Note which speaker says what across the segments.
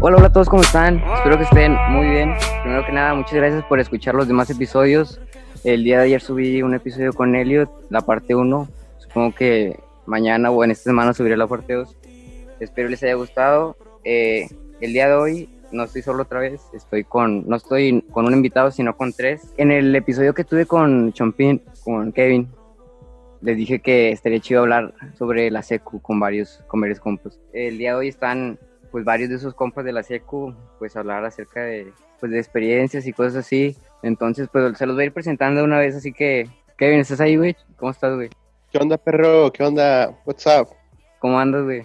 Speaker 1: Hola, hola a todos, ¿cómo están? Espero que estén muy bien. Primero que nada, muchas gracias por escuchar los demás episodios. El día de ayer subí un episodio con Elliot, la parte 1. Supongo que mañana o en esta semana subiré la parte 2. Espero les haya gustado. Eh, el día de hoy no estoy solo otra vez, estoy con, no estoy con un invitado, sino con tres. En el episodio que tuve con Chompin, con Kevin, les dije que estaría chido hablar sobre la secu con varios, con varios compas. El día de hoy están pues varios de esos compas de la secu, pues hablar acerca de, pues, de experiencias y cosas así. Entonces, pues se los voy a ir presentando de una vez, así que, Kevin, ¿estás ahí, güey? ¿Cómo estás, güey?
Speaker 2: ¿Qué onda, perro? ¿Qué onda? What's up?
Speaker 1: ¿Cómo andas, güey?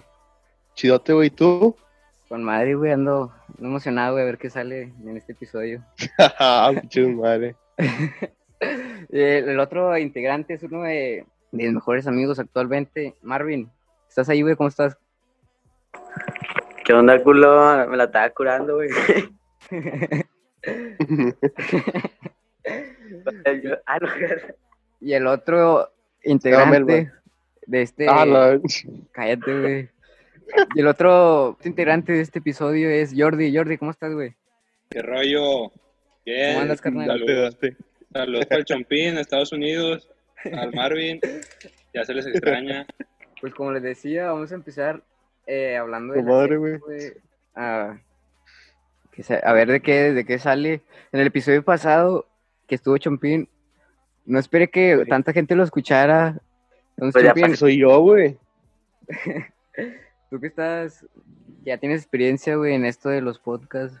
Speaker 2: Chidote, güey, ¿tú?
Speaker 1: Con madre, güey, ando emocionado, güey, a ver qué sale en este episodio.
Speaker 2: Chus, Ah, madre.
Speaker 1: Eh, el otro integrante es uno de, de mis mejores amigos actualmente, Marvin. ¿Estás ahí, güey? ¿Cómo estás?
Speaker 3: ¿Qué onda, culo? Me la estaba curando, güey. Ah, no,
Speaker 1: Y el otro
Speaker 2: güey.
Speaker 1: integrante de este...
Speaker 2: Ah, la-
Speaker 1: Cállate, güey. Y el otro integrante de este episodio es Jordi. Jordi, ¿cómo estás, güey?
Speaker 4: ¿Qué rollo? Bien.
Speaker 1: ¿Cómo andas, carnal?
Speaker 2: Date,
Speaker 4: Saludos,
Speaker 2: date.
Speaker 4: saludos al Chompín, a Estados Unidos, al Marvin. Ya se les extraña.
Speaker 1: Pues como les decía, vamos a empezar eh, hablando de...
Speaker 2: Tu
Speaker 1: la
Speaker 2: madre,
Speaker 1: secu,
Speaker 2: güey.
Speaker 1: güey. Ah, que sa- a ver de qué, de qué sale. En el episodio pasado que estuvo Chompín, no esperé que
Speaker 2: Sí.
Speaker 1: tanta gente lo escuchara. Entonces,
Speaker 3: Pues ya
Speaker 1: Chompín,
Speaker 2: Soy yo, güey.
Speaker 1: tú que estás, ya tienes experiencia, güey, en esto de los podcasts.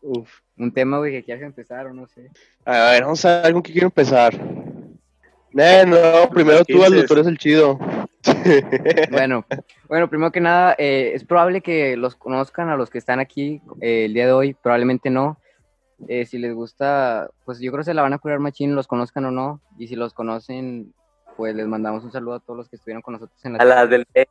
Speaker 2: Uf.
Speaker 1: Un tema, güey, que quieras empezar o no sé.
Speaker 2: A ver, vamos a ver con qué quiero empezar. Eh, no, primero tú, Aldo, tú eres el chido.
Speaker 1: Bueno, bueno, primero que nada, eh, es probable que los conozcan a los que están aquí eh, el día de hoy, probablemente no. Eh, si les gusta, pues yo creo que se la van a curar machín, los conozcan o no. Y si los conocen, pues les mandamos un saludo a todos los que estuvieron con nosotros en la...
Speaker 3: A las del... eh,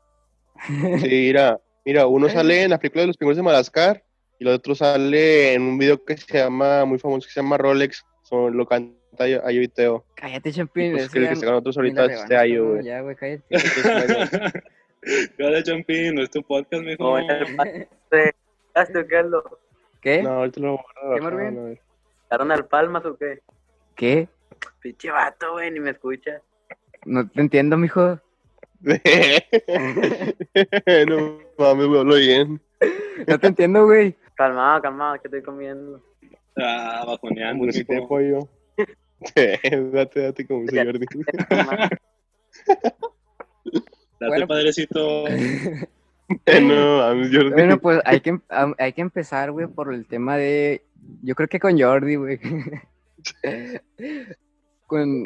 Speaker 2: Sí, mira, mira, uno sale en la película de los pingüinos de Madagascar y el otro sale en un video que se llama, muy famoso, que se llama Rolex. Son, lo canta Ay- Ayo y Teo.
Speaker 1: Cállate,
Speaker 2: Y
Speaker 1: champion.
Speaker 2: Pues
Speaker 1: eso
Speaker 2: creo
Speaker 1: ya
Speaker 2: que
Speaker 1: no-
Speaker 2: sacan otros
Speaker 1: ni la
Speaker 2: ahorita este
Speaker 1: rebanca,
Speaker 2: año,
Speaker 1: no,
Speaker 2: güey.
Speaker 1: Ya, güey, cállate.
Speaker 4: ¿Qué onda, Chompín? No es tu podcast, mijo.
Speaker 3: Como en el Palma, güey. ¿Estás tocando?
Speaker 1: ¿Qué?
Speaker 2: No, ahorita lo voy a
Speaker 1: ¿Qué, Marvin?
Speaker 2: bajar,
Speaker 3: ¿Daron al Palmas o qué?
Speaker 1: ¿Qué?
Speaker 3: Pinche vato, güey, ni me escucha.
Speaker 1: No te entiendo, mijo.
Speaker 2: güey. no mames, güey, hablo bien.
Speaker 1: No te entiendo, güey.
Speaker 3: Calmado, calmado, que estoy comiendo.
Speaker 4: Ah, bajoneando,
Speaker 2: Como si Pues te
Speaker 4: mijo.
Speaker 2: pollo. date, date como se Jordi.
Speaker 4: Date,
Speaker 1: Bueno.
Speaker 4: padrecito.
Speaker 2: no mames, Jordi.
Speaker 1: Bueno, pues hay que, em- am- hay que empezar, güey, por el tema de. Yo creo que con Jordi, güey. con.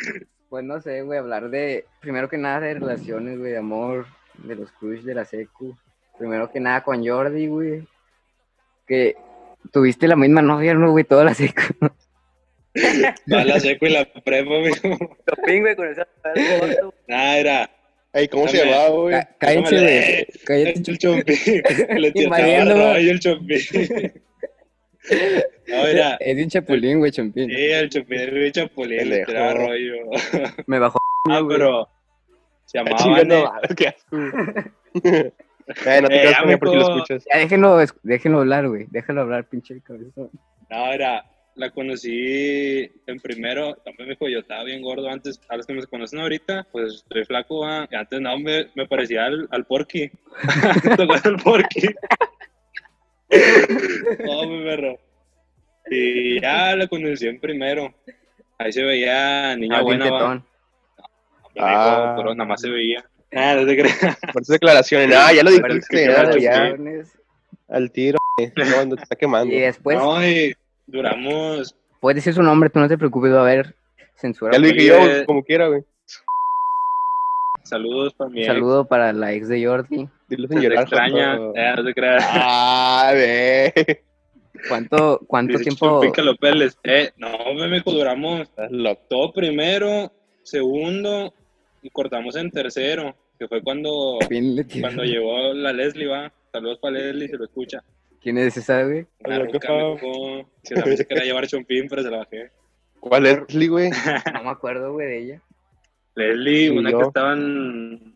Speaker 1: Pues no sé, güey, hablar de. Primero que nada de relaciones, güey, de amor, de los crush, de la secu. Primero que nada con Jordi, güey. Que tuviste la misma novia, ¿no, güey? Toda la secu.
Speaker 4: Va a la seco y la prepa, mijo.
Speaker 3: Chopín, güey, con esa...
Speaker 4: Nah, era.
Speaker 2: Ey, ¿cómo se llamaba, güey?
Speaker 1: Cá- Cállense, güey.
Speaker 4: Eh,
Speaker 1: Cállate.
Speaker 4: El Chompín. Le tiraba
Speaker 1: Invadiendo,
Speaker 4: el
Speaker 1: güey.
Speaker 4: rollo el Chompín. No, era.
Speaker 1: Es de un chapulín, güey, champín.
Speaker 4: Sí, el Chompín era el Chompín. Le
Speaker 2: Pendejo.
Speaker 4: tiraba rollo.
Speaker 1: Me bajó.
Speaker 4: Ah, pero se
Speaker 2: Ah,
Speaker 4: llamaba
Speaker 2: chinga, no
Speaker 4: Vane.
Speaker 2: mames, qué asco. Eh, no te
Speaker 4: Eh,
Speaker 2: creas
Speaker 4: ya,
Speaker 2: Jordi, porque lo
Speaker 4: mijo.
Speaker 2: escuchas.
Speaker 1: Ya, déjenlo, es- déjenlo hablar, güey. Déjenlo hablar, pinche cabezón.
Speaker 4: No, era, la conocí en primero, también me dijo, yo estaba bien gordo antes, a los que me conocen ahorita, pues estoy flaco, va. Y antes no, me, me parecía al, al Porky, ¿Te acuerdas del Porky? no, mi perro. Y ya la conocí en primero, ahí se veía niña
Speaker 1: Ah,
Speaker 4: buena,
Speaker 1: bien
Speaker 4: va.
Speaker 1: tetón.
Speaker 4: Me dijo,
Speaker 2: Ah.
Speaker 4: pero nada más se veía. Ah, no te creas.
Speaker 2: Por esas declaraciones. Ah, ya lo
Speaker 1: Pero
Speaker 4: es
Speaker 2: dijiste.
Speaker 4: que
Speaker 2: nada,
Speaker 4: gacho,
Speaker 2: ya.
Speaker 4: güey.
Speaker 1: Relaciones.
Speaker 2: Al tiro. eh. No, no te está quemando.
Speaker 1: Y después,
Speaker 4: no, y duramos,
Speaker 1: puedes decir su nombre, tú no te preocupes, va a haber censura.
Speaker 2: Ya lo dije
Speaker 4: Oye.
Speaker 2: yo, como quiera, güey.
Speaker 4: saludos para mi
Speaker 1: Un
Speaker 4: ex,
Speaker 1: saludo para la ex de Jordi.
Speaker 2: Dilo
Speaker 4: se
Speaker 2: sin llorar.
Speaker 4: extraña,
Speaker 2: Joto.
Speaker 4: eh, no te creas.
Speaker 2: Ah, ve.
Speaker 1: ¿Cuánto, cuánto
Speaker 4: Dice
Speaker 1: tiempo?
Speaker 4: Chupica López, eh, no, me duramos
Speaker 2: Estás loco.
Speaker 4: todo primero, segundo y cortamos en tercero, que fue cuando,
Speaker 1: Bien le tiró.
Speaker 4: cuando llegó la Leslie, va. Saludos para Leslie, se lo escucha.
Speaker 1: ¿Quién es esa, güey?
Speaker 4: Una
Speaker 2: Hola,
Speaker 4: ruca,
Speaker 2: ¿cómo?
Speaker 4: mijo, que también se quería llevar chompín, pero se la bajé.
Speaker 2: ¿Cuál es, Lee, güey?
Speaker 1: No me acuerdo, güey, de ella.
Speaker 4: Leslie,
Speaker 2: Y
Speaker 4: una
Speaker 2: yo.
Speaker 4: que estaban...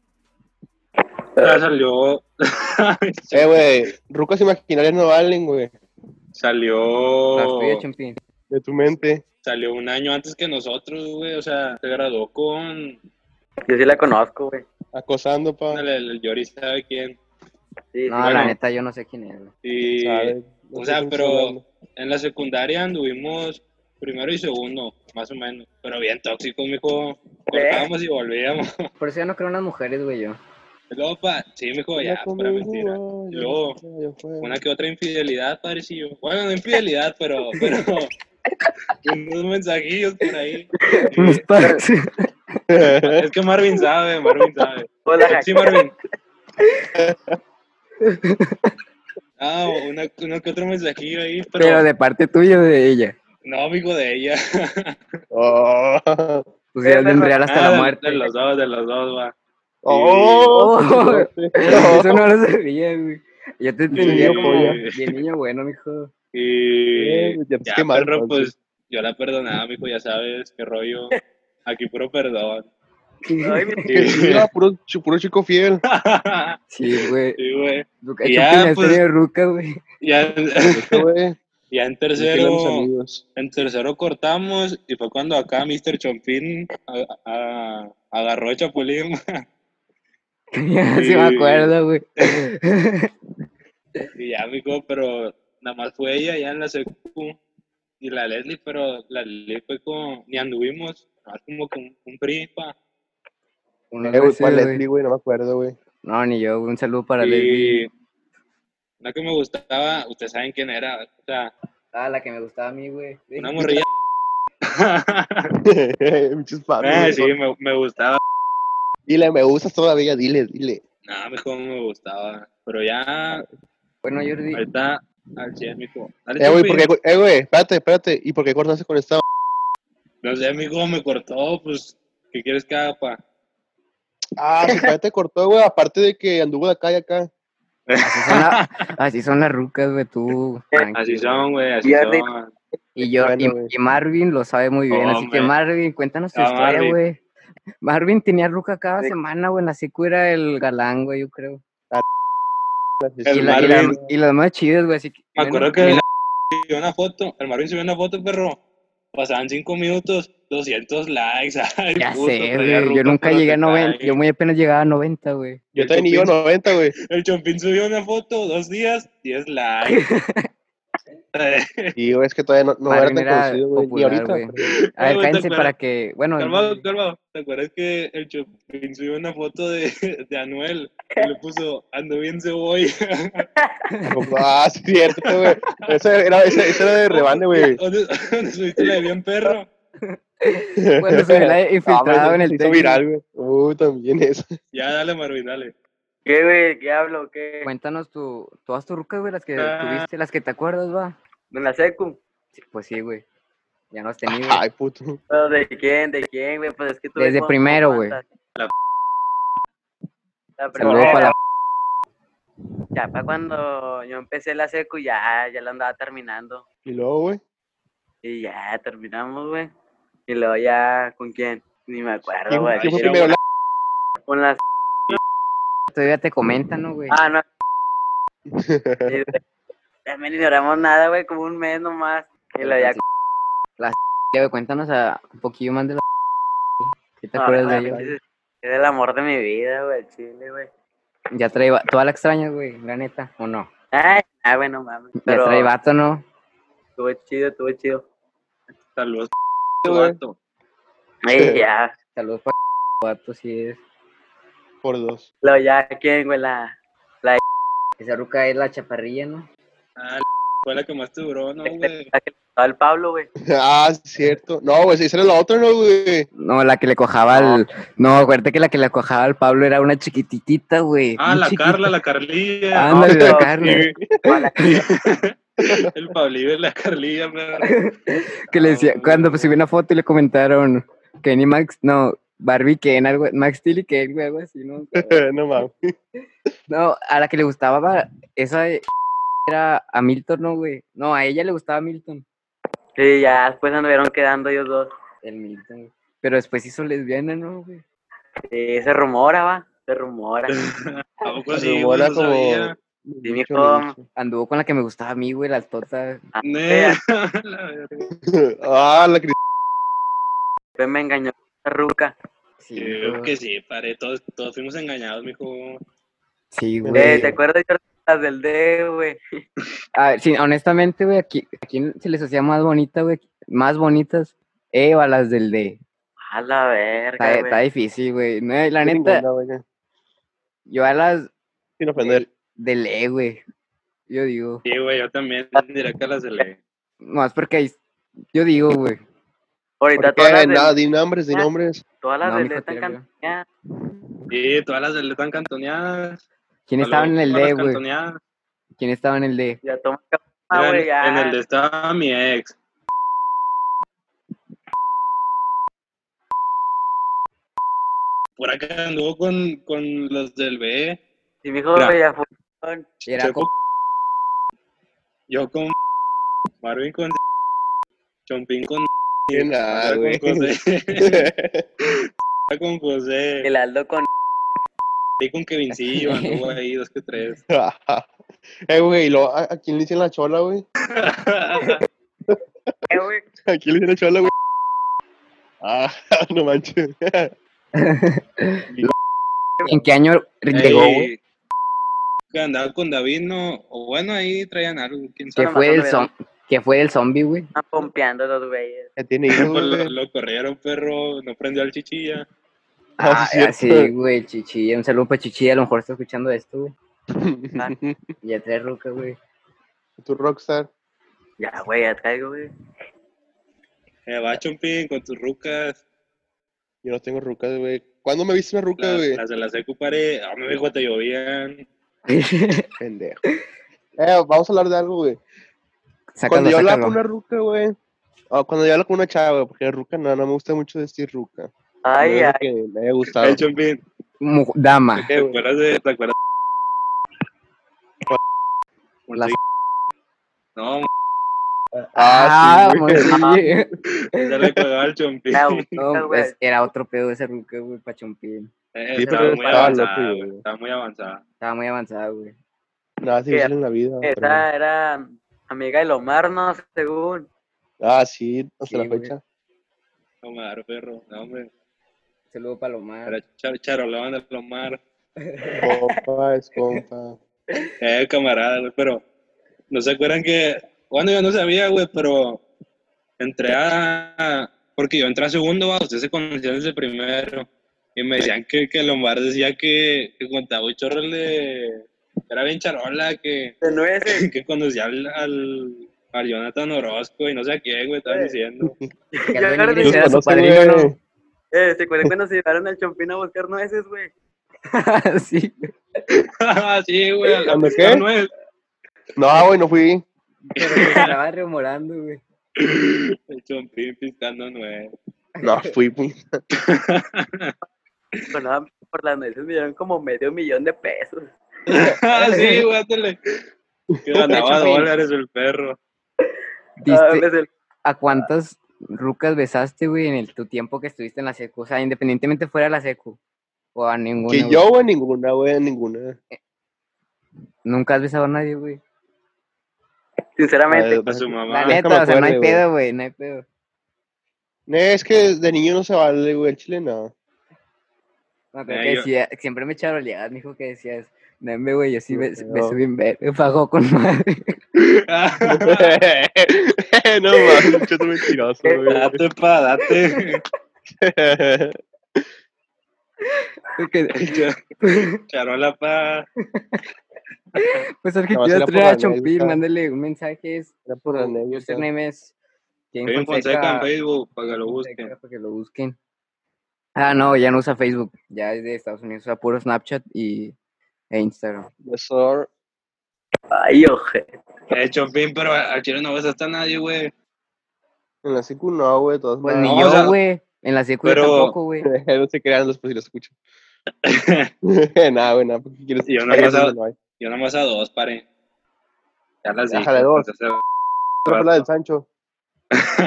Speaker 4: Ya salió...
Speaker 2: Eh, güey, rucas imaginarias no valen, güey.
Speaker 1: Las tuya,
Speaker 4: Salió,
Speaker 1: Chempín.
Speaker 2: de tu mente.
Speaker 4: salió un año antes que nosotros, güey. O sea, se graduó con
Speaker 3: Yo sí la conozco, güey.
Speaker 2: Acosando, pa.
Speaker 4: el, el Yori, ¿sabe quién?
Speaker 3: Sí,
Speaker 1: No,
Speaker 3: sí.
Speaker 4: bueno.
Speaker 1: la neta, yo no sé quién es. güey.
Speaker 4: Y
Speaker 2: ¿sabes?
Speaker 4: o
Speaker 2: No
Speaker 4: sea,
Speaker 2: sé qué
Speaker 4: pero-
Speaker 2: estás hablando.
Speaker 4: en la secundaria anduvimos primero y segundo, más o menos. Pero bien tóxico, mijo. Cortábamos y volvíamos.
Speaker 1: Por eso ya no creo en las mujeres, güey, yo.
Speaker 4: Luego, pa, sí, mijo, pues ya,
Speaker 2: Una
Speaker 4: para mentira.
Speaker 2: conmigo, ya,
Speaker 4: Luego,
Speaker 2: ya fue.
Speaker 4: Una que otra infidelidad, parecillo. Bueno, no infidelidad, pero, pero unos mensajillos por ahí.
Speaker 1: Mis padres.
Speaker 4: Es que Marvin sabe, Marvin sabe.
Speaker 3: Hola.
Speaker 4: Sí, Marvin. Ah, una, uno que otro mensajillo ahí, pero,
Speaker 1: Pero de parte tuya o de ella.
Speaker 4: no, amigo de ella.
Speaker 2: Oh.
Speaker 1: Pues ya
Speaker 3: Eh,
Speaker 1: es bien
Speaker 3: pero-
Speaker 1: real hasta
Speaker 4: Ah,
Speaker 1: la
Speaker 4: de-
Speaker 1: muerte.
Speaker 4: De los dos, de los dos, va.
Speaker 2: Oh.
Speaker 1: Oh. Eso no lo sabía, güey. Yo te entendía
Speaker 2: niño
Speaker 1: como
Speaker 4: polla.
Speaker 1: bien niño bueno, mijo.
Speaker 4: Y
Speaker 2: Ya, pues,
Speaker 4: ya,
Speaker 2: qué mal,
Speaker 4: perro,
Speaker 2: entonces.
Speaker 4: pues yo la perdonaba, mijo, ya sabes, qué rollo. Aquí puro perdón.
Speaker 3: Ay, mi-
Speaker 2: Que sí, era puro, chi- puro chico fiel.
Speaker 1: Sí, güey.
Speaker 4: Sí, güey.
Speaker 1: Luca
Speaker 4: Ya,
Speaker 1: Chupin es
Speaker 4: pues.
Speaker 1: de ruca, güey.
Speaker 4: Ya,
Speaker 2: Ese Pues, este güey,
Speaker 4: ya
Speaker 2: eran
Speaker 4: en
Speaker 2: mis
Speaker 4: tercero.
Speaker 2: amigos.
Speaker 4: En tercero cortamos y fue cuando acá Mr. Chompín a- a- agarró a Chapulín.
Speaker 1: Sí me acuerdo, güey.
Speaker 4: Y ya, amigo, pero nada más fue ella ya en la secu y la Leslie, pero la Leslie fue como, ni anduvimos, nada más como con un, PRI, pa.
Speaker 1: Unos
Speaker 2: Eh, güey,
Speaker 1: meses,
Speaker 2: ¿cuál
Speaker 1: güey.
Speaker 2: Leslie, güey? No me acuerdo, güey.
Speaker 1: No, ni yo, güey. Un saludo para Leslie.
Speaker 4: Y la que me gustaba, ustedes saben quién era, o sea,
Speaker 1: Ah, la que me gustaba a mí, güey.
Speaker 4: una morrilla.
Speaker 2: Muchos patos,
Speaker 4: Eh,
Speaker 2: güey.
Speaker 4: sí, me, me gustaba.
Speaker 2: Dile, me gustas todavía, dile, dile.
Speaker 4: Nada, mejor me gustaba. Pero ya,
Speaker 1: Bueno, Jordi,
Speaker 4: ahorita, al 100, mijo. Dale,
Speaker 2: Eh, güey,
Speaker 4: Chompín.
Speaker 2: ¿por qué- eh, güey, espérate, espérate. ¿Y por qué cortaste con esta?
Speaker 4: No sé, amigo, me cortó, pues, ¿qué quieres que haga, pa?
Speaker 2: Ah, su padre te cortó, güey. Aparte de que anduvo de acá y acá.
Speaker 1: así son, la- así son las rucas, güey, tú.
Speaker 4: Así
Speaker 1: tranquilo.
Speaker 4: son, güey, así
Speaker 3: Ya te-
Speaker 4: son.
Speaker 1: Y yo,
Speaker 2: Bueno,
Speaker 1: y,
Speaker 2: güey.
Speaker 1: y Marvin lo sabe muy bien, así que
Speaker 4: Hombre.
Speaker 1: Marvin, cuéntanos tu
Speaker 4: Ah,
Speaker 1: historia,
Speaker 4: Marvin.
Speaker 1: güey. Marvin tenía ruca cada
Speaker 3: Sí.
Speaker 1: semana, güey, en la secu era el galán, güey, yo creo.
Speaker 4: El
Speaker 1: Y, la, y, la-
Speaker 4: Marvin.
Speaker 1: y las más chidas, güey, así que...
Speaker 4: Me
Speaker 1: bueno,
Speaker 4: acuerdo que
Speaker 1: mira,
Speaker 4: subió una foto, el Marvin subió una foto, perro. Pasaban cinco minutos, 200 likes. ay,
Speaker 1: Ya
Speaker 4: puto,
Speaker 1: sé,
Speaker 4: traía
Speaker 1: güey,
Speaker 4: ruca,
Speaker 1: yo nunca
Speaker 4: pero
Speaker 1: llegué a
Speaker 4: te
Speaker 1: 90,
Speaker 4: cae.
Speaker 1: yo muy apenas llegaba a 90, güey.
Speaker 2: Yo también iba a 90, güey.
Speaker 4: El Chompín subió una foto, dos días, 10 likes.
Speaker 2: Y güey, es que todavía no, no era
Speaker 1: Marvin
Speaker 2: tan
Speaker 1: era
Speaker 2: conocido, güey. Y
Speaker 1: popular,
Speaker 2: ahorita.
Speaker 1: güey. A
Speaker 2: pero-
Speaker 1: ver,
Speaker 4: güey, te
Speaker 1: cállense
Speaker 4: acuerdas.
Speaker 1: para que... Bueno, pues,
Speaker 4: calmado, calmado. ¿Te acuerdas que el Chompín subió una foto de, de Anuel? Y le puso, ando bien cebolla.
Speaker 2: Ah, sí, cierto, güey. Ese era, ese, ese era de rebane, güey.
Speaker 4: ¿Dónde dónde subiste la de bien perro?
Speaker 1: cuando se ve la
Speaker 2: Ah,
Speaker 1: infiltrado
Speaker 2: güey,
Speaker 1: en
Speaker 2: se
Speaker 1: el
Speaker 2: hizo
Speaker 1: tenis.
Speaker 2: viral, güey. Uh, también eso.
Speaker 4: Ya, dale, Marvin, dale.
Speaker 3: ¿Qué, güey? ¿Qué hablo? ¿Qué?
Speaker 1: Cuéntanos tu, todas tus rucas, güey, las que
Speaker 4: Ah.
Speaker 1: tuviste, las que te acuerdas, va.
Speaker 3: ¿Me la secu?
Speaker 1: Sí, pues sí, güey, ya no has tenido.
Speaker 2: Ay, puto.
Speaker 3: ¿Pero de quién? ¿De quién, güey? Pues es que tú...
Speaker 1: Desde primero, güey.
Speaker 3: La... La
Speaker 1: Saludos
Speaker 3: primera.
Speaker 1: para...
Speaker 3: Ya, pa' cuando yo empecé la secu, ya, ya la andaba terminando.
Speaker 2: Y luego, güey.
Speaker 3: Y ya, terminamos, güey. Y luego ya, ¿con quién? Ni me acuerdo,
Speaker 2: ¿Quién,
Speaker 3: güey.
Speaker 2: quién fue
Speaker 4: era
Speaker 2: primero?
Speaker 3: Con las...
Speaker 1: Todavía te comentan, ¿no, güey?
Speaker 3: Ah, no. Sí, güey. También ignoramos nada, güey, como un mes nomás. Y luego ya...
Speaker 1: pues Ya, güey, cuéntanos a- un poquillo más de la... ¿Qué te
Speaker 3: No,
Speaker 1: acuerdas de
Speaker 3: güey,
Speaker 1: ella?
Speaker 3: ese- Era "Ah, el amor de mi vida, güey, el chile, güey.
Speaker 1: Ya trae... va- ¿Toda la extrañas, güey? La neta, ¿o no?
Speaker 3: Ay, ah, bueno, mames.
Speaker 1: Ya
Speaker 3: Pero
Speaker 1: trae vato, ¿no?
Speaker 3: estuvo chido, estuvo chido.
Speaker 4: Saludos,
Speaker 2: güey.
Speaker 4: vato.
Speaker 3: Y ya,
Speaker 1: Saludos para... Vato, sí es.
Speaker 2: Por dos.
Speaker 3: luego ya, ¿quién, güey? La...
Speaker 1: Esa ruca es la chaparrilla, ¿no?
Speaker 4: Ah, la fue la que más te duró, ¿no, güey?
Speaker 3: la que le gustaba al Pablo, güey.
Speaker 2: Ah, cierto. No, güey, esa era la otra, ¿no, güey?
Speaker 1: No, la que le cojaba al... No, acuérdate que la que le cojaba al Pablo era una chiquititita, güey.
Speaker 4: Ah,
Speaker 1: bien
Speaker 4: la
Speaker 1: chiquita.
Speaker 4: Carla, la
Speaker 2: Ah,
Speaker 4: Carlilla.
Speaker 1: Ándale, la
Speaker 3: No, pero-
Speaker 1: Carla.
Speaker 3: Hola.
Speaker 4: El Pablillo y la Carlilla, perro.
Speaker 1: Que le
Speaker 4: Ah,
Speaker 1: decía...
Speaker 4: güey.
Speaker 1: Cuando pues, subió una foto y le comentaron... Kenny Max... No, Barbie Ken, algo... Max Steel y Ken, güey, algo así, ¿no?
Speaker 2: no mames.
Speaker 1: No, a la que le gustaba esa era a Milton, ¿no, güey? No, a ella le gustaba Milton.
Speaker 3: Sí, ya después anduvieron quedando ellos dos.
Speaker 1: El Milton, güey. Pero después hizo lesbiana, ¿no, güey?
Speaker 3: Sí, se rumora, va. Se rumora.
Speaker 4: ¿A poco
Speaker 2: Se
Speaker 4: sí, güey?
Speaker 2: rumora
Speaker 4: No
Speaker 2: como-
Speaker 4: sabía.
Speaker 3: Sí, mijo.
Speaker 1: Anduvo con la que me gustaba a mí, güey, la altota.
Speaker 3: Ah,
Speaker 4: Ne-
Speaker 3: eh,
Speaker 4: la verga.
Speaker 2: ah, la Cristina.
Speaker 3: Pepe me engañó la ruca.
Speaker 1: Sí,
Speaker 4: Yo creo
Speaker 1: güey.
Speaker 4: que sí, pare, todos, todos fuimos engañados, mijo.
Speaker 1: Sí,
Speaker 2: Eh,
Speaker 3: Eh,
Speaker 1: güey.
Speaker 3: ¿Te acuerdas de las del D, güey?
Speaker 1: A ver, sí, honestamente, güey, aquí, ¿a quién se les hacía más bonita, güey? Más bonitas. Eva, las del D.
Speaker 3: A la
Speaker 1: Está,
Speaker 3: verga,
Speaker 1: está
Speaker 3: güey.
Speaker 1: difícil, güey. No, eh, la neta,
Speaker 2: Ninguna, güey,
Speaker 1: yo a las
Speaker 2: Sin ofender.
Speaker 1: del E, güey. Yo digo.
Speaker 4: Sí, güey, yo también, directa las de ley.
Speaker 1: Más porque ahí- yo digo, güey.
Speaker 3: Ahorita
Speaker 2: ¿Por
Speaker 3: todas
Speaker 2: qué?
Speaker 3: las
Speaker 2: Nada,
Speaker 3: del,
Speaker 2: di nombres, di
Speaker 3: Ah.
Speaker 2: nombres.
Speaker 3: todas las
Speaker 1: No,
Speaker 3: del
Speaker 1: mijo,
Speaker 3: D están
Speaker 1: tira, güey.
Speaker 3: cantoneadas.
Speaker 4: Sí, todas las de ley están cantoneadas.
Speaker 1: ¿Quién
Speaker 4: Saludos,
Speaker 1: estaba en el
Speaker 4: todas
Speaker 1: D,
Speaker 4: las
Speaker 1: güey?
Speaker 4: cantoneadas.
Speaker 1: ¿Quién estaba en el D?
Speaker 3: Ya toma cama,
Speaker 4: Era en-
Speaker 3: Ah, güey, ya.
Speaker 4: En el de estaba mi ex. Por acá anduvo con, con los del B.
Speaker 3: Sí, mijo,
Speaker 4: Mira.
Speaker 3: güey, ya fue.
Speaker 1: Era
Speaker 4: Yo
Speaker 1: con-
Speaker 4: con- Yo con Marvin con Chompín con
Speaker 2: Ni
Speaker 1: Ah,
Speaker 2: nada,
Speaker 4: Sara
Speaker 2: güey.
Speaker 4: con José. Sara con José.
Speaker 3: El Aldo con...
Speaker 4: Y con Kevincillo anduvo ahí dos que tres.
Speaker 2: eh, güey, lo- ¿a, a quién le dicen la chola, güey?
Speaker 3: Eh, güey,
Speaker 2: ¿A quién le dicen la chola, güey? Ah, no manches.
Speaker 1: ¿En qué año llegó,
Speaker 4: Ey,
Speaker 1: güey?
Speaker 4: que andaba con David, no. O bueno, ahí traían algo, quién
Speaker 1: Que
Speaker 4: sabe.
Speaker 3: no me
Speaker 1: fue del
Speaker 3: acuerdo,
Speaker 1: zom- que fue del zombie, güey.
Speaker 3: están pompeando los güeyes.
Speaker 2: Ya tiene hijos,
Speaker 4: Pues lo,
Speaker 2: güey.
Speaker 4: lo corrieron, perro. No prendió al chichilla.
Speaker 1: Ah,
Speaker 2: sí, es
Speaker 1: sí,
Speaker 2: cierto.
Speaker 1: güey, chichilla. Un saludo para chichilla. A lo mejor está escuchando esto, güey. Ya trae roca, güey.
Speaker 2: Tu rockstar.
Speaker 3: Ya, güey, ya traigo, güey.
Speaker 4: Eh, va, Chompín, con tus rucas.
Speaker 2: Yo no tengo rucas, güey. ¿Cuándo me viste una ruca,
Speaker 4: Las,
Speaker 2: güey?
Speaker 4: las de la secu, pare. ah, A mí, hijo, te llovían.
Speaker 2: Pendejo. Eh, vamos a hablar de algo, güey.
Speaker 1: sácalo,
Speaker 2: Cuando yo hablaba
Speaker 1: sácalo.
Speaker 2: con una ruca, güey. o cuando yo hablo con una chava, güey, porque ruca no, no me gusta mucho decir ruca.
Speaker 3: Ay,
Speaker 2: no es
Speaker 3: ay,
Speaker 2: lo que me haya gustado.
Speaker 4: Eh, Chompín,
Speaker 1: Mu- Dama.
Speaker 4: ¿te acuerdas de.? ¿Te acuerdas?
Speaker 1: Las-
Speaker 4: No,
Speaker 1: Ah,
Speaker 2: Ah, sí, güey.
Speaker 1: mon- sí.
Speaker 4: se le pegaba al Chompín.
Speaker 3: la buscas,
Speaker 1: No,
Speaker 3: güey.
Speaker 1: pues, era otro pedo ese ruca, güey, pa' chompín.
Speaker 4: Eh,
Speaker 2: Sí,
Speaker 4: estaba,
Speaker 2: pero
Speaker 4: muy
Speaker 2: estaba
Speaker 4: avanzada,
Speaker 2: loco,
Speaker 4: güey,
Speaker 2: güey.
Speaker 4: estaba muy avanzada.
Speaker 1: Estaba muy avanzado, güey.
Speaker 2: Nada, sí,
Speaker 3: ¿Qué?
Speaker 2: úsalo en la vida. pero-
Speaker 3: Esa era amiga de Lomar, no, según.
Speaker 2: Ah, sí, hasta
Speaker 1: Sí,
Speaker 2: la
Speaker 1: güey.
Speaker 2: fecha.
Speaker 4: No me perro. No, hombre.
Speaker 1: Saludo Palomar.
Speaker 4: Era char charolón de Lomar.
Speaker 2: Compa, es compa.
Speaker 4: Eh, camarada, güey, pero no se acuerdan que, bueno, yo no sabía, güey, pero entré a, porque yo entré a segundo, va, ustedes se conocían desde primero, y me decían que, que Lombard decía que, que contaba un chorro de, era bien charola, que,
Speaker 3: De nueces.
Speaker 4: que conocía al, al, al Jonathan Orozco y no sé a quién, güey, estaban
Speaker 3: Eh.
Speaker 4: diciendo.
Speaker 1: Que al
Speaker 3: Yo creo
Speaker 1: dueño le
Speaker 3: que-
Speaker 1: hiciera su
Speaker 2: Los conoce,
Speaker 1: padrino,
Speaker 2: güey.
Speaker 1: ¿no?
Speaker 3: Eh, ¿Se acuerdan cuando se llevaron al chompín a buscar nueces, güey?
Speaker 1: Sí.
Speaker 4: sí, güey, a la-
Speaker 2: ¿Cuándo qué?
Speaker 4: a Noel.
Speaker 2: No, güey, no fui.
Speaker 1: Pero que se andaba remorando, güey.
Speaker 4: El chompín piscando nueve.
Speaker 2: No, fui. fui.
Speaker 3: Sonaban por las nueces, me dieron como medio millón de pesos.
Speaker 4: Ah, sí, güey, ándale. Que ganaba
Speaker 1: Chompín.
Speaker 4: dólares el perro.
Speaker 3: Ah,
Speaker 1: ¿Viste
Speaker 3: les el-
Speaker 1: a cuántas rucas besaste, güey, en el, tu tiempo que estuviste en la secu? O sea, independientemente fuera de la secu. O a ninguna.
Speaker 2: Que
Speaker 1: güey.
Speaker 2: yo, güey, ninguna, güey, ninguna.
Speaker 1: Nunca has besado a nadie, güey.
Speaker 3: Sinceramente,
Speaker 2: Eh,
Speaker 4: A su mamá.
Speaker 1: La
Speaker 2: nunca me
Speaker 1: neta, o sea, no hay
Speaker 2: acuerdo, güey.
Speaker 1: pedo, güey, no hay pedo.
Speaker 2: Eh, Es que de niño no se vale, güey, el chile no.
Speaker 1: No, creo
Speaker 4: Eh,
Speaker 1: que
Speaker 4: yo-
Speaker 1: decía, siempre me charoleabas, me dijo que decías, no, me, güey, yo sí
Speaker 2: No,
Speaker 1: me,
Speaker 2: no.
Speaker 1: me subí en ver, me pagó con madre.
Speaker 2: no mames, yo soy mentiroso, güey.
Speaker 4: date pa, date.
Speaker 1: Que-
Speaker 4: Charola pa.
Speaker 1: Pues
Speaker 2: Nomás era
Speaker 1: Argentina
Speaker 2: por
Speaker 1: trae a
Speaker 2: la
Speaker 1: Chompín,
Speaker 2: anécdota.
Speaker 1: mándale un mensaje. Es
Speaker 2: Era por la anécdota.
Speaker 1: Username es Kevin
Speaker 4: Kevin Fonseca en
Speaker 1: Fonseca,
Speaker 4: Facebook, para que lo
Speaker 1: Fonseca,
Speaker 4: busquen.
Speaker 1: para que lo busquen. Ah, no, ya no usa Facebook. Ya es de Estados Unidos. Usa puro Snapchat y, e Instagram.
Speaker 2: Yes, sir.
Speaker 3: ay, oje.
Speaker 4: Eh, Chompín, pero al chile no ves hasta nadie, güey.
Speaker 2: En la secu no, güey, de todas
Speaker 1: Pues
Speaker 4: No,
Speaker 1: ni
Speaker 4: o sea,
Speaker 1: yo, güey. en la secu yo
Speaker 4: pero-
Speaker 1: tampoco, güey.
Speaker 2: no se crean los pues si lo escucho. nada, güey, nada, porque quieres
Speaker 4: Yo no
Speaker 2: Ahí es
Speaker 4: pasaba-
Speaker 2: donde no hay.
Speaker 4: Yo nomás a dos, pare. Ya las dije.
Speaker 2: Déjale dos.
Speaker 4: entonces,
Speaker 2: Otra fue la del Sancho.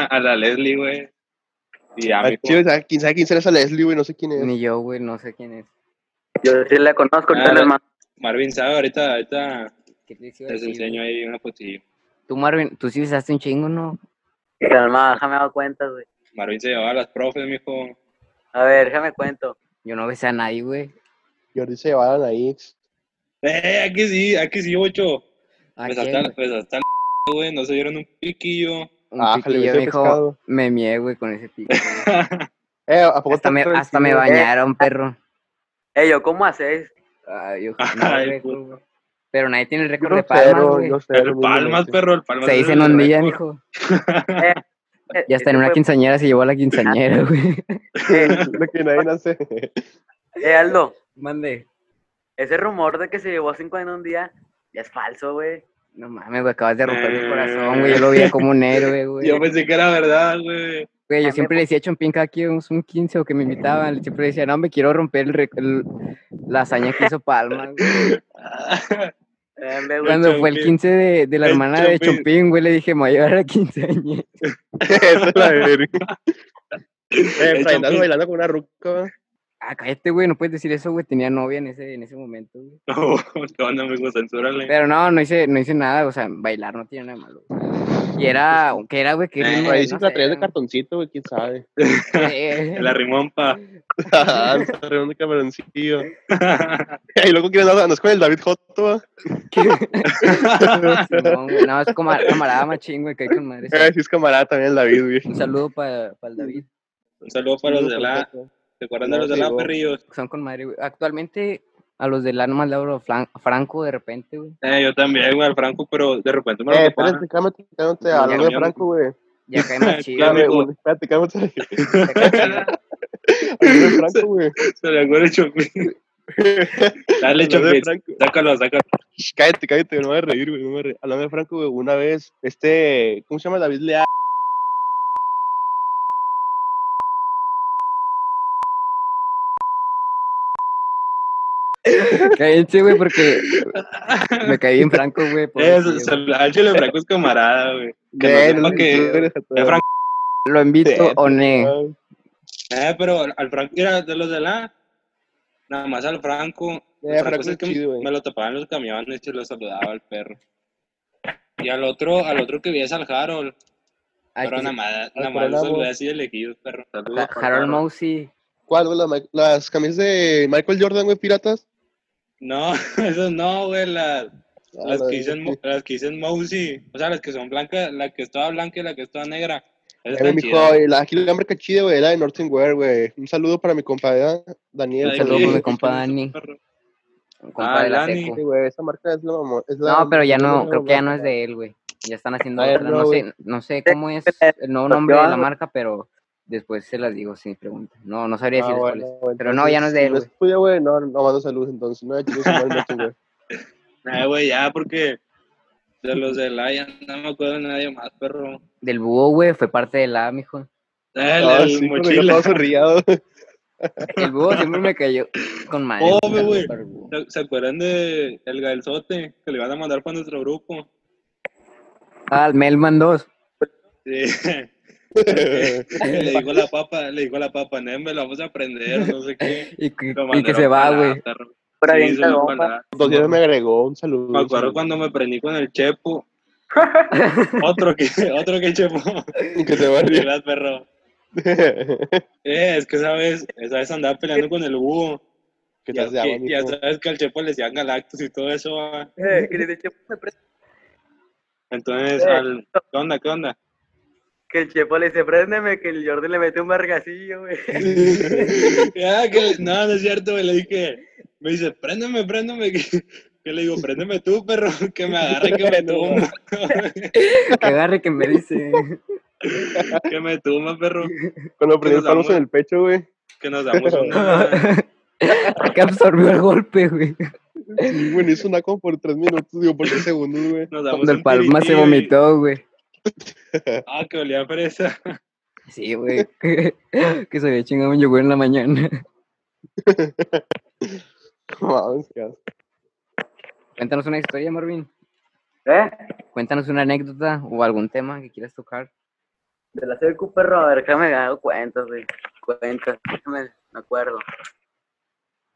Speaker 4: A la Leslie, güey. Y a
Speaker 2: Ah,
Speaker 4: mí.
Speaker 2: chido, ¿sabes quién sabe quién será esa Leslie, güey? No sé quién es.
Speaker 1: Ni yo, güey. No sé quién es.
Speaker 3: Yo sí la conozco,
Speaker 4: Ah,
Speaker 3: ahorita les
Speaker 4: la-
Speaker 3: mando-
Speaker 4: Marvin sabe, ahorita, ahorita
Speaker 1: ¿Qué les iba a
Speaker 4: Les
Speaker 1: decir?
Speaker 4: enseño ahí una fotillo.
Speaker 1: Tú, Marvin, tú sí usaste un chingo, ¿no?
Speaker 3: Calma, déjame dar cuentas, güey.
Speaker 4: Marvin se llevaba a las profes, mijo.
Speaker 3: A ver, déjame cuento.
Speaker 1: Yo no besé a nadie, güey.
Speaker 2: Jordi se va a la X.
Speaker 4: Eh, aquí sí, aquí sí, ocho.
Speaker 1: ¿A
Speaker 4: Pues
Speaker 1: quién,
Speaker 4: hasta,
Speaker 1: güey?
Speaker 4: pues hasta el güey, no se dieron un piquillo.
Speaker 1: Un
Speaker 2: Ah, jale,
Speaker 1: piquillo,
Speaker 2: besé
Speaker 1: mijo,
Speaker 2: pescado.
Speaker 1: Me mié, güey, con ese pico. güey.
Speaker 2: Eh, ¿a poco
Speaker 1: hasta,
Speaker 2: te
Speaker 1: me,
Speaker 2: acuerdas
Speaker 1: hasta
Speaker 2: que
Speaker 1: me
Speaker 2: yo-
Speaker 1: bañaron, perro.
Speaker 3: Ey, yo, ¿cómo haces?
Speaker 1: Ay, yo-
Speaker 4: Ay,
Speaker 1: no, güey,
Speaker 4: Ah, puto.
Speaker 1: güey. Pero nadie tiene el
Speaker 2: Yo
Speaker 1: récord de
Speaker 2: no
Speaker 1: palmas,
Speaker 2: cero,
Speaker 1: güey.
Speaker 2: yo cero,
Speaker 4: El Palmas,
Speaker 2: humildemente.
Speaker 4: perro, el Palmas.
Speaker 1: Se
Speaker 4: era
Speaker 1: dice
Speaker 4: el
Speaker 1: en un día,
Speaker 4: récord.
Speaker 1: mijo.
Speaker 3: Eh,
Speaker 1: Y hasta en
Speaker 3: ese
Speaker 1: una
Speaker 3: fue-
Speaker 1: quinceañera se llevó a la quinceañera, güey.
Speaker 2: Lo que nadie hace.
Speaker 3: Eh, Aldo,
Speaker 1: Mande.
Speaker 3: ese rumor de que se llevó cinco en un día ya es falso, güey. Eh,
Speaker 1: No mames, güey, acabas de romper mi
Speaker 4: Eh.
Speaker 1: corazón, güey. Yo lo veía como un héroe, güey.
Speaker 4: Yo pues. pensé que era verdad, güey.
Speaker 1: Güey, yo siempre le decía a Chompín cada que íbamos a un 15 o que me invitaban, siempre le decía, no, me quiero romper el rec- el- la hazaña que hizo Palma. güey".
Speaker 3: Eh, hombre, güey.
Speaker 1: Cuando fue el
Speaker 4: Chompín.
Speaker 1: 15 de, de la
Speaker 4: El
Speaker 1: hermana de
Speaker 4: Chompín.
Speaker 1: Chompín, güey, le dije, me voy a llevar a la quinceañera.
Speaker 2: Esa es la verga. Eh,
Speaker 4: El
Speaker 2: pero andas
Speaker 4: Chompín.
Speaker 2: bailando con una ruca. ¿va?
Speaker 1: Ah, cállate, güey, no puedes decir eso, güey, tenía novia en ese, en ese momento, güey.
Speaker 4: No, ¿qué onda, mijo? Censúrale.
Speaker 1: Pero no, no hice, no hice nada, o sea, bailar no tiene nada de malo. Y era, ¿qué era, güey? ¿Qué
Speaker 4: Eh,
Speaker 1: ritmo?
Speaker 2: Por ahí sí
Speaker 1: No
Speaker 2: la
Speaker 1: sé,
Speaker 2: traías de
Speaker 1: era-
Speaker 2: cartoncito, güey, quién sabe.
Speaker 1: Eh,
Speaker 4: El arrimón pa.
Speaker 2: Ah, se traían de camaroncillo. Y luego quieren andar, andas con el David Joto. ¿va?
Speaker 1: Simón, güey. No, es como camarada machín, güey, que hay con madre.
Speaker 2: Eh, sí es camarada también el David, güey.
Speaker 1: Un saludo para el David.
Speaker 4: Un saludo para los de la. ¿Te acuerdan de los de la, perrillos?
Speaker 1: Son con madre, güey. Actualmente a los del ANMA le hablo flan- franco de repente, güey.
Speaker 4: Eh, yo también, güey, al Franco, pero de repente me
Speaker 2: Eh,
Speaker 4: lo
Speaker 2: espérate,
Speaker 4: toparon.
Speaker 2: cálmate, cálmate,
Speaker 1: Ya,
Speaker 2: algo de
Speaker 4: ya.
Speaker 2: Franco, güey.
Speaker 1: Ya cae más chido.
Speaker 4: Claro,
Speaker 1: güey,
Speaker 2: Dame
Speaker 4: amigo.
Speaker 2: un- Espérate, cálmate.
Speaker 1: ya cae chido.
Speaker 2: Algo de Franco, güey.
Speaker 4: Se le acuerda el Chopin. Dale,
Speaker 2: Hablando de
Speaker 4: Chopin.
Speaker 2: Franco.
Speaker 4: Sácalo, sácalo.
Speaker 2: Shh, Cállate, cállate, no me voy a reír, güey. No me voy a reír. Hablando de Franco, güey, una vez, este, ¿cómo se llama David Leal?
Speaker 1: Cállense, güey, porque me caí bien franco, güey. pobrecillo.
Speaker 4: Eso, Ángel Franco es camarada, güey.
Speaker 2: Eh,
Speaker 4: Que no sepa
Speaker 2: tú
Speaker 4: que.
Speaker 2: eres a toda
Speaker 4: Eh, Franco.
Speaker 1: Lo invito,
Speaker 2: Sí,
Speaker 1: One.
Speaker 2: madre.
Speaker 4: Eh, pero al Franco, mira, de los de la. Nada más al Franco.
Speaker 2: Eh,
Speaker 4: El Franco
Speaker 2: Franco
Speaker 4: es
Speaker 2: es
Speaker 4: el que
Speaker 2: chido, güey.
Speaker 4: me lo tapaban los camiones y lo saludaba al perro. Y al otro, al otro que vi es al Harold.
Speaker 1: Ay,
Speaker 4: pero
Speaker 2: pues,
Speaker 1: que
Speaker 4: nada
Speaker 1: sí.
Speaker 4: más,
Speaker 2: Al
Speaker 4: nada más lo saludé
Speaker 2: Coralamo.
Speaker 4: así de elegido, perro. Saludos.
Speaker 1: Ja- Harold Mousy.
Speaker 2: ¿Cuál, güey? la ma- Las camisas de Michael Jordan, güey, piratas.
Speaker 4: No, eso no, güey, las, las,
Speaker 2: Ah, la
Speaker 4: que
Speaker 2: de-
Speaker 4: dicen, mo- las que dicen Mousy, o sea, las que son blancas, la que es toda blanca y la que es toda negra. Esas
Speaker 2: Eh,
Speaker 4: están
Speaker 2: mi
Speaker 4: chidas.
Speaker 2: hijo, y la, aquí la marca chida, güey, era de Northern Wear, güey. Un saludo para mi compadre Daniel.
Speaker 4: Ay,
Speaker 1: saludo
Speaker 4: qué-
Speaker 1: para mi
Speaker 4: qué
Speaker 1: compa
Speaker 4: chido ese
Speaker 1: Dani.
Speaker 4: perro.
Speaker 1: compa
Speaker 4: Ah,
Speaker 1: de la
Speaker 4: Lani.
Speaker 1: secu.
Speaker 2: Sí, güey, esa marca es la mamá. es la- Ah,
Speaker 1: No, pero ya no,
Speaker 2: la
Speaker 1: creo que ya no es
Speaker 2: marca.
Speaker 1: de él, güey. Ya están haciendo
Speaker 2: Ay,
Speaker 1: otra.
Speaker 2: no,
Speaker 1: No sé,
Speaker 2: güey.
Speaker 1: no sé cómo es el nuevo
Speaker 3: Pues
Speaker 1: nombre
Speaker 3: yo
Speaker 1: de la
Speaker 3: hago-
Speaker 1: marca, pero después se las digo sin pregunta. No, no sabría
Speaker 2: Ah,
Speaker 1: decirles cuál
Speaker 2: bueno,
Speaker 1: es.
Speaker 2: güey,
Speaker 1: Pero no, ya no es de él,
Speaker 2: entonces, si No es tuya, güey, no, no mando saludos entonces. No, chicos, igual Northern Wear.
Speaker 4: Ay, Eh, güey, ya, porque de los de la ya no me acuerdo de nadie más, perro.
Speaker 1: Del búho, güey, fue parte de la, mijo.
Speaker 4: El,
Speaker 2: Ah,
Speaker 4: el
Speaker 2: sí, con el
Speaker 4: mochila.
Speaker 2: ojo sonriado.
Speaker 1: El búho siempre me cayó con
Speaker 3: Ah,
Speaker 1: madre.
Speaker 4: Oh,
Speaker 1: un saludo
Speaker 4: güey.
Speaker 1: para el búho.
Speaker 4: ¿Se- ¿Se acuerdan de el Gaelzote que le iban a mandar para nuestro grupo?
Speaker 1: Ah, el Melman 2.
Speaker 4: Sí. le dijo la papa, le dijo la papa, Neme, lo vamos a aprender, no sé qué.
Speaker 1: Y, que-
Speaker 4: Lo
Speaker 1: y que
Speaker 4: mandaron
Speaker 1: se va,
Speaker 4: para la
Speaker 1: güey.
Speaker 4: perro.
Speaker 3: Fuera
Speaker 4: Sí,
Speaker 3: bien
Speaker 4: se lo
Speaker 3: cagón, pa.
Speaker 4: mandaron.
Speaker 2: Dos días me agregó un saludo.
Speaker 4: Me acuerdo
Speaker 2: cuando
Speaker 4: cuando me prendí con el Chepo. otro que, otro que Chepo.
Speaker 2: Que te va a reír.
Speaker 4: ¿Verdad, perro? Eh, es que esa vez, esa vez andaba peleando con el búho.
Speaker 2: Que te
Speaker 4: Ya,
Speaker 2: has de agua,
Speaker 4: que- ya
Speaker 2: mijo.
Speaker 4: sabes que al Chepo le decían galactos y todo eso. ah.
Speaker 3: Eh, que, le dije, "Pues, pre-
Speaker 4: Entonces,
Speaker 3: Eh.
Speaker 4: al, ¿qué onda? ¿Qué onda?
Speaker 3: que el Chepo le dice, préndeme, que el Jordi le mete un vergacillo, güey.
Speaker 4: Ya, que le- no, no es cierto, güey, le dije, me dice, préndeme, préndeme, que, que le digo, préndeme tú, perro, que me agarre, que me tumba,
Speaker 1: Que agarre que me dice.
Speaker 4: que me tumba, perro,
Speaker 2: Cuando prendí
Speaker 4: nos
Speaker 2: el palos
Speaker 4: damos-
Speaker 2: en el pecho, güey.
Speaker 4: que nos damos una,
Speaker 1: que absorbió el golpe, güey.
Speaker 2: Sí, güey, hizo una como por tres minutos, digo, por tres segundos, güey.
Speaker 4: nos damos
Speaker 1: Cuando el
Speaker 4: un
Speaker 1: palma se
Speaker 4: tiritillo y-
Speaker 1: vomitó, güey.
Speaker 4: Ah, que olía a fresa.
Speaker 1: Sí, güey. Que, que se había chingado un yogur en la mañana.
Speaker 2: Mames, qué asco.
Speaker 1: Cuéntanos una historia, Marvin.
Speaker 3: ¿Eh?
Speaker 1: Cuéntanos una anécdota o algún tema que quieras tocar.
Speaker 3: De la CQ, perro, a ver, déjame hago cuentas, güey. Cuentas, déjame, me acuerdo.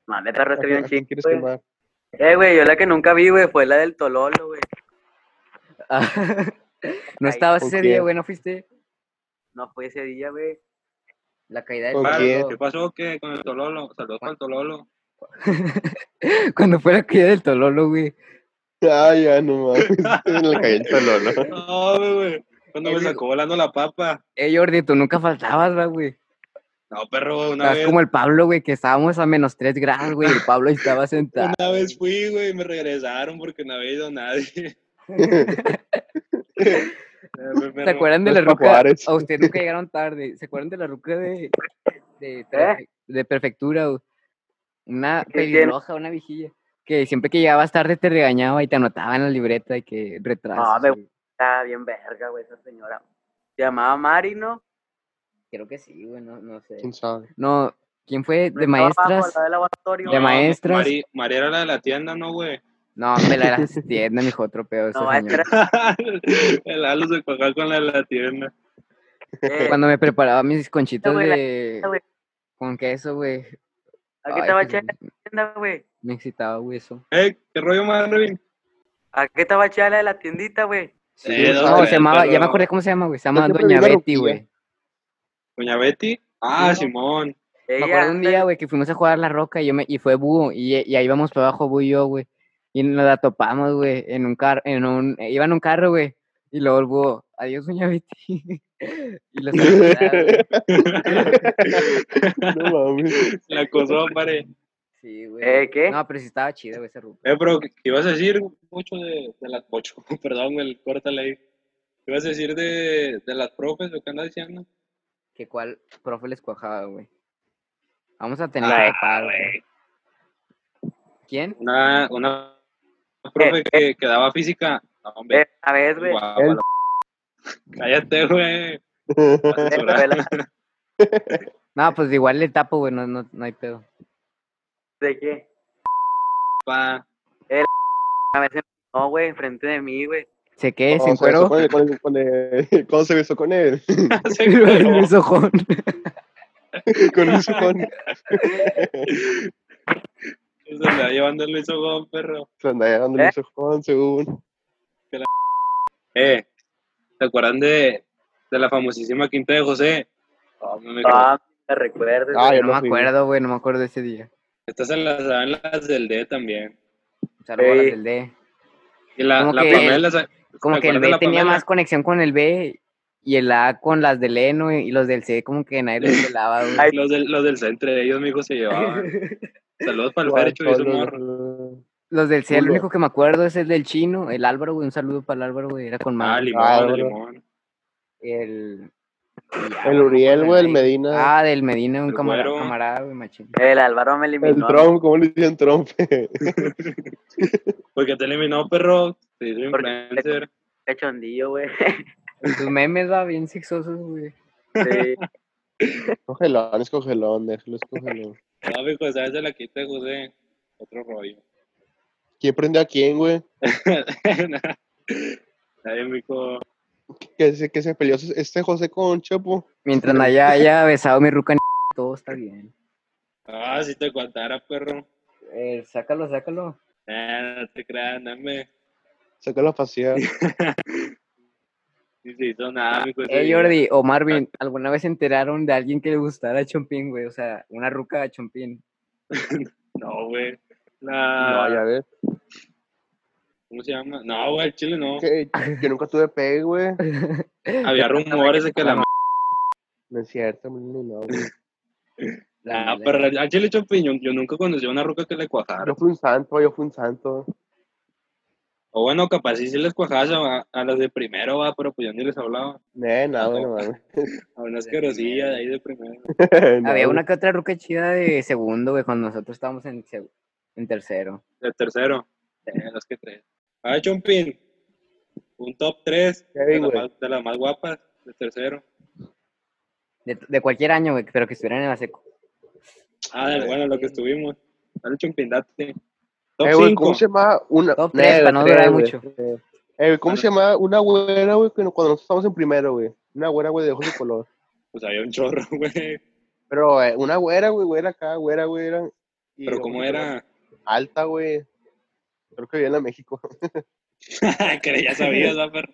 Speaker 3: Mame, perro,
Speaker 2: ¿A
Speaker 3: escribió
Speaker 2: quién-
Speaker 3: un
Speaker 2: a quién
Speaker 3: chingo,
Speaker 2: quieres
Speaker 3: güey.
Speaker 2: quemar?
Speaker 3: Eh, güey, yo la que nunca vi, güey, fue la del Tololo, güey.
Speaker 1: no estabas
Speaker 2: ¿Con
Speaker 1: ese día,
Speaker 2: quién?
Speaker 1: güey, no fuiste.
Speaker 3: No fue ese día, güey.
Speaker 1: La caída de
Speaker 2: ¿Con
Speaker 4: Vale,
Speaker 2: quién?
Speaker 4: Ah, ¿Qué pasó? ¿Qué? Con el Tololo. Saludos con el Tololo.
Speaker 1: Cuando fue la caída del Tololo, güey.
Speaker 2: Ah, ya, no mames. En la calle del Tololo.
Speaker 4: No, güey, güey. Cuando me sacó volando la papa.
Speaker 1: Eh, Jordi, tú nunca faltabas, va, güey.
Speaker 4: No, perro, una
Speaker 1: Estabas
Speaker 4: vez.
Speaker 1: como el Pablo, güey, que estábamos a menos 3 grados, güey, y el Pablo estaba sentado.
Speaker 4: Una vez fui, güey, y me regresaron porque no había ido nadie. Eh,
Speaker 1: ¿Se acuerdan de la
Speaker 2: Los
Speaker 1: ruca?
Speaker 2: papuares.
Speaker 1: A usted nunca llegaron tarde. ¿Se acuerdan de la ruca de, de,
Speaker 2: ¿Eh?
Speaker 1: prefe- de prefectura? güey? Una
Speaker 3: ¿Qué tiene?
Speaker 1: pelirroja, una vigilla. Que siempre que llegabas tarde te regañaba y te anotaba en la libreta y que retraso.
Speaker 2: Ah,
Speaker 3: No, me-
Speaker 1: güey.
Speaker 3: Está bien verga, güey, esa señora. Se llamaba Mari, ¿no?
Speaker 1: Creo que sí, güey, no, no sé.
Speaker 2: ¿Quién sabe?
Speaker 1: No, ¿quién fue
Speaker 3: No
Speaker 1: de
Speaker 3: estaba abajo,
Speaker 1: maestras?
Speaker 3: al lado del laboratorio.
Speaker 1: De ma- maestras.
Speaker 4: Ah, Mari, Mari era la de la tienda, ¿no, güey?
Speaker 1: No, me la las tiendas, mijo, otro pedo. esa
Speaker 3: No, maestra.
Speaker 1: señora.
Speaker 4: el halo se cojó con la de la tienda.
Speaker 3: eh,
Speaker 1: Cuando me preparaba mis conchitos
Speaker 3: güey, la-
Speaker 1: de...
Speaker 3: güey.
Speaker 1: Con queso, güey.
Speaker 3: ¿A qué
Speaker 1: Ay,
Speaker 3: estaba
Speaker 1: pues,
Speaker 3: echada la tienda, güey?
Speaker 1: Me excitaba, güey, eso.
Speaker 4: ¡Eh! ¿Qué rollo, Marvin?
Speaker 3: ¿A qué estaba echada la de la tiendita, güey?
Speaker 2: Sí,
Speaker 4: Eh,
Speaker 2: no,
Speaker 1: No,
Speaker 4: güey,
Speaker 1: se llamaba, ya
Speaker 4: perro.
Speaker 1: me acordé cómo se llama, güey. Se llama
Speaker 2: siempre
Speaker 1: Doña
Speaker 2: vi la
Speaker 1: Betty, güey.
Speaker 4: ¿Doña Betty? Ah,
Speaker 3: No.
Speaker 4: Simón.
Speaker 1: Me
Speaker 3: Ella,
Speaker 1: acuerdo un día, güey, que fuimos a jugar a la roca y, yo me, y fue Búho, y, e- y ahí íbamos para abajo, Búho y yo, güey. Y nos la topamos, güey, en un carro, en un, eh, iba en un carro, güey. Y luego el Búho, adiós, doña Betty. y los
Speaker 2: No mames.
Speaker 4: La acosó, Mari.
Speaker 1: Sí, güey.
Speaker 3: ¿Eh, qué?
Speaker 1: No, pero sí estaba chido, güey, ese ruco.
Speaker 4: Eh, pero, ¿qué qué ibas a decir, Pocho, de, de las Pocho? Perdón, el córtale ahí. ¿Qué ibas a decir de, de las profes? ¿Lo que andas diciendo?
Speaker 1: Que cuál profe les cuajaba, güey. Vamos a tener
Speaker 4: Ay,
Speaker 3: Ah,
Speaker 1: que tapar, güey.
Speaker 4: güey.
Speaker 1: ¿Quién?
Speaker 4: Una, una
Speaker 1: Eh,
Speaker 4: profe que, que daba física. No, hombre.
Speaker 3: eh, a ver, güey.
Speaker 4: guapa,
Speaker 1: eh.
Speaker 2: Él.
Speaker 4: la- Cállate, güey.
Speaker 3: eh, a ver, la-
Speaker 1: No, pues igual le tapo, güey, no, no, no hay pedo.
Speaker 3: ¿De qué?
Speaker 4: Pa.
Speaker 3: No, güey, enfrente de mí, güey.
Speaker 1: ¿Se qué? ¿Se
Speaker 2: Cuando se besó
Speaker 1: encuero?
Speaker 2: con él, cuando- cuando- eh, cuando se besó con él?
Speaker 4: Se cagó.
Speaker 1: El sojón.
Speaker 2: Con un sujón.
Speaker 4: Se andaba llevando el Luis Ogón, perro.
Speaker 2: Se andaba dándole un sujón, según.
Speaker 4: Eh, ¿te acuerdan de, de la famosísima Quinta de José? No, me me-
Speaker 3: Ah, me recuerdes.
Speaker 2: Ah,
Speaker 3: güey.
Speaker 2: yo
Speaker 1: No me
Speaker 2: fui.
Speaker 1: acuerdo, güey, no me acuerdo de ese día.
Speaker 4: Estas se las saben las del D también.
Speaker 1: Saludos a
Speaker 3: Sí.
Speaker 1: las del D.
Speaker 4: Y la,
Speaker 1: Como
Speaker 4: la
Speaker 1: que-
Speaker 4: Pamela. sa-
Speaker 1: como
Speaker 4: ¿te
Speaker 1: que el
Speaker 4: acuerdas Pues de
Speaker 1: B
Speaker 4: la
Speaker 1: tenía
Speaker 4: Pamela?
Speaker 1: más conexión con el B y el A con las del E, ¿no? Y los del C como que nadie los pelaba, güey.
Speaker 4: Los del, los del centro, ellos, mijo, se llevaban. Saludos para el
Speaker 2: Juan,
Speaker 4: Fercho y su
Speaker 2: Pablo,
Speaker 4: morro.
Speaker 1: Los del C, el
Speaker 2: Culo.
Speaker 1: único que me acuerdo es el del chino, el Álvaro, güey. Un saludo para el Álvaro, güey. Era con
Speaker 4: Ah,
Speaker 1: más.
Speaker 4: limón,
Speaker 2: Ah,
Speaker 4: el
Speaker 2: bro.
Speaker 4: limón.
Speaker 1: el... y ya,
Speaker 2: El
Speaker 1: güey,
Speaker 2: Uriel,
Speaker 1: con
Speaker 2: güey, el
Speaker 1: Medina.
Speaker 2: Medina.
Speaker 1: Ah, del Medina, un
Speaker 4: El
Speaker 1: camara-
Speaker 4: güero.
Speaker 1: camarada, güey, machín.
Speaker 3: El Álvaro me
Speaker 2: El
Speaker 3: eliminó.
Speaker 2: Trump, ¿cómo le dicen Trump?
Speaker 4: Porque te eliminó, perro. Te hizo
Speaker 3: Porque-
Speaker 4: influencer.
Speaker 3: Cachondillo, güey.
Speaker 1: Sus memes, va, bien sexosos, güey.
Speaker 3: Sí.
Speaker 2: Cogelón, es cogelón, déjalo, es cogelón.
Speaker 4: No, Ah, mijo, sabes de la Quinta de José. Otro rollo.
Speaker 2: ¿Quién prende a quién, güey?
Speaker 4: Ay, mijo.
Speaker 2: Que se, que se peleó ese- este José con Chapo.
Speaker 1: Mientras allá haya besado mi ruca, todo está bien.
Speaker 4: Ah, si te contara, perro.
Speaker 1: Eh, sácalo, sácalo.
Speaker 4: Ah, no te creas, dame.
Speaker 2: Saca la facial.
Speaker 4: Ni se hizo nada, mijo. ese
Speaker 1: Eh,
Speaker 4: día.
Speaker 1: Jordi o Marvin, ¿alguna vez se enteraron de alguien que le gustara a Chompín, güey? O sea, una ruca a Chompín.
Speaker 4: No, güey.
Speaker 2: No,
Speaker 4: La...
Speaker 2: ya ves.
Speaker 4: ¿Cómo se llama? No, güey, el chile no.
Speaker 2: Que, yo nunca tuve pegue, güey.
Speaker 4: Había rumores de que la.
Speaker 2: No es cierto, no, no, güey.
Speaker 4: Ah,
Speaker 1: neta.
Speaker 4: pero al chile Chopiñón, yo nunca conocí a una ruca que le cuajara.
Speaker 2: Yo fui un santo, yo fui un santo.
Speaker 4: O bueno, capaz sí, sí les cuajas a, a las de primero, va, pero pues yo ni les hablaba.
Speaker 2: Nah, no, güey, no mames.
Speaker 4: A unas
Speaker 1: De primero.
Speaker 4: querosillas de ahí de primero.
Speaker 2: No,
Speaker 1: Había
Speaker 2: güey.
Speaker 1: una que otra ruca chida de segundo, güey, cuando nosotros estábamos en, seg- en tercero.
Speaker 4: De tercero. Eh, las que tres. Ah, Chompín. Un top tres
Speaker 2: Ya vi,
Speaker 4: de, las
Speaker 2: güey.
Speaker 4: más, de las más guapas. De tercero.
Speaker 1: De, de cualquier año, güey, pero que estuvieran en la seco.
Speaker 4: Ah, de- bueno, lo que estuvimos. Dale, Chompín, date. Top
Speaker 2: Eh, güey,
Speaker 4: 5.
Speaker 2: ¿cómo se llama una?
Speaker 1: Top
Speaker 2: Nah,
Speaker 1: tres, para
Speaker 2: güey,
Speaker 1: no durar
Speaker 2: güey,
Speaker 1: mucho.
Speaker 2: tres. Eh, güey, ¿cómo se llama una güera, güey, cuando cuando nosotros estábamos en primero, güey? Una güera, güey, de ojos de color.
Speaker 4: Pues había un chorro, güey.
Speaker 2: Pero eh, una güera, güey, güera acá, güera, güera. y
Speaker 4: Pero
Speaker 2: de
Speaker 4: ¿cómo
Speaker 2: ojos de color.
Speaker 4: era?
Speaker 2: Alta, güey. Creo que viene a México.
Speaker 4: que ya sabías, va, perro.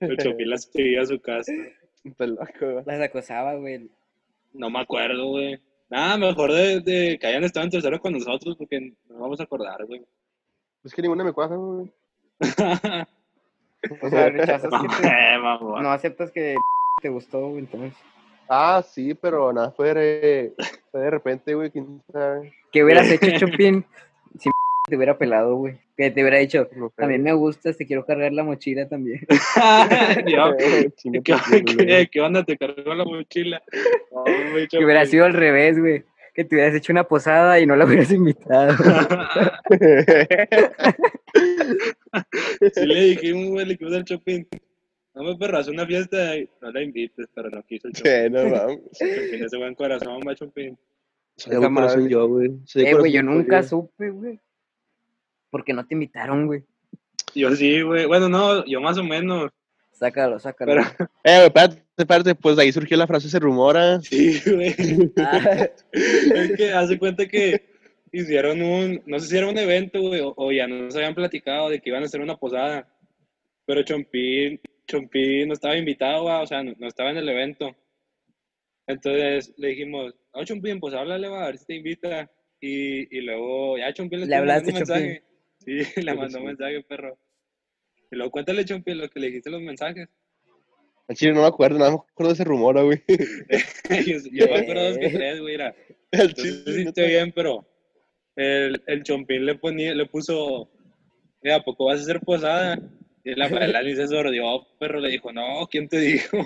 Speaker 4: El Chopin las pidió a su casa.
Speaker 2: Está loco.
Speaker 5: Las acosaba, güey.
Speaker 4: No me acuerdo, güey. Nada, mejor de, de que hayan estado en tercero con nosotros porque nos vamos a acordar, güey.
Speaker 2: Es que ninguna me cuaja, güey.
Speaker 5: O sea, rechazas que te-
Speaker 2: eh,
Speaker 4: Mamá, mamá.
Speaker 5: No aceptas que te gustó, güey, entonces.
Speaker 2: Ah, sí, pero nada, fue de, fue de repente, güey, quién sabe.
Speaker 1: ¿Qué hubieras
Speaker 4: Sí.
Speaker 1: hecho, Chopin?
Speaker 5: Te hubiera pelado, güey. Que te hubiera dicho,
Speaker 2: No sé.
Speaker 5: también me gustas, te quiero cargar la mochila también.
Speaker 4: Yo,
Speaker 2: Chinga
Speaker 4: ¿Qué,
Speaker 2: tu madre, güey.
Speaker 4: qué- qué onda? Te cargó la mochila. No, güey,
Speaker 1: Que hubiera
Speaker 4: Chopin.
Speaker 1: sido al revés, güey. Que te hubieras hecho una posada y no la hubieras invitado.
Speaker 4: Sí le dijimos, güey, le dijimos al Chopin. No me perras, una fiesta y no la invites, pero no quiso el Chopin.
Speaker 2: Sí, no mames.
Speaker 4: Chopin, ese buen corazón, va, Chopin.
Speaker 2: Soy de buen corazón yo, güey. Soy de
Speaker 1: Eh, güey, yo
Speaker 2: corazón
Speaker 1: nunca
Speaker 2: yo.
Speaker 1: supe, güey. Porque no te invitaron, güey.
Speaker 4: Yo sí, güey. Bueno, no, yo más o menos.
Speaker 5: Sácalo, sácalo.
Speaker 4: Pero
Speaker 2: Eh, güey, espérate, espérate, pues de ahí surgió la frase, se rumora.
Speaker 4: sí, güey.
Speaker 5: Ah,
Speaker 4: Es que hace cuenta que hicieron un, no sé si era un evento, güey, o, o ya nos habían platicado de que iban a hacer una posada, pero Chompín, Chompín no estaba invitado, va, o sea, no, no estaba en el evento. Entonces le dijimos, no, Chompín, pues háblale, va, a ver si te invita. Y, y luego, ya Chompín
Speaker 5: Le
Speaker 4: estuvo mandando
Speaker 5: hablaste,
Speaker 4: mensaje. Sí, le
Speaker 2: sí.
Speaker 4: mandó un mensaje, perro. Y luego cuéntale, Chompín, lo que le dijiste en los mensajes.
Speaker 2: Al chile no me acuerdo, nada más me acuerdo de ese rumora, güey.
Speaker 4: yo, yo me acuerdo dos
Speaker 5: Eh.
Speaker 4: que tres, güey, era.
Speaker 2: Al
Speaker 4: No sé si
Speaker 2: chile,
Speaker 4: esté bien, pero el, el Chompín le ponía, le puso, "Eh, ¿a poco vas a hacer posada? Y la Paralani se sordió, pero le dijo, no, ¿quién te dijo?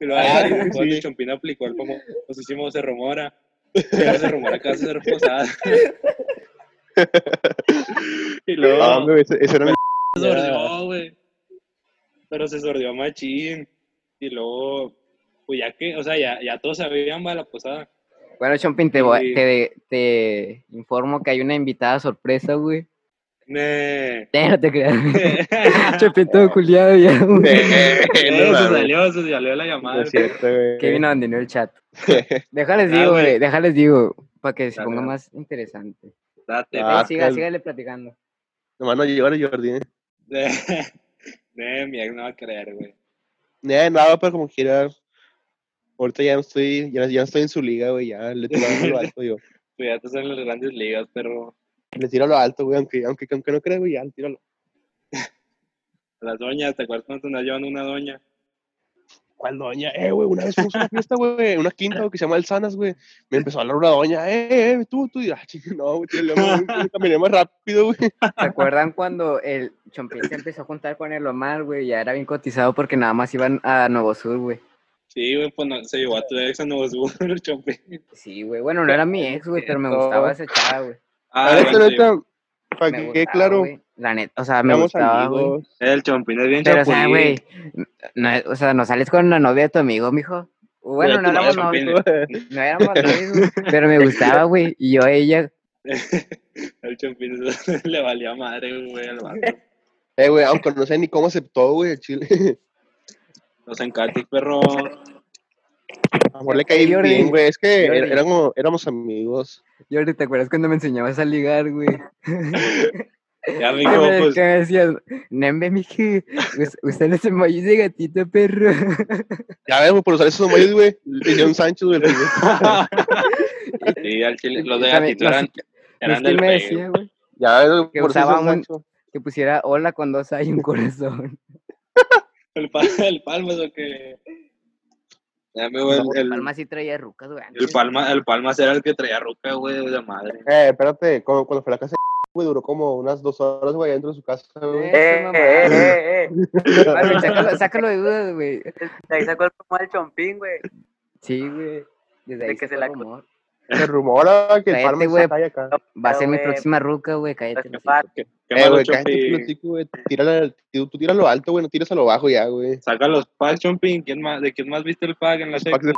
Speaker 4: Y lo
Speaker 2: Ah, sí.
Speaker 4: el Chompín aplicó el como, pues hicimos, se rumora. Ya se rumora que vas a hacer posada. y luego
Speaker 2: Ah, güey, ese, ese era mi...
Speaker 4: se sordió, güey. Pero se sordió machín. Y luego, pues ya que, o sea, ya, ya todos sabían, va, la posada.
Speaker 1: Bueno, Chompin, te, voy-
Speaker 4: Sí.
Speaker 1: te, te informo que hay una invitada sorpresa, güey.
Speaker 4: Ne.
Speaker 1: Eh, no te creas. Chompin todo culiado ya, güey.
Speaker 2: Eh,
Speaker 4: Eh,
Speaker 2: no
Speaker 4: se
Speaker 2: mames.
Speaker 4: salió, se salió la
Speaker 2: No
Speaker 4: llamada.
Speaker 2: es cierto, güey.
Speaker 1: Que vino donde no el chat. Déjales
Speaker 4: Ah,
Speaker 1: digo,
Speaker 4: güey.
Speaker 1: güey. Déjales digo. Para que se
Speaker 4: Ah,
Speaker 1: ponga
Speaker 4: claro.
Speaker 1: más interesante.
Speaker 4: Date.
Speaker 2: Ah,
Speaker 1: Ahí siga,
Speaker 2: cal-
Speaker 1: sígale platicando.
Speaker 2: Nomás no llevar a Jordi, eh.
Speaker 4: De, de mi ex no va a creer, güey.
Speaker 2: Eh, nada, pero como quiera. Ahorita ya no estoy, ya, ya no estoy en su liga, güey. Ya le tiro a lo alto yo.
Speaker 4: Tú ya estás en las grandes ligas, pero
Speaker 2: Le tiro a lo alto, güey. Aunque, aunque, aunque no creo, güey, ya le tiro a lo
Speaker 4: las doñas, ¿te acuerdas cuando nos llevan una doña?
Speaker 2: ¿Cuál doña? Eh, güey, una vez fuimos a una fiesta, güey, una quinta, güey, que se llama El Sanas, güey. Me empezó a hablar una doña, eh, eh, tú, tú. Y, ah, chinga, no, güey, tírale, güey, güey, caminé más rápido, güey.
Speaker 1: ¿Se acuerdan cuando el Chompin se empezó a juntar con el Omar, güey? Ya era bien cotizado porque nada más iban a Nuevo Sur, güey.
Speaker 4: Sí, güey, pues no, se llevó a tu ex a Nuevo Sur, el chompe.
Speaker 1: Sí, güey. Bueno, no era mi ex, güey, pero me
Speaker 2: Cierto.
Speaker 1: gustaba esa chava, Ah, güey.
Speaker 2: La neta,
Speaker 4: Ah, bueno, sí,
Speaker 2: neta, para
Speaker 1: Me
Speaker 2: que quede
Speaker 1: gustaba,
Speaker 2: eh, claro,
Speaker 1: güey. La neta, o sea, me
Speaker 2: éramos
Speaker 1: gustaba, güey.
Speaker 2: amigos.
Speaker 4: güey. El chompín es bien
Speaker 1: Pero, o sea,
Speaker 4: chapulín.
Speaker 1: güey, no, o sea, no sales con la novia de tu amigo, mijo. Bueno,
Speaker 2: Mira,
Speaker 1: no
Speaker 2: tú,
Speaker 1: éramos
Speaker 4: vaya,
Speaker 1: novios, no éramos novios, güey, pero me gustaba, güey. Y yo a ella,
Speaker 4: El chompín le valía madre, güey, al vato.
Speaker 2: Eh, güey, aunque no sé ni cómo aceptó, güey, el chile.
Speaker 4: Los encantos, perro.
Speaker 2: A lo mejor le caí
Speaker 1: Jordi,
Speaker 2: bien, güey. Es que
Speaker 1: Jordi.
Speaker 2: er- éramos, éramos amigos.
Speaker 1: Jordi, ¿te acuerdas cuando me enseñabas a ligar, güey?
Speaker 4: Ya,
Speaker 1: Que
Speaker 4: amigo,
Speaker 1: me,
Speaker 4: pues,
Speaker 1: que me decías, Nembe, mijo, us- usa los emojis de gatito, perro.
Speaker 2: Ya ves, güey, por usar esos hombres, güey. Le hicieron Sánchez, güey. el primer.
Speaker 4: sí, al chile, los de
Speaker 1: También,
Speaker 4: gatito eran,
Speaker 1: no sé-
Speaker 4: eran
Speaker 1: no sé
Speaker 4: del
Speaker 1: qué me
Speaker 4: pegue.
Speaker 1: decía, güey?
Speaker 2: Ya ves, güey,
Speaker 1: Que
Speaker 2: por usar
Speaker 1: usaba
Speaker 2: esos
Speaker 1: un-
Speaker 2: Sánchez.
Speaker 1: Que pusiera hola con dos hay un corazón.
Speaker 4: El, pal, el palma es lo que. Ya, amigo, el, el,
Speaker 1: Palma sí traía rucas, güey.
Speaker 4: el palma, el palma era el que traía ruca, güey, de madre.
Speaker 2: Eh, espérate, como cuando fue a la casa, de güey, duró como unas dos horas, güey, dentro de su casa, güey.
Speaker 1: Eh,
Speaker 3: Eh, eh, eh, eh.
Speaker 1: Vale, sácalo, sácalo de dudas, güey.
Speaker 3: De ahí sacó el rumor del chompín, güey.
Speaker 1: Sí, güey. Desde
Speaker 3: De
Speaker 1: ahí
Speaker 3: que
Speaker 1: se
Speaker 3: se la-
Speaker 1: rumor.
Speaker 2: Se rumora que el
Speaker 1: Cállate,
Speaker 2: palma
Speaker 1: güey.
Speaker 2: está acá y acá.
Speaker 1: Va a ser mi
Speaker 3: güey,
Speaker 1: próxima ruca, güey. Cállate.
Speaker 3: pues,
Speaker 1: los hijos.
Speaker 4: Qué, qué
Speaker 2: Eh,
Speaker 4: malo,
Speaker 2: güey,
Speaker 4: Chompi.
Speaker 2: cállate, platico, güey. Tírala- Tú tú tiras lo alto, güey, no tiras a lo bajo ya, güey.
Speaker 4: Saca los packs, Chomping. ¿Quién más, ¿De quién más viste el pack en la secu?
Speaker 2: Pack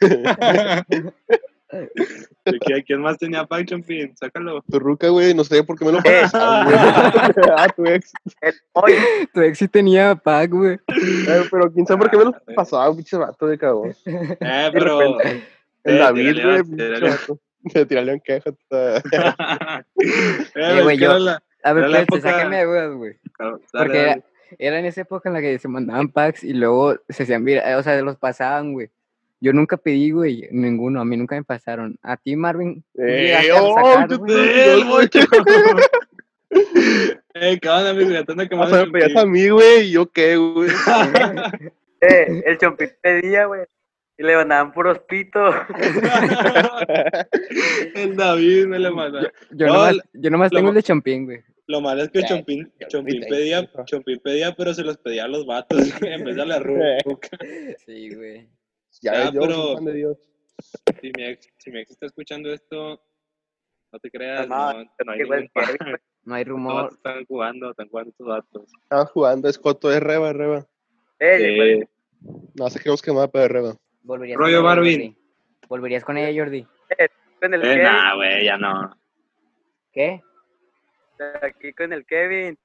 Speaker 2: de-
Speaker 4: ¿De quién, quién más tenía pack, Chomping? Sácalo.
Speaker 2: Tu ruca, güey, no sé por qué me lo
Speaker 1: Eh.
Speaker 2: pasas. ah, tu ex.
Speaker 3: El hoy.
Speaker 1: Tu ex sí tenía pack, güey.
Speaker 2: Eh, pero quién sabe por qué me lo
Speaker 4: Ah, güey.
Speaker 2: pasaba, pinche vato de cagón.
Speaker 4: Eh, pero.
Speaker 2: El
Speaker 4: Eh,
Speaker 2: David,
Speaker 4: tírale,
Speaker 2: güey,
Speaker 4: tírale.
Speaker 2: pinche vato. Le tirarle un queja.
Speaker 4: eh,
Speaker 1: güey,
Speaker 4: güey,
Speaker 1: yo-
Speaker 4: yo... la,
Speaker 1: A ver,
Speaker 4: Era la
Speaker 1: espérate,
Speaker 4: época-
Speaker 1: sáquenme de dudas, güey.
Speaker 4: Claro, dale,
Speaker 1: Porque
Speaker 4: dale.
Speaker 1: era, era en esa época en la que se mandaban packs y luego se hacían vira- o sea, los pasaban, güey. Yo nunca pedí, güey, ninguno, a mí nunca me pasaron. A ti, Marvin, ¿tú llegaste
Speaker 2: Eh,
Speaker 1: a
Speaker 2: oh,
Speaker 1: sacar,
Speaker 2: yo
Speaker 1: güey?
Speaker 2: te-
Speaker 4: ¡Eh,
Speaker 2: yo-
Speaker 4: güey! Eh, ¿qué onda, amigo? Ya te ando
Speaker 2: O
Speaker 4: quemando
Speaker 2: sea, me
Speaker 4: el
Speaker 2: pedías
Speaker 4: pie.
Speaker 2: a mí, güey, y yo qué, güey.
Speaker 3: Eh, el chompín pedía, güey. Y le mandaban puros pitos.
Speaker 4: El David me lo mandó.
Speaker 1: Yo
Speaker 4: No,
Speaker 1: nomás,
Speaker 4: la-
Speaker 1: yo nomás
Speaker 4: lo
Speaker 1: tengo el
Speaker 4: ma-
Speaker 1: de Chompín, güey.
Speaker 4: Lo malo es que
Speaker 2: Ya,
Speaker 4: Chompín,
Speaker 2: ya,
Speaker 4: Chompín
Speaker 2: ahorita,
Speaker 4: pedía,
Speaker 2: ahorita.
Speaker 4: Chompín pedía, pero se los pedía a los vatos güey, en vez de a la ruca.
Speaker 1: Sí, güey.
Speaker 2: Ya,
Speaker 4: Ah,
Speaker 2: ves, yo,
Speaker 4: pero-
Speaker 2: soy fan de Dios.
Speaker 4: Si mi, ex, si mi ex está escuchando esto, no te creas,
Speaker 3: No,
Speaker 4: Ah, no, no hay
Speaker 3: que
Speaker 4: ningún
Speaker 3: cualquier-
Speaker 4: pa-
Speaker 1: No hay
Speaker 4: Estos vatos
Speaker 1: rumor.
Speaker 4: Están jugando, están jugando estos datos.
Speaker 2: Estaba Ah, jugando, es Coto, es Reba, es Reba.
Speaker 3: Eh, güey,
Speaker 2: No sé qué nos quemaba, pero es Reba.
Speaker 1: Volverías
Speaker 4: Rollo
Speaker 1: con ella,
Speaker 4: Marvin.
Speaker 1: Jordi. Volverías con ella, Jordi.
Speaker 3: con el
Speaker 4: Eh,
Speaker 3: Kevin.
Speaker 4: nah, güey, ya no.
Speaker 1: ¿Qué?
Speaker 3: Aquí con el Kevin.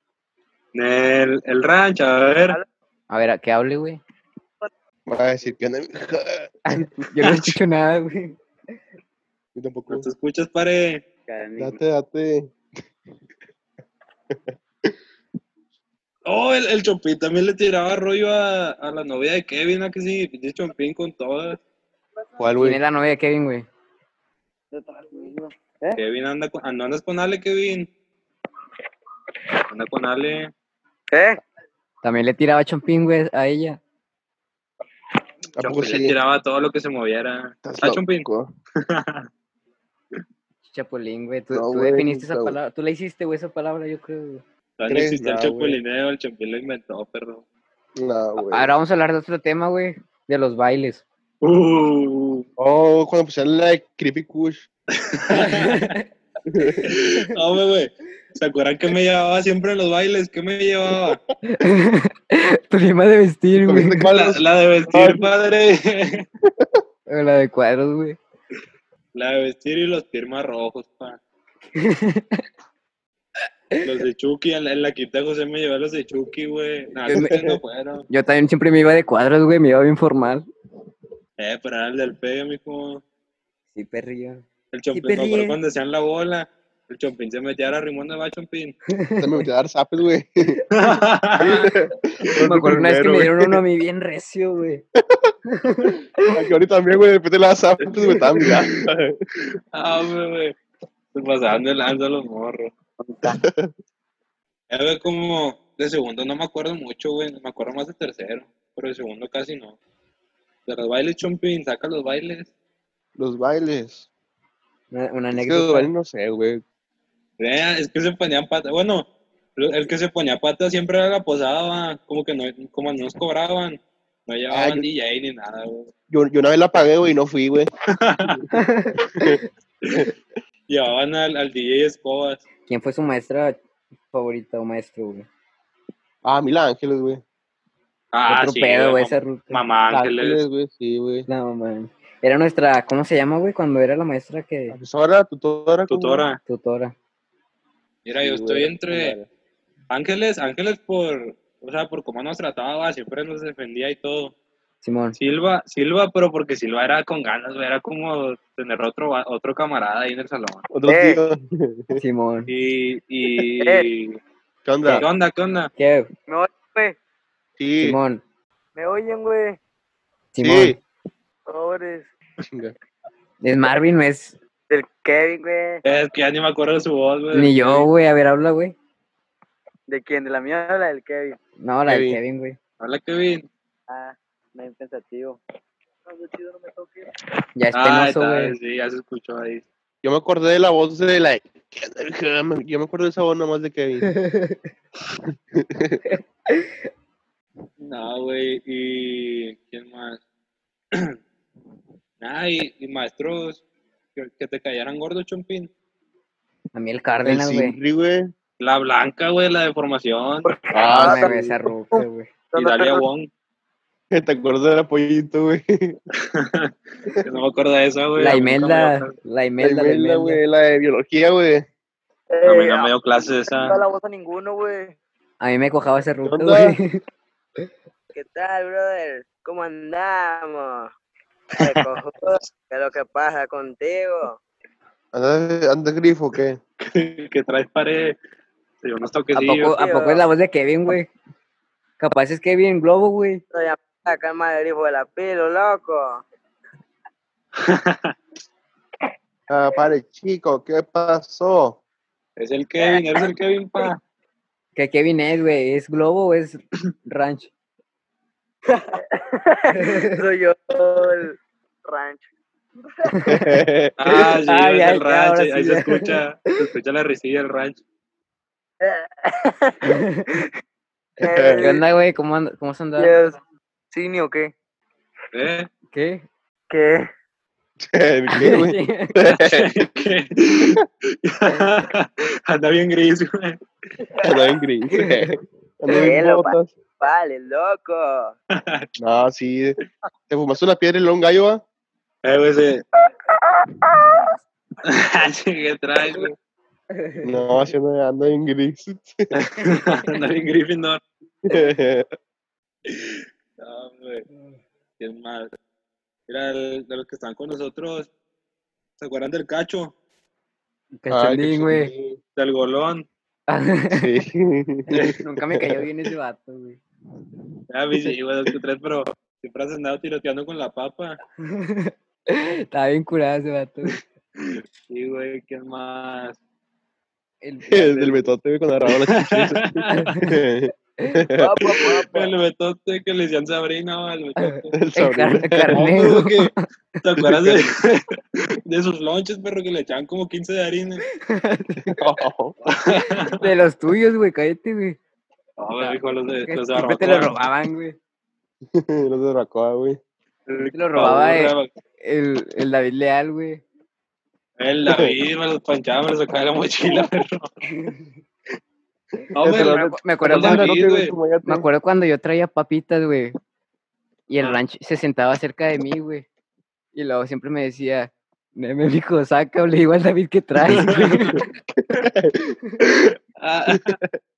Speaker 4: El, el rancho, a ver.
Speaker 1: A ver, ¿a qué hable, güey?
Speaker 2: Me va a decir que no,
Speaker 1: Yo no escucho nada, güey.
Speaker 2: yo tampoco.
Speaker 4: ¿No te escuchas, pare?
Speaker 2: Date, date.
Speaker 4: Oh, el, el Chompín también le tiraba rollo a, a la novia de Kevin, ¿a que sí? Pinche Chompín con todas.
Speaker 2: ¿Cuál,
Speaker 1: ¿Quién
Speaker 2: güey?
Speaker 1: es la novia de Kevin, güey?
Speaker 4: Kevin anda con, ah, no andas con Ale, Kevin. Anda con Ale.
Speaker 3: ¿Eh?
Speaker 1: También le tiraba Chompín, güey, a ella.
Speaker 2: ¿A poco
Speaker 4: Chompín le
Speaker 2: sí?
Speaker 4: tiraba todo lo que se moviera.
Speaker 2: Estás
Speaker 4: Ah, Chompín.
Speaker 2: loco.
Speaker 1: Chapulín, güey. Tú,
Speaker 2: No,
Speaker 1: tú
Speaker 2: güey,
Speaker 1: definiste esa
Speaker 2: nunca, güey.
Speaker 1: palabra. Tú le hiciste, güey, esa palabra, yo creo, güey.
Speaker 4: Todavía No
Speaker 2: ¿Crees?
Speaker 4: existía el
Speaker 2: Nah, güey.
Speaker 4: chapulineo, el Chompín lo inventó, perro.
Speaker 2: No, güey.
Speaker 1: Ahora vamos a hablar de otro tema, güey. De los bailes.
Speaker 4: Uh,
Speaker 2: Oh, cuando pusieron la de Creepy Kush.
Speaker 4: hombre, güey. ¿Se acuerdan que me llevaba siempre en los bailes? ¿Qué me llevaba?
Speaker 1: tu lima de vestir, güey.
Speaker 2: ¿Comiste
Speaker 4: La,
Speaker 2: cuál?
Speaker 4: la de vestir, padre.
Speaker 1: O la de cuadros, güey.
Speaker 4: La de vestir y los firmas rojos, pa. Los de Chucky, en la, en la quinta de José me llevé los de Chucky, güey. Nah,
Speaker 1: Es-
Speaker 4: esos no fueron.
Speaker 1: Yo también siempre me iba de cuadros, güey. Me iba bien formal.
Speaker 4: Eh, pero era el del pegue, mijo.
Speaker 1: Sí, perrillo.
Speaker 4: El chompín,
Speaker 1: Sí,
Speaker 4: me acuerdo
Speaker 1: perríe.
Speaker 4: cuando hacían la bola. El chompín se metía a rimón de va, chompín.
Speaker 2: Se me metió a dar zapes, güey.
Speaker 1: Ah, Me acuerdo una vez que
Speaker 2: Primero,
Speaker 1: me
Speaker 2: güey.
Speaker 1: dieron uno a mí bien recio, güey.
Speaker 2: Aquí ahorita también, güey, después de las zapes, güey, estaba mirando.
Speaker 4: Ah, hombre, güey. Se pasaban de lanza los morros. Era como de segundo no me acuerdo mucho, güey. Me acuerdo más de tercero. Pero de segundo casi no. De los bailes, chompín, saca los bailes.
Speaker 2: Los bailes.
Speaker 1: Una, una
Speaker 2: Es que los bailes
Speaker 1: anécdota.
Speaker 2: no sé, güey.
Speaker 4: Vea, es que se ponían patas. Bueno, lo- el que se ponía patas siempre era la posada, va. como que no, como no nos cobraban. No llevaban
Speaker 2: yo-
Speaker 4: DJ ni nada, güey.
Speaker 2: Yo, yo una vez la pagué, güey, y no fui, güey.
Speaker 4: Llevaban al, al DJ Escobas.
Speaker 1: ¿Quién fue su maestra favorita o maestro, güey?
Speaker 2: Ah, Mil Ángeles, güey.
Speaker 4: Ah,
Speaker 2: Ah,
Speaker 1: Otro pedo, güey, esa ruta.
Speaker 4: Mamá Ángeles.
Speaker 2: Ángeles, güey, sí, güey.
Speaker 1: No, man. Era nuestra, ¿cómo se llama, güey? Cuando era la maestra que
Speaker 2: Profesora, tutora. ¿cómo?
Speaker 4: Tutora.
Speaker 1: tutora.
Speaker 4: Mira,
Speaker 2: Sí,
Speaker 4: yo estoy
Speaker 2: güey,
Speaker 4: entre
Speaker 2: tutora.
Speaker 4: Ángeles, Ángeles por, o sea, por cómo nos trataba, va, siempre nos defendía y todo.
Speaker 1: Simón.
Speaker 4: Silva, Silva, pero porque Silva era con ganas, güey, era como tener otro, va- otro camarada ahí en el salón.
Speaker 2: Otro
Speaker 3: Eh.
Speaker 2: tío.
Speaker 1: Simón.
Speaker 4: Y, y,
Speaker 2: ¿Qué
Speaker 4: ¿qué
Speaker 2: onda?
Speaker 4: onda, qué onda?
Speaker 1: ¿Qué?
Speaker 3: ¿Me oyen, güey?
Speaker 2: Sí.
Speaker 1: Simón.
Speaker 3: ¿Me oyen, güey?
Speaker 1: Simón.
Speaker 2: Sí.
Speaker 3: Pobres.
Speaker 2: Chinga.
Speaker 1: Es Marvin, no es
Speaker 3: Del Kevin, güey.
Speaker 4: Es que ya ni me acuerdo de su voz, güey.
Speaker 1: ni yo, güey. A ver, habla, güey.
Speaker 3: ¿De quién? ¿De la mía o la del Kevin?
Speaker 1: No, la de
Speaker 2: Kevin.
Speaker 1: Kevin, güey.
Speaker 4: Hola, Kevin.
Speaker 3: Ah, me pensativo. No, yo chido, no me toques.
Speaker 1: Ya es
Speaker 4: Ah,
Speaker 1: penoso, güey.
Speaker 4: sí, ya se escuchó ahí.
Speaker 2: Yo me acordé de la voz de la. Yo me acuerdo de esa voz nomás de Kevin.
Speaker 4: No, güey, y ¿quién más? ah, y, y maestros que, que te cayeran gordo, Chompín.
Speaker 1: A mí el
Speaker 2: El
Speaker 1: Cárdenas, güey.
Speaker 2: Simri, güey.
Speaker 4: La blanca, güey, la de formación.
Speaker 1: Ah,
Speaker 2: Ah,
Speaker 1: me esa ropa, güey.
Speaker 4: Y Dalia Wong.
Speaker 2: ¿Te acuerdas del apoyito, güey?
Speaker 4: que No me acuerdo de esa, güey.
Speaker 1: La
Speaker 4: a mí
Speaker 1: Imelda,
Speaker 4: nunca me dio
Speaker 1: la
Speaker 2: La
Speaker 1: Imelda, la
Speaker 2: Imelda,
Speaker 1: Imelda.
Speaker 2: güey, la de biología, güey.
Speaker 4: clases. A mí
Speaker 3: Eh,
Speaker 4: no me dio clase
Speaker 3: No da
Speaker 4: esa.
Speaker 3: la voz a ninguno, güey.
Speaker 1: A mí me cojaba esa ropa,
Speaker 2: onda?
Speaker 1: güey.
Speaker 3: ¿Qué tal, brother? ¿Cómo andamos? Te cojo, ¿Qué es lo que pasa contigo?
Speaker 2: ¿Andas, andas grifo o qué?
Speaker 4: que traes pared. Yo unos
Speaker 1: ¿A
Speaker 4: toquecillos.
Speaker 1: poco, ¿A poco es la voz de Kevin, güey? Capaz es Kevin Globo, güey.
Speaker 3: Lo llamé acá en Madrid, hijo de la pilo, loco.
Speaker 2: Ah, pare, chico, ¿qué pasó?
Speaker 4: Es el Kevin, eres el Kevin, pa.
Speaker 1: ¿Qué Kevin es, güey? ¿Es Globo o es Ranch?
Speaker 3: Soy yo el rancho.
Speaker 4: Ah,
Speaker 1: Ay,
Speaker 4: sí, es
Speaker 1: ay,
Speaker 4: el
Speaker 1: ya, ahora
Speaker 4: ranch.
Speaker 1: sí,
Speaker 4: Ahí, se
Speaker 1: ya.
Speaker 4: escucha, se escucha la risilla del ranch.
Speaker 1: ¿Qué onda, güey? ¿Cómo, and- ¿Cómo has andado?
Speaker 3: Eh, Dios. ¿Cine o qué?
Speaker 4: ¿Eh?
Speaker 1: ¿Qué?
Speaker 3: ¿Qué?
Speaker 2: ¿Qué, güey?
Speaker 4: ¿Qué? Anda bien gris, güey.
Speaker 2: Andaba en gris. Andaba en
Speaker 3: Velo, pa.
Speaker 2: botas.
Speaker 3: Vale, loco.
Speaker 2: No, sí. ¿Te fumaste una piedra y luego un gallo, va?
Speaker 4: Eh, güey, sí. ¿Qué traes, Ah, güey?
Speaker 2: No, haciendo ando en gris.
Speaker 4: Anda bien Gryffindor. No, hombre. Qué mal. Mira, el- de los que están con nosotros, ¿se acuerdan del cacho?
Speaker 2: Ay,
Speaker 1: Cachondín, güey.
Speaker 4: Del golón.
Speaker 2: Sí.
Speaker 1: Nunca me cayó bien ese vato, güey.
Speaker 4: Ya, vi, sí, güey, dos que tres, pero siempre has andado tiroteando con la papa.
Speaker 1: Estaba bien curado ese vato. güey.
Speaker 4: Sí, güey, ¿qué más?
Speaker 1: El-
Speaker 2: El del metote güey, cuando agarraba las chichis.
Speaker 3: Guapo, guapo.
Speaker 4: El metote que le decían Sabrina, va, el metote.
Speaker 2: El
Speaker 1: el car-
Speaker 2: sabrino.
Speaker 4: No,
Speaker 1: carnero.
Speaker 4: pero que- ¿Te acuerdas de, de sus lonches, perro, que le echaban como 15 de harina?
Speaker 2: No.
Speaker 1: De los tuyos, güey, cállate, güey.
Speaker 4: No, güey, hijo, los de,
Speaker 1: Que
Speaker 4: los de
Speaker 1: Siempre te lo
Speaker 4: barbacoa.
Speaker 1: robaban, güey.
Speaker 2: Los de Racoa, güey.
Speaker 4: El
Speaker 1: te lo robaba,
Speaker 4: cabrón,
Speaker 1: eh.
Speaker 4: la-
Speaker 1: El, el David Leal, güey.
Speaker 4: El David me los panchaba, me los sacaba de la mochila, perro. No,
Speaker 2: Ese
Speaker 4: güey,
Speaker 2: lo-
Speaker 1: Me acu- me acuerdo
Speaker 2: Los
Speaker 4: Pero
Speaker 2: de
Speaker 1: cuando
Speaker 4: David,
Speaker 2: Racoa,
Speaker 4: güey.
Speaker 2: güey, como ya te-
Speaker 1: Me acuerdo cuando yo traía papitas, güey. Y el
Speaker 4: Ah.
Speaker 1: ranch se sentaba cerca de mí, güey. Y luego siempre me decía, me dijo, saca, o le digo al David que traes. güey".
Speaker 4: ah,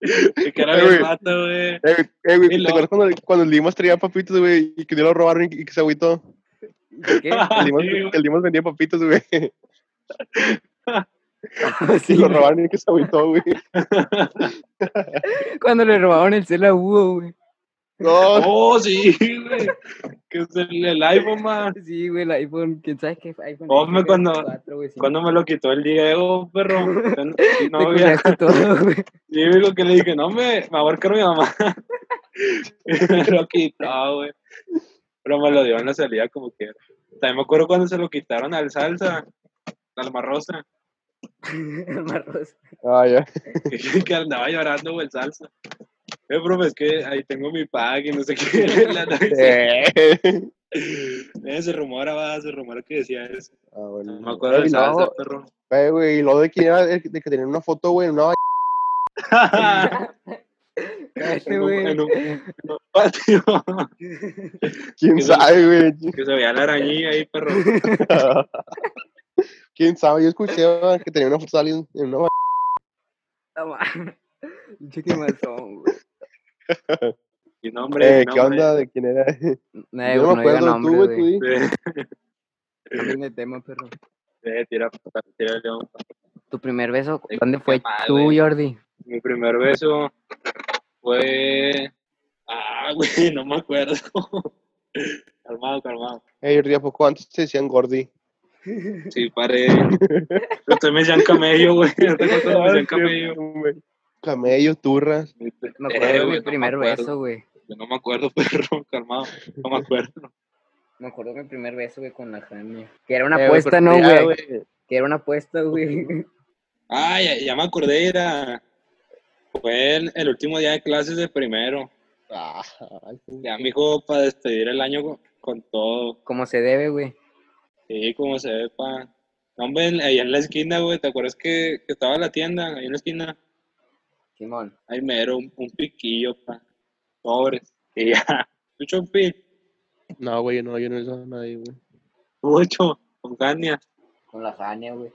Speaker 4: que era
Speaker 2: Eh,
Speaker 4: bien
Speaker 2: güey.
Speaker 4: rata, güey.
Speaker 2: Eh, güey, eh, güey, ¿te
Speaker 4: Y luego-
Speaker 2: acuerdas cuando, cuando el Dimas traía papitos, güey? Y que no lo robaron y, y que se agüitó.
Speaker 1: ¿Qué?
Speaker 2: El Dimas,
Speaker 4: Ah, Sí, güey.
Speaker 2: el Dimas vendía papitos, güey.
Speaker 1: Sí,
Speaker 2: Y lo
Speaker 1: güey.
Speaker 2: robaron y que se agüitó, güey.
Speaker 1: Cuando le robaron el cel a Hugo, güey.
Speaker 2: No,
Speaker 4: Oh, sí, güey. Que es el, el iPhone, man.
Speaker 1: Sí, güey, el iPhone, quién sabe qué iPhone.
Speaker 4: Hombre,
Speaker 1: creo que era
Speaker 4: cuando-
Speaker 1: 4, güey, sí.
Speaker 4: ¿Cuándo me lo quitó el Diego, perro?
Speaker 1: Te
Speaker 4: No, había.
Speaker 1: culiaste todo, güey.
Speaker 4: Y lo que le dije, no, me, me abarcó mi mamá. me lo quitó, güey. Pero me lo dio en la salida como que. También me acuerdo cuando se lo quitaron al salsa, al marrosa,
Speaker 1: Marros.
Speaker 2: ah, ya.
Speaker 4: que, que andaba llorando, güey, el salsa. Eh, profe, es que ahí tengo mi pack y no sé qué. La- la-
Speaker 2: Eh.
Speaker 4: eh, se rumora, va, se rumora que decía eso.
Speaker 2: Ah, bueno.
Speaker 4: Me acuerdo
Speaker 2: Eh,
Speaker 4: del salsa,
Speaker 2: no,
Speaker 4: perro.
Speaker 2: eh, güey, y lo de que, era el que- de que tenían una foto, güey, en una ba-
Speaker 1: Cállate,
Speaker 4: en, un,
Speaker 1: güey.
Speaker 4: en un- en un patio.
Speaker 2: ¿Quién
Speaker 4: Eso-
Speaker 2: sabe, güey?
Speaker 4: que se veía la arañilla ahí, perro.
Speaker 2: ¿Quién sabe? Yo escuché güey, que tenía una foto de alguien en una ba-
Speaker 1: No, mames. Pinche quemazón, güey.
Speaker 4: Y no, hombre,
Speaker 2: Eh,
Speaker 4: no,
Speaker 2: ¿Qué
Speaker 4: hombre.
Speaker 2: onda? ¿De quién era?
Speaker 1: No,
Speaker 2: Yo no
Speaker 1: no
Speaker 2: me
Speaker 1: Eh, diga
Speaker 2: acuerdo,
Speaker 1: nombre,
Speaker 2: tú, güey, tú
Speaker 1: güey.
Speaker 2: di.
Speaker 1: Cambien de tema, perro.
Speaker 4: Eh, tira, tira, tira, un
Speaker 1: Tu primer beso,
Speaker 4: Te
Speaker 1: ¿dónde fue?
Speaker 4: quema,
Speaker 1: Tú,
Speaker 4: güey.
Speaker 1: Jordi.
Speaker 4: Mi primer beso fue. Ah, güey, no me acuerdo. calmado, calmado.
Speaker 2: Eh, Jordi, ¿a poco antes te decían Gordi?
Speaker 4: Sí, paré. Ustedes me decían camello, güey. ¿No te
Speaker 2: Ah,
Speaker 4: acuerdas cuando me decían camello? Eh,
Speaker 2: Camello, turras.
Speaker 1: Eh, Me acuerdo de
Speaker 4: güey,
Speaker 1: mi
Speaker 4: no me
Speaker 1: primer
Speaker 4: acuerdo.
Speaker 1: beso, güey.
Speaker 4: Yo no me acuerdo, perro, calmado. No me acuerdo.
Speaker 1: Me acuerdo de mi primer beso, güey, con la Jania. Que era una
Speaker 2: Eh,
Speaker 1: apuesta,
Speaker 2: pero
Speaker 1: ¿no,
Speaker 2: ya,
Speaker 1: güey? Que era una apuesta, güey.
Speaker 4: Ah, ya, ya me acordé, era. Fue el, el último día de clases de primero.
Speaker 2: Ah,
Speaker 4: Ya me dijo para despedir el año con, con todo.
Speaker 1: Como se debe, güey.
Speaker 4: Sí, como se ve, pa. No, Hombre, ahí en la esquina, güey, ¿te acuerdas que, que estaba la tienda? Ahí en la esquina.
Speaker 1: Simón.
Speaker 4: Ay, mero, un, un piquillo, pa. Pobres. Y ya. Un chompi.
Speaker 2: no, güey, no, yo no le daba a nadie, güey.
Speaker 4: Mucho. Con caña.
Speaker 1: Con la Jania, güey.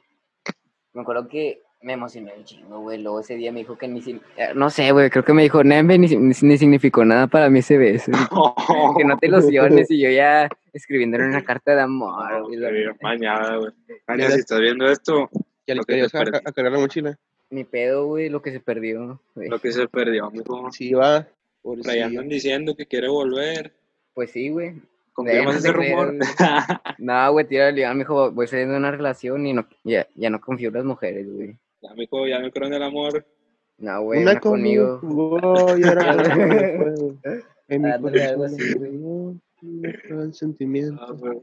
Speaker 1: Me acuerdo que me emocioné un chingo, güey. Luego ese día me dijo que ni... sin- eh, No sé, güey. Creo que me dijo, Nembe, ni, ni ni significó nada para mí ese beso. que no te ilusiones y yo ya escribiéndole una carta de amor. güey, la-
Speaker 4: Mañana, güey. Caña, si estás viendo esto,
Speaker 2: Ya le
Speaker 4: Lo que
Speaker 2: quería
Speaker 4: te perdí.
Speaker 2: a cargar la mochila.
Speaker 1: Ni pedo, güey, lo que se perdió. güey.
Speaker 4: Lo que se perdió, amigo.
Speaker 2: Sí, va.
Speaker 4: Por ahí andan
Speaker 2: Pobrecillo.
Speaker 4: diciendo que quiere volver.
Speaker 1: Pues sí, güey.
Speaker 4: ¿Confirmas
Speaker 1: no
Speaker 4: ese
Speaker 1: te creo,
Speaker 4: rumor?
Speaker 1: No, güey, tira el león, mijo, voy saliendo de una relación y no, ya, ya no confío en las mujeres, güey.
Speaker 4: ya, mijo, ya no creo en el amor.
Speaker 1: No, güey, una conmigo.
Speaker 2: jugó y ahora
Speaker 1: Ándale.
Speaker 2: no me acuerdo. En mi
Speaker 1: Ándale, algo
Speaker 2: corazón
Speaker 1: así,
Speaker 2: no está el sentimiento.
Speaker 4: No, Ah, güey.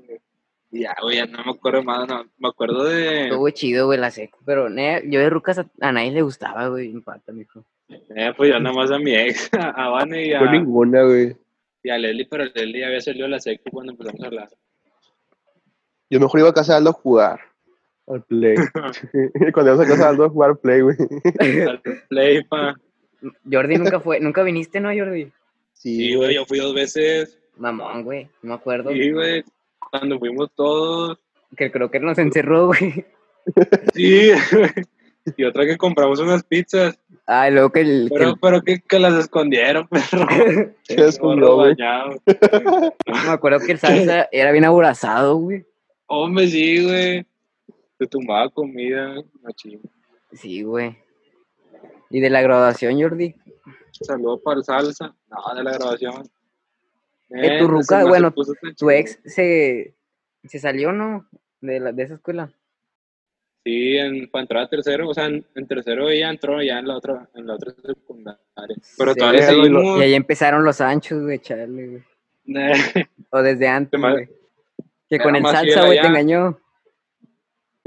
Speaker 4: Ya, güey, ya no me acuerdo más. no. Me acuerdo de.
Speaker 1: Estuvo chido, güey, la seco. Pero ne- yo de Rucas a, a nadie le gustaba, güey, empata, mijo.
Speaker 4: Eh, pues yo nomás a mi ex, a Vane y a,
Speaker 2: Yo ninguna, güey.
Speaker 4: y a Leslie, pero Leslie ya había salido de la secu cuando empezamos a hablar.
Speaker 2: Yo mejor iba a casa de Aldo a jugar. Al play. Cuando ibas a casa de Aldo a jugar play, güey.
Speaker 4: Al Play, pa.
Speaker 1: Jordi nunca fue, nunca viniste, ¿no, Jordi?
Speaker 4: Sí,
Speaker 2: Sí,
Speaker 4: güey, yo fui dos veces.
Speaker 1: Mamón, güey, no me acuerdo.
Speaker 4: Sí, güey, cuando fuimos todos.
Speaker 1: Que creo que nos encerró, güey.
Speaker 4: Sí, güey. Y otra que compramos unas pizzas.
Speaker 1: Ah, y luego que el. que
Speaker 4: Pero, pero que, que las escondieron, perro.
Speaker 2: se descubrió, güey.
Speaker 4: Bañado.
Speaker 1: el- me acuerdo que el salsa era bien aborazado, güey.
Speaker 4: Hombre, sí, güey. Se tumbaba comida, machín.
Speaker 1: Sí, güey. Y de la graduación, Jordi.
Speaker 4: Saludo para el salsa. No, de la grabación.
Speaker 1: Eh, tu
Speaker 4: ese
Speaker 1: ruca,
Speaker 4: más se
Speaker 1: bueno,
Speaker 4: puso tan
Speaker 1: Tu
Speaker 4: chido.
Speaker 1: ex se, se salió, ¿no? De, la, de esa escuela.
Speaker 4: Sí, en, para entrar a tercero, o sea, en, en tercero ella entró ya en la otra, en la otra secundaria. Pero
Speaker 1: Sí,
Speaker 4: todavía
Speaker 2: algo y lo-
Speaker 4: seguimos.
Speaker 1: Y ahí empezaron los anchos, güey, chale, güey. O desde antes,
Speaker 4: ma-
Speaker 1: güey. Que
Speaker 4: era
Speaker 1: con el
Speaker 4: más
Speaker 1: salsa,
Speaker 4: fiel
Speaker 1: güey, te
Speaker 4: allá.
Speaker 1: engañó.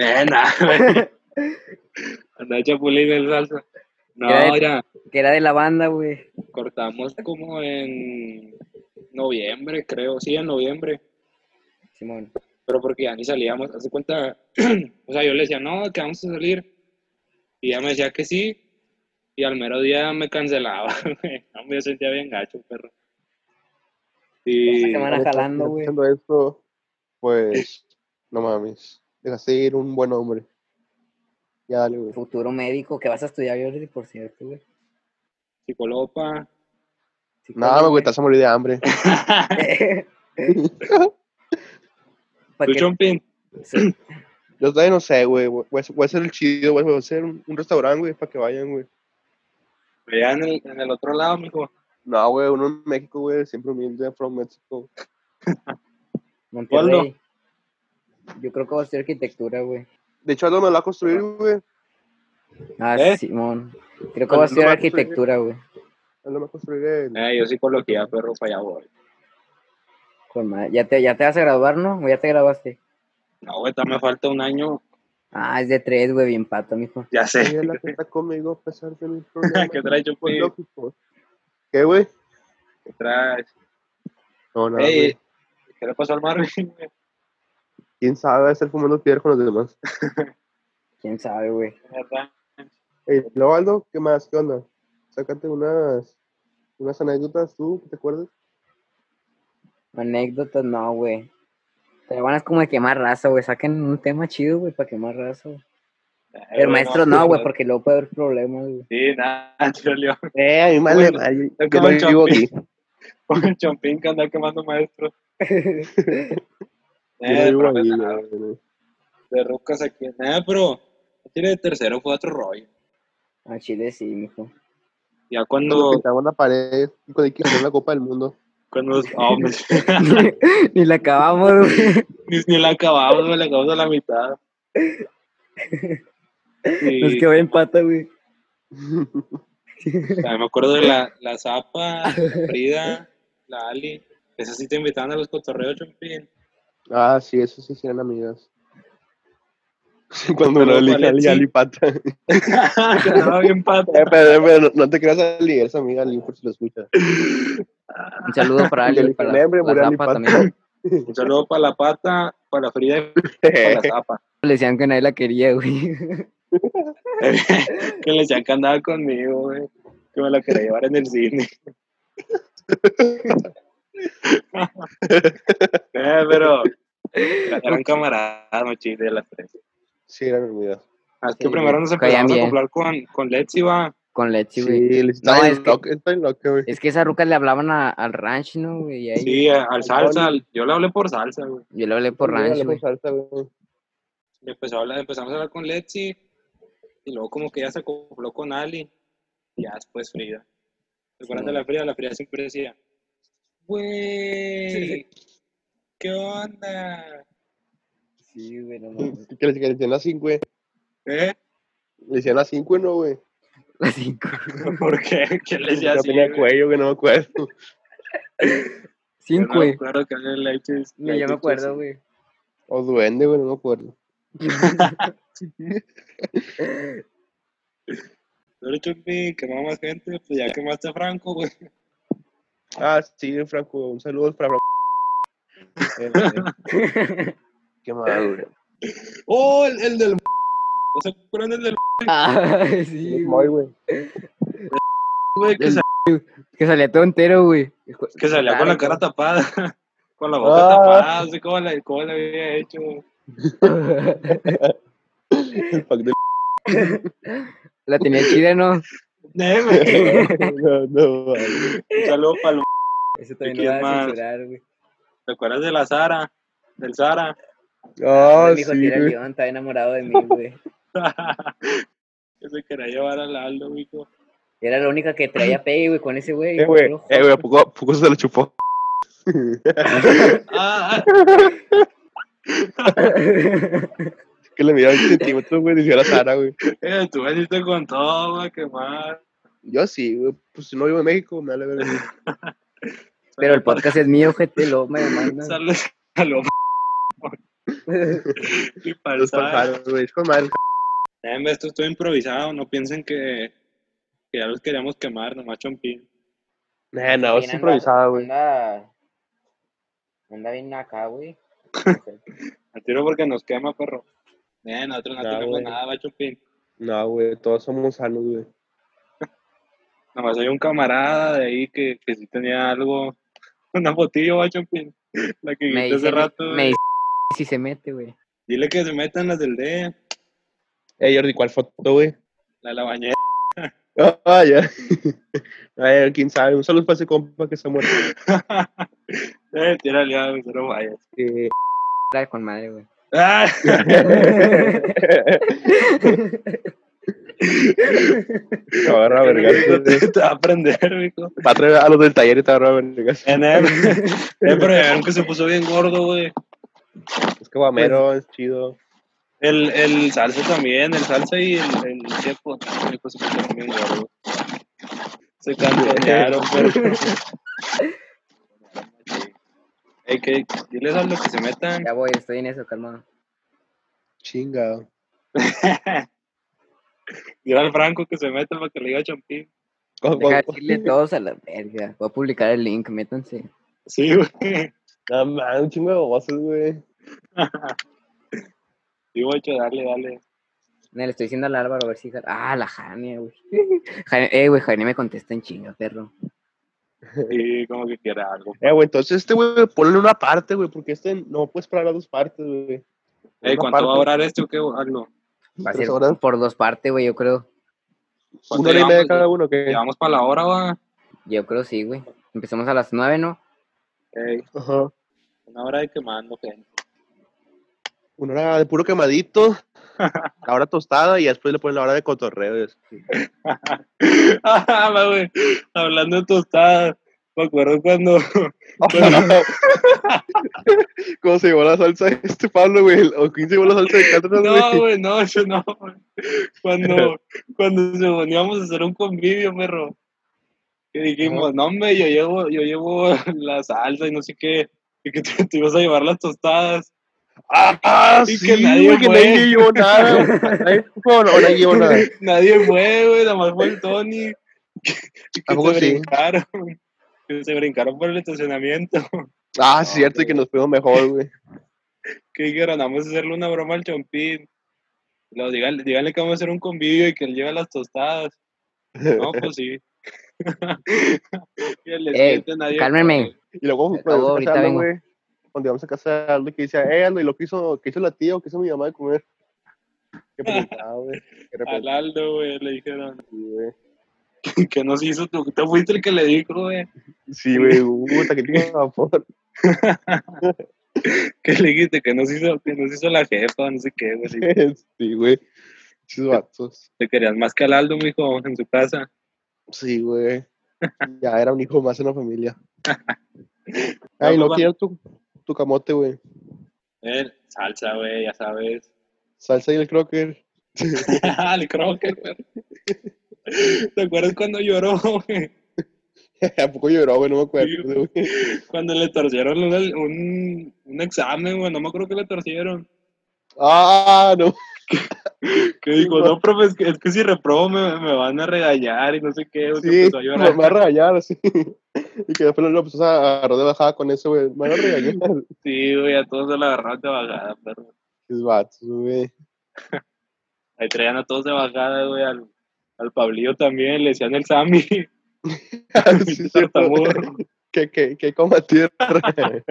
Speaker 4: Eh, nah, güey. Andaba chapulín el salsa. No,
Speaker 1: Era de-
Speaker 4: mira,
Speaker 1: Que era de la banda, güey.
Speaker 4: cortamos como en noviembre, creo. Sí, en noviembre.
Speaker 1: Simón.
Speaker 4: pero porque ya ni salíamos, hace cuenta, o sea, yo le decía, no, que vamos a salir, y ella me decía que sí, y al mero día me cancelaba, güey. No, me sentía bien gacho, perro. Y,
Speaker 1: Esa semana- Van jalando, güey.
Speaker 2: Haciendo esto, pues, no mames. Dejaste ir un buen hombre. Ya dale, güey.
Speaker 1: Futuro médico, que vas a estudiar, Jordi, por cierto, güey.
Speaker 4: psicolopa,
Speaker 2: Nada, güey, te vas a morir de hambre.
Speaker 1: Pa'
Speaker 4: tú,
Speaker 1: que-
Speaker 4: Chompin,
Speaker 1: sí,
Speaker 2: Yo todavía no sé, güey. Voy a- voy a hacer el chido, güey. Voy a hacer un, un restaurante, güey, para que vayan, güey.
Speaker 4: allá en el, en el otro lado, mijo,
Speaker 2: No, güey, uno en México, güey, siempre humilde, from México.
Speaker 1: Monterrey. Yo creo que va a ser arquitectura, güey.
Speaker 2: De hecho, Aldo me lo va a construir, güey.
Speaker 1: Ah,
Speaker 4: ¿Eh?
Speaker 1: Simón. Creo que
Speaker 2: Bueno,
Speaker 1: va a
Speaker 2: no
Speaker 1: ser
Speaker 2: va a
Speaker 1: arquitectura, güey.
Speaker 2: Aldo me va a construir el...
Speaker 4: eh, yo psicología, perro, para allá voy.
Speaker 1: Con madre. ¿Ya te, ¿Ya te vas a graduar, no? ¿O ya te graduaste?
Speaker 4: No, güey, todavía me falta un año,
Speaker 1: Ah, es de tres, güey, bien pato, mijo.
Speaker 4: ya sé,
Speaker 2: Ella es la que está conmigo a pesar de mis problemas.
Speaker 4: ¿qué traes, pues, Chompin?
Speaker 2: pues lógico. ¿Qué, güey?
Speaker 4: ¿Qué traes?
Speaker 2: No, nada,
Speaker 4: Ey,
Speaker 2: güey.
Speaker 4: ¿qué le pasó al Marvin?
Speaker 2: ¿Quién sabe estar fumando piedra con los demás?
Speaker 1: ¿Quién sabe, güey?
Speaker 2: Ey, luego, Aldo, ¿qué más? ¿Qué onda? Sácate unas, unas anécdotas tú, que ¿te acuerdas?
Speaker 1: Anécdotas, no, güey. Pero van a como de quemar raza, güey. Saquen un tema chido, güey, para quemar raza. güey. Pero maestro, no, güey, porque luego puede haber problemas, güey.
Speaker 4: pues, Sí, nada, Julio.
Speaker 2: Eh, a mí
Speaker 4: vale, Bueno, yo
Speaker 2: Yo
Speaker 4: como no el vivo
Speaker 2: vivo
Speaker 4: Chompín.
Speaker 2: aquí.
Speaker 4: Con el chompín que anda quemando maestros.
Speaker 2: Yo
Speaker 4: Eh,
Speaker 2: vivo
Speaker 4: profe,
Speaker 2: aquí,
Speaker 4: nada, de rucas aquí. Nada, pero tiene de tercero fue otro rollo.
Speaker 1: A Chile sí, mijo.
Speaker 4: Ya
Speaker 2: Cuando
Speaker 4: cuando,
Speaker 2: pintaba una pared y cuando hay que poner la Copa del Mundo.
Speaker 4: cuando oh, los hombres
Speaker 1: Ni la acabamos, güey.
Speaker 4: ni, ni la acabamos, güey, la acabamos a la mitad.
Speaker 1: Nos
Speaker 4: Y
Speaker 1: quedó en pata, güey.
Speaker 4: también me acuerdo de la, la Zapa, la Frida, la Ali. Esas sí te invitaban a los cotorreos, Chompín.
Speaker 2: Ah, sí, eso sí eran amigas. Cuando
Speaker 4: Pero
Speaker 2: lo elige
Speaker 4: vale,
Speaker 2: Ali,
Speaker 4: sí.
Speaker 2: Ali Pata. Eh,
Speaker 4: que andaba bien pata.
Speaker 2: pero, eh, pero no, no te creas Ali, esa amiga Ali, por si lo escucha.
Speaker 1: Un saludo para
Speaker 2: Yo le
Speaker 1: alguien.
Speaker 2: dije,
Speaker 1: Para
Speaker 2: "No, hombre,
Speaker 1: la
Speaker 2: murió mi
Speaker 1: zapa
Speaker 2: pata".
Speaker 1: también.
Speaker 4: Un saludo para la pata, para la Frida y para la Zapa.
Speaker 1: Le decían que nadie la quería, güey.
Speaker 4: que le decían que andaba conmigo, güey. Que me la quería llevar en el cine. Eh, pero eran camaradas, mochil de las tres.
Speaker 2: Sí, eran amigas.
Speaker 4: Así
Speaker 1: Sí,
Speaker 4: que primero nos empezamos
Speaker 1: caían
Speaker 4: a
Speaker 1: bien.
Speaker 4: comprar con, con Letzi, va.
Speaker 1: Con Lechi,
Speaker 2: Sí,
Speaker 1: güey. No,
Speaker 2: le estaba
Speaker 1: es
Speaker 2: en
Speaker 1: que-
Speaker 2: loco, está en loco, güey.
Speaker 1: Es que esas rucas le hablaban a- al ranch, ¿no, güey? Y ahí
Speaker 4: Sí, a- al salsa. al- yo le hablé por salsa, güey.
Speaker 1: Yo le hablé por
Speaker 2: Mira,
Speaker 1: ranch,
Speaker 2: le
Speaker 1: Pues güey.
Speaker 2: salsa, güey.
Speaker 4: Le empezó a hablar, empezamos a hablar con Letzi. Y luego como que ya se acopló con Ali. Y ya después Frida. Recuerda la Frida, la Frida siempre decía, güey, ¿qué onda?
Speaker 5: Sí, güey, no mames.
Speaker 2: Que le, que le decían las 5, güey.
Speaker 4: ¿Eh?
Speaker 2: Le decían las 5, ¿no, güey?
Speaker 5: Las cinco.
Speaker 4: ¿Por qué? ¿Quién le decía
Speaker 2: no
Speaker 4: así?
Speaker 2: tenía
Speaker 4: güey?
Speaker 2: cuello, güey, no me acuerdo.
Speaker 4: Yo no
Speaker 5: Cinco,
Speaker 4: me
Speaker 5: güey.
Speaker 4: acuerdo que había leches.
Speaker 5: No, yo me acuerdo, güey.
Speaker 2: O duende, güey, no me acuerdo.
Speaker 4: Pero Chupi, quemaba más gente, pues ya quemaste a Franco, güey.
Speaker 2: Ah, sí, Franco, un saludo para Franco. Eh, eh. Qué mal, güey.
Speaker 4: ¡Oh, el, el del... ¿No se acuerdan del del...
Speaker 5: Ah, sí,
Speaker 2: Es
Speaker 5: güey.
Speaker 2: muy, güey.
Speaker 4: güey, que,
Speaker 5: Del-
Speaker 4: sa-
Speaker 5: Que salía todo entero, güey.
Speaker 4: que salía con la cara tapada? Con la boca
Speaker 2: Ah.
Speaker 4: tapada, así como la, como la había hecho.
Speaker 2: El pack de
Speaker 5: La tenía chida, ¿no?
Speaker 4: Deme.
Speaker 2: No, no, güey.
Speaker 4: Un saludo para el...
Speaker 5: Eso
Speaker 4: también
Speaker 5: también
Speaker 4: lo
Speaker 5: lo
Speaker 4: quién
Speaker 5: va
Speaker 4: van a
Speaker 5: a
Speaker 4: más?
Speaker 5: censurar, güey.
Speaker 4: ¿Te acuerdas de la Sara? Del Sara.
Speaker 2: Ah,
Speaker 5: Me
Speaker 2: sí,
Speaker 5: dijo que era
Speaker 2: güey.
Speaker 5: León, estaba enamorado de mí, güey.
Speaker 4: que se quería llevar al Aldo, mijo.
Speaker 5: Era la única que traía pegue, güey, con ese güey.
Speaker 2: Eh, güey,
Speaker 5: Puro
Speaker 2: eh, güey, ¿a poco, a poco se lo chupó?
Speaker 4: Ah,
Speaker 2: que le miraba un centímetro, güey, decía la Sara, güey.
Speaker 4: eh, tú veniste con todo, güey, qué mal.
Speaker 2: Yo sí, güey, pues si no vivo en México, me da la verga.
Speaker 5: Pero el podcast es mío, gente, lo me mandan.
Speaker 4: Saludos a lo... Y para el
Speaker 2: Es con
Speaker 4: Sara.
Speaker 2: Jaro, güey, es con madre.
Speaker 4: Em, esto estoy improvisado, no piensen que, que ya los queríamos quemar, nomás chompín.
Speaker 2: Nah, no, es improvisado, güey.
Speaker 5: Anda, anda bien acá, güey.
Speaker 4: Al tiro porque nos quema, perro. Eh, nosotros no
Speaker 2: Ya,
Speaker 4: tenemos
Speaker 2: güey.
Speaker 4: nada, va chompín.
Speaker 2: No, güey, todos somos sanos, güey.
Speaker 4: Nomás hay un camarada de ahí que, que sí tenía algo, una fotillo, va chompín. La que
Speaker 5: Me
Speaker 4: viste
Speaker 5: dice,
Speaker 4: hace rato.
Speaker 5: me
Speaker 4: güey.
Speaker 5: dice si se mete, güey.
Speaker 4: Dile que se metan las del D,
Speaker 2: Eh, Jordi, ¿cuál foto, güey?
Speaker 4: la de la bañera.
Speaker 2: Ah, ah, ya. A ver, quién sabe. Un saludo para ese compa que se muere.
Speaker 4: eh, tírale a mí, no vayas.
Speaker 2: Eh,
Speaker 5: Era con madre, güey.
Speaker 4: Ah,
Speaker 2: te agarra a vergas, güey.
Speaker 4: te va a aprender, mijo.
Speaker 2: Va a traer a los del taller y te agarra a vergas.
Speaker 4: En él. Eh, pero ya vieron que se puso bien gordo, güey.
Speaker 2: Es que guamero, es chido.
Speaker 4: El, el salsa también, el salsa y el, el chepo también, hijo, se pusieron bien gordos. Se campeonearon, pero. Ey, que diles a los que se metan.
Speaker 5: Ya voy, estoy en eso, calmado.
Speaker 2: Chingado.
Speaker 4: Dile al Franco que se meta para que le diga Champín.
Speaker 2: Con-
Speaker 5: Deja de
Speaker 2: con-
Speaker 5: decirle todos a la verga. Voy a publicar el link, métanse.
Speaker 4: Sí, güey.
Speaker 2: No, man, un chingo de voces, güey.
Speaker 4: Sí, guacho, dale, dale.
Speaker 5: No, le estoy diciendo al Álvaro a ver si. jala. Ah, la Jania, güey. Jania- eh, güey, Jania me contesta en chinga, perro.
Speaker 4: Sí, como que quiera algo.
Speaker 2: Eh, güey, entonces este, güey, ponle una parte, güey, porque este no puedes parar las dos partes, güey.
Speaker 4: Ey,
Speaker 2: Una
Speaker 4: Eh, ¿cuánto va a
Speaker 2: parte,
Speaker 4: durar este o qué? Algo.
Speaker 5: Va a
Speaker 2: Tres
Speaker 5: ser
Speaker 2: horas.
Speaker 5: por dos partes, güey, yo creo.
Speaker 2: Una hora y media
Speaker 4: llevamos,
Speaker 2: cada
Speaker 4: güey?
Speaker 2: uno, que.
Speaker 4: Llevamos para la hora, va.
Speaker 5: Yo creo sí, güey. Empezamos a las nueve, ¿no?
Speaker 4: Ey,
Speaker 2: Ajá.
Speaker 4: una hora de quemando, gente.
Speaker 2: Una hora de puro quemadito, la hora tostada y después le ponen la hora de cotorreo. es-
Speaker 4: Ah, güey. Hablando de tostadas, me acuerdo cuando
Speaker 2: ¿Cómo se llevó la salsa de este Pablo, güey? ¿O quién se llevó la salsa de Cátedra,
Speaker 4: No,
Speaker 2: güey?
Speaker 4: güey, no, yo no, güey. Cuando, cuando se poníamos a hacer un convivio, perro. Que dijimos, no, hombre, yo llevo, yo llevo la salsa y no sé qué. Y que te, te ibas a llevar las tostadas.
Speaker 2: Ah, ah,
Speaker 4: Y
Speaker 2: sí,
Speaker 4: que nadie
Speaker 2: güey, que
Speaker 4: fue.
Speaker 2: nadie llevó nada. Nadie fue, o no, nadie llevó nada.
Speaker 4: Nadie fue, güey, nada más fue el Tony. Que, que
Speaker 2: ¿A
Speaker 4: se
Speaker 2: poco sí?
Speaker 4: brincaron. Que se brincaron por el estacionamiento.
Speaker 2: Ah, cierto, y que nos fuimos mejor, güey.
Speaker 4: Que dijeron, vamos a hacerle una broma al Chompín. Luego, díganle, díganle que vamos a hacer un convivio y que él lleva las tostadas. No, pues sí. Y al
Speaker 5: Ey,
Speaker 4: siguiente nadie
Speaker 5: cálmenme.
Speaker 2: Y luego
Speaker 5: Se
Speaker 2: cuando
Speaker 5: acabó,
Speaker 2: íbamos a
Speaker 5: ahorita
Speaker 2: casarlo,
Speaker 5: vengo.
Speaker 2: güey, cuando íbamos a casarlo, que decía, eh, Aldo, y lo que hizo, que hizo la tía o que hizo mi mamá de comer. Qué preguntado, güey. Qué
Speaker 4: fue. Al
Speaker 2: arrepentido,
Speaker 4: Aldo, güey, le dijeron
Speaker 2: güey.
Speaker 4: que nos hizo tú. Tú fuiste el que le eh". dijo, güey,
Speaker 2: Sí, güey, puta, que tiene vapor.
Speaker 4: que le dijiste que nos hizo, que nos hizo la jefa, no sé qué, güey.
Speaker 2: Sí, güey. Esos vatos.
Speaker 4: Te querías más que al Aldo, mijo, en su casa.
Speaker 2: Sí, güey. Ya era un hijo más en la familia. Ay, no
Speaker 4: papá.
Speaker 2: quiero tu, tu camote, güey.
Speaker 4: Eh, salsa, güey, ya sabes.
Speaker 2: Salsa y el crocker.
Speaker 4: el croque, güey. ¿Te acuerdas cuando lloró, güey?
Speaker 2: ¿A poco lloró, güey? No me acuerdo, güey.
Speaker 4: Cuando le torcieron un, un, un examen, güey. No me acuerdo que le torcieron.
Speaker 2: Ah, no.
Speaker 4: Que dijo, no, profe, es que, es que si reprobo me, me van a regañar y no sé qué. güey, se
Speaker 2: Sí,
Speaker 4: empezó a
Speaker 2: me
Speaker 4: llorar.
Speaker 2: va a regañar, sí. Y que después lo empezó a agarrar de bajada con eso, güey. Me va a regañar.
Speaker 4: Sí, güey, a todos se la agarraron de bajada, perro.
Speaker 2: Esos vatos, güey.
Speaker 4: Ahí traían a todos de bajada, güey, al, al Pablillo también, le decían el Sammy.
Speaker 2: Sí,
Speaker 4: tartamudo.
Speaker 2: que, que, que coma tierra.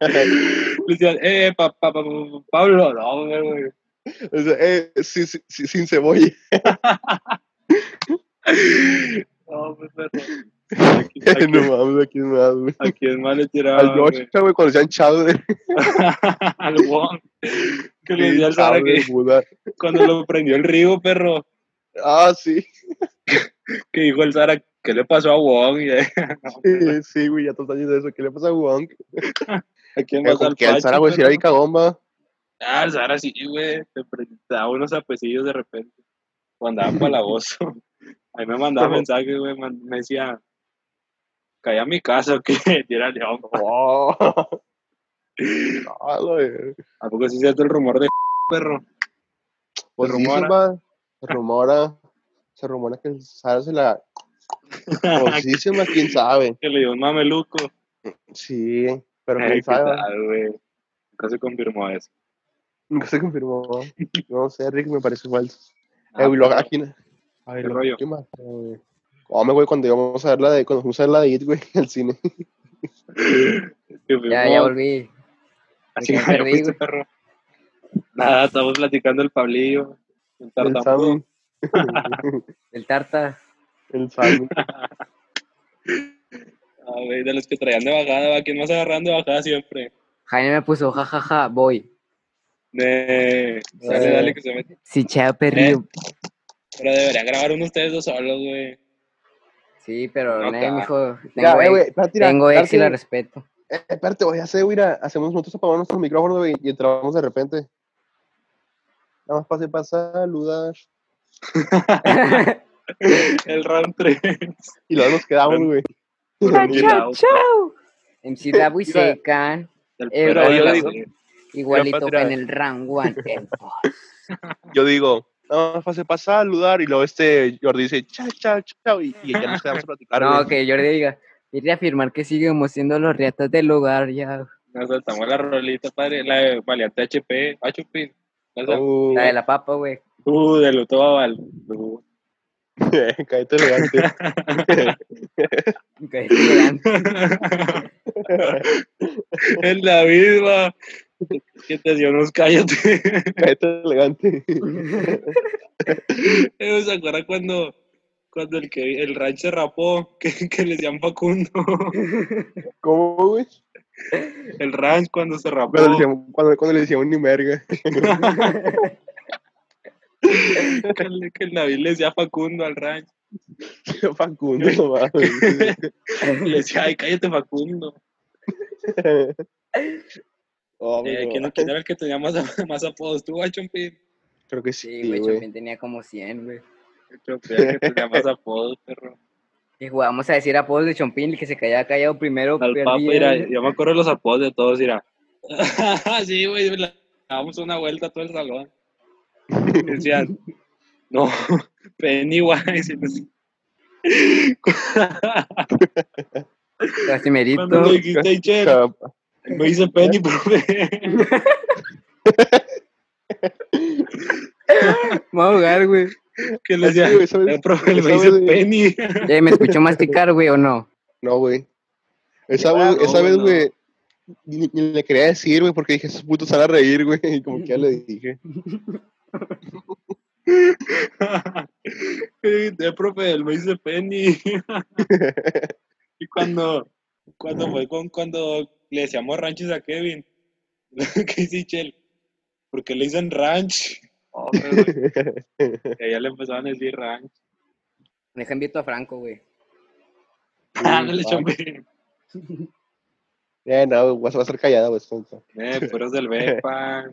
Speaker 4: Le decían, eh, pa, pa- pa- pa- Pablo, no, güey.
Speaker 2: O sea, eh, sí, sí, sí, sin cebolla.
Speaker 4: No, pues, perro. ¿A quién- a quién-
Speaker 2: no mames, aquí más, güey.
Speaker 4: ¿A quién más le
Speaker 2: Al
Speaker 4: tiraban? Ah, güey?
Speaker 2: Yoshka, güey, cuando sean Chávez.
Speaker 4: Al Wong. Que le decía al Sara
Speaker 2: Chávez,
Speaker 4: que
Speaker 2: Buda.
Speaker 4: cuando lo prendió el río, perro,
Speaker 2: Ah, sí.
Speaker 4: que dijo el Sara, ¿qué le pasó a Wong? Y, eh, no,
Speaker 2: Sí,
Speaker 4: perro,
Speaker 2: sí, güey, ya todos años de eso. ¿Qué le pasa a Wong?
Speaker 4: ¿A quién
Speaker 2: Eh,
Speaker 4: más
Speaker 2: con
Speaker 4: al
Speaker 2: Que al
Speaker 4: Pachi,
Speaker 2: Sara, güey, si era
Speaker 4: perro?
Speaker 2: bien cagomba.
Speaker 4: Ah, el Sara sí, güey. Te prendí- te daba unos apecillos de repente. O andaba palagoso. Ahí me mandaba
Speaker 2: Pero-
Speaker 4: mensaje, güey. man- Me decía, calla a mi casa, que tira león.
Speaker 2: Oh. Ah, güey.
Speaker 4: ¿A poco sí es cierto el rumor de perro?
Speaker 2: Pues
Speaker 4: Se
Speaker 2: dicen,
Speaker 4: rumora.
Speaker 2: va, se rumora, se rumora que el Sara se la... Pues dicen, va, quién sabe.
Speaker 4: que le dio un mameluco.
Speaker 2: Sí, pero
Speaker 4: Eh,
Speaker 2: quién
Speaker 4: ¿qué
Speaker 2: sabe.
Speaker 4: tal, güey? Nunca se confirmó eso.
Speaker 2: Nunca se confirmó. No sé, Rick, me parece falso.
Speaker 4: Ah,
Speaker 2: eh, güey, lo
Speaker 4: pero-
Speaker 2: aquí, ¿no? Ay,
Speaker 4: ¿Qué
Speaker 2: lo-
Speaker 4: rollo?
Speaker 2: ¿Qué más? güey? Come, güey, cuando íbamos a ver la de, cuando fuimos a ver la de It, güey, al cine.
Speaker 4: que
Speaker 5: Ya,
Speaker 4: fuimos-
Speaker 5: ya volví.
Speaker 4: Así
Speaker 5: Me
Speaker 4: que ya
Speaker 5: perdí,
Speaker 4: fuiste,
Speaker 5: güey.
Speaker 4: perro. Ah. Nada, estamos platicando el Pablillo. El
Speaker 2: El
Speaker 4: tartamudo.
Speaker 2: Sammy.
Speaker 5: El tarta.
Speaker 2: El Sammy.
Speaker 4: Ah, güey, de los que traían de bajada, va. ¿Quién más agarrando de bajada siempre?
Speaker 5: Jaime me puso, jajaja, voy.
Speaker 4: De... Dale,
Speaker 2: Eh.
Speaker 4: dale, que se mete.
Speaker 5: Si chao, perrillo.
Speaker 4: Pero deberían grabar uno ustedes dos solos, güey.
Speaker 5: Sí, pero
Speaker 4: No,
Speaker 5: no,
Speaker 4: ca-
Speaker 5: mijo.
Speaker 2: Mira,
Speaker 5: Tengo,
Speaker 2: eh, güey,
Speaker 5: ex,
Speaker 2: espérate, mira,
Speaker 5: tengo ex y
Speaker 2: espérate,
Speaker 5: la respeto.
Speaker 2: eh, Espérate, güey, ya sé, güey, mira, hacemos nosotros apagamos nuestro micrófono, güey, y entramos de repente. Nada más pase para saludar.
Speaker 4: El round 3.
Speaker 2: Y luego nos quedamos, güey.
Speaker 5: chao, chao. MC Dabo y
Speaker 2: Mira.
Speaker 5: Secan,
Speaker 4: El
Speaker 5: Eh,
Speaker 4: perro
Speaker 5: pero
Speaker 4: de
Speaker 5: yo
Speaker 4: la-
Speaker 5: digo- igualito
Speaker 2: Patria.
Speaker 5: en el round one. el boss.
Speaker 2: Yo digo, nada más pase para saludar. Y luego este Jordi dice, chao, chao, chao. Y, y ya nos quedamos a platicar.
Speaker 5: No,
Speaker 2: güey.
Speaker 5: que Jordi diga, iré a afirmar que seguimos siendo los riatas del lugar ya.
Speaker 4: Nos saltamos la rolita, padre. La de Valiante HP. HP. La de-
Speaker 2: Uh,
Speaker 5: La de la papa, güey.
Speaker 4: Uh, de lo todo val. Uh.
Speaker 2: Cállate elegante.
Speaker 5: Ok, vean.
Speaker 4: El David, va. Que te dio unos cállate.
Speaker 2: Cállate elegante.
Speaker 4: Eh, ¿Se acuerdan cuando, cuando el, que, el ranch se rapó? Que, que le decían Facundo.
Speaker 2: ¿Cómo, güey?
Speaker 4: El ranch cuando se rapó.
Speaker 2: Cuando, le decíamos- cuando, cuando le decíamos ni merga.
Speaker 4: que, el, que el David le decía Facundo al ranch.
Speaker 2: Facundo, no mames.
Speaker 4: Y le decía, ay, cállate Facundo.
Speaker 2: Oh,
Speaker 4: Eh,
Speaker 2: no.
Speaker 4: ¿quién, quién era el que tenía más, más apodos? ¿Tú, ah, Chompi?
Speaker 2: Creo que
Speaker 5: Sí,
Speaker 2: sí,
Speaker 5: güey,
Speaker 2: güey.
Speaker 5: Chopin tenía como 100, güey.
Speaker 4: Chompi era el que tenía más apodos, perro.
Speaker 5: Y jugamos a decir apodos de Chompín, el que se callaba callado primero.
Speaker 4: Al Papa,
Speaker 5: perdía,
Speaker 4: mira, eh,
Speaker 5: güey.
Speaker 4: yo me acuerdo de los apodos de todos, mira. sí, güey, le dábamos una vuelta a todo el salón. Y Decían, no, Pennywise. y no sé. Cuando
Speaker 5: Casimerito.
Speaker 4: le dijiste, "Ay, che,
Speaker 2: Cap-
Speaker 4: me dice Penny, profe.
Speaker 5: Me voy a ahogar, güey.
Speaker 4: que le decía,
Speaker 2: Sí, güey, ¿sabes?
Speaker 4: "Eh, profe, me
Speaker 2: Esa
Speaker 4: dice
Speaker 2: vez-
Speaker 4: Penny.
Speaker 5: Eh, ¿Me escuchó masticar, güey, o no?
Speaker 2: No, güey. Esa,
Speaker 4: Ah,
Speaker 2: vez-
Speaker 4: no,
Speaker 2: esa vez,
Speaker 4: no.
Speaker 2: güey, ni, ni le quería decir, güey, porque dije, esos putos se van a reír, güey. Y como que ya le dije.
Speaker 4: Eh, profe, él me dice Penny. y cuando, cuando fue con, cuando le decíamos ranches a Kevin, que dice Chel, porque le dicen ranch. morras, güey. Que ya le empezaban a decir ranch.
Speaker 1: Deja invito a Franco, güey.
Speaker 4: Ándale,
Speaker 2: fuck.
Speaker 4: chompe.
Speaker 2: Eh, no, vas, vas a estar callada, güey. tonto.
Speaker 4: Eh, puros del Bepa.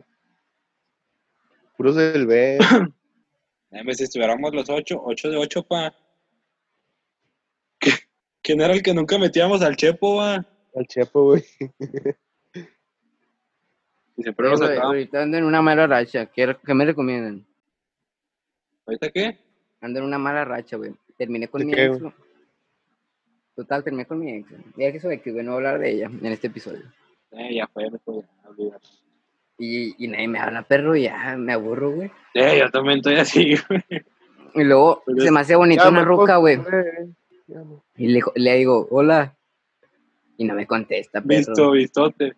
Speaker 2: Puros del B.
Speaker 4: Eh, pues, si estuviéramos los ocho, ocho de ocho, pa. ¿Qué- ¿Quién era el que nunca metíamos al Chepo, va?
Speaker 2: Al chepo, güey.
Speaker 4: Y siempre
Speaker 1: Pero
Speaker 4: lo sacábamos.
Speaker 1: ahorita ando en una mala racha. ¿Qué, re- qué me recomiendan?
Speaker 4: ¿Ahorita qué?
Speaker 1: Ando en una mala racha, güey. Terminé con
Speaker 2: ¿De
Speaker 1: mi
Speaker 2: qué,
Speaker 1: ex.
Speaker 2: güey?
Speaker 1: güey. Total, terminé con mi ex. güey. Ya que soy que güey, no voy a hablar de ella en este episodio.
Speaker 4: Eh, ya fue, me fue, ya, olvidar.
Speaker 1: Y, y nadie me habla, perro, y ya me aburro, güey.
Speaker 4: Eh, yo también estoy así, güey.
Speaker 1: Y luego
Speaker 4: Pero
Speaker 1: se
Speaker 4: es-
Speaker 1: me hace bonita
Speaker 2: Ya,
Speaker 1: una
Speaker 2: me
Speaker 1: ruca,
Speaker 2: acuerdo,
Speaker 1: güey.
Speaker 2: Ya, no.
Speaker 1: Y le, le digo, hola. Y no me contesta, perro.
Speaker 4: Visto, vistote.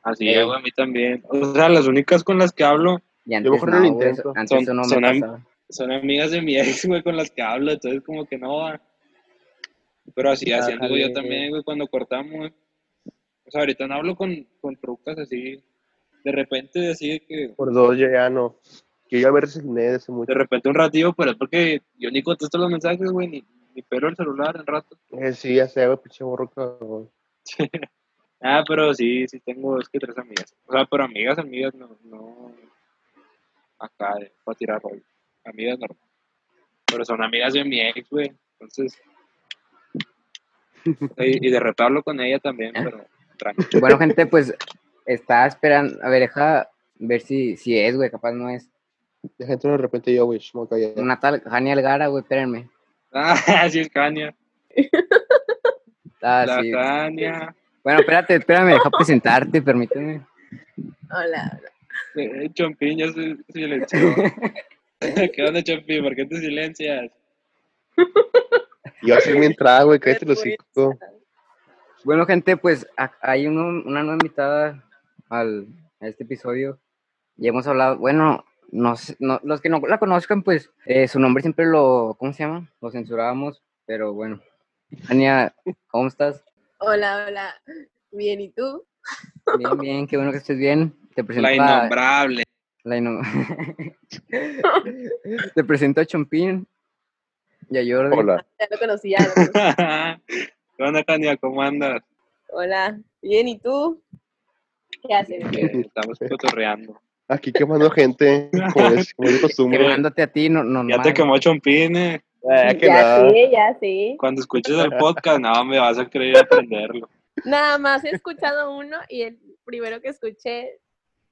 Speaker 4: Así,
Speaker 1: Eh.
Speaker 4: es, güey, a mí también. O sea, las únicas con las que hablo
Speaker 1: Y antes
Speaker 2: mejor
Speaker 1: no,
Speaker 2: no lo
Speaker 1: güey,
Speaker 2: intento.
Speaker 1: antes
Speaker 4: Son-
Speaker 1: eso no me
Speaker 4: son am-
Speaker 1: pasaba.
Speaker 4: son amigas de mi ex, güey, con las que hablo, entonces como que no va. Pero así, así anduve yo
Speaker 2: Ándale.
Speaker 4: también, güey, cuando cortamos, güey. O sea, ahorita no hablo con, con trucas así, de repente, así de que,
Speaker 2: Por dos, yo ya no. Yo ya me resigné desde hace mucho.
Speaker 4: de repente un ratito, pero es porque yo ni contesto los mensajes, güey, ni, ni pelo el celular en rato.
Speaker 2: Eh, sí, ya sé, güey, pinche morro, cabrón.
Speaker 4: Ah, pero sí, sí tengo, es que tres amigas. O sea, pero amigas, amigas, no, no, acá, de, para tirar rollo. Amigas normal. Pero son amigas de mi ex, güey. Entonces, y, y de repente hablo con ella también,
Speaker 1: Ah.
Speaker 4: pero tranquilo.
Speaker 1: Bueno, gente, pues está esperando. A ver, deja ver si, si es, güey, capaz no es.
Speaker 2: La gente de repente yo, güey, me voy a callar.
Speaker 1: Una tal Jania Algara, güey, espérenme.
Speaker 4: Ah, sí, es Cania.
Speaker 1: Ah,
Speaker 4: la
Speaker 1: sí.
Speaker 4: Cania.
Speaker 1: Bueno, espérate, espérame, deja presentarte, permíteme.
Speaker 6: Hola.
Speaker 4: Eh, Chompín, ya se silenció. ¿Qué onda, Chompín? ¿Por qué te silencias?
Speaker 2: Yo voy a hacer mi entrada, güey, cállate los
Speaker 6: Vergüenza.
Speaker 2: cinco.
Speaker 1: Bueno, gente, pues a- hay uno- una nueva invitada al, a este episodio. Y hemos hablado, bueno, no, sé- no- los que no la conozcan, pues eh, su nombre siempre lo, ¿cómo se llama? Lo censurábamos, pero bueno. Jania, ¿cómo estás?
Speaker 6: Hola, hola. Bien, ¿y tú?
Speaker 1: Bien, bien, qué bueno que estés bien. Te presento
Speaker 4: La
Speaker 1: a,
Speaker 4: innombrable.
Speaker 1: la innom- Te presento a Chompín y a Jordi.
Speaker 2: Hola.
Speaker 6: Ya lo conocí, ya lo conocí.
Speaker 4: ¿Qué onda, Cania? ¿Cómo andas?
Speaker 6: Hola. Bien, ¿y tú? ¿Qué haces?
Speaker 4: Eh, estamos cotorreando.
Speaker 2: Aquí quemando gente, como es, como es de costumbre.
Speaker 1: Quemándote a ti, no, normal.
Speaker 4: Ya te quemó Chompín, eh.
Speaker 2: Eh, que
Speaker 6: ya
Speaker 2: nada.
Speaker 6: sé, ya sé.
Speaker 4: Cuando escuches el podcast, no me vas a creer aprenderlo.
Speaker 6: Nada más he escuchado uno y el primero que escuché,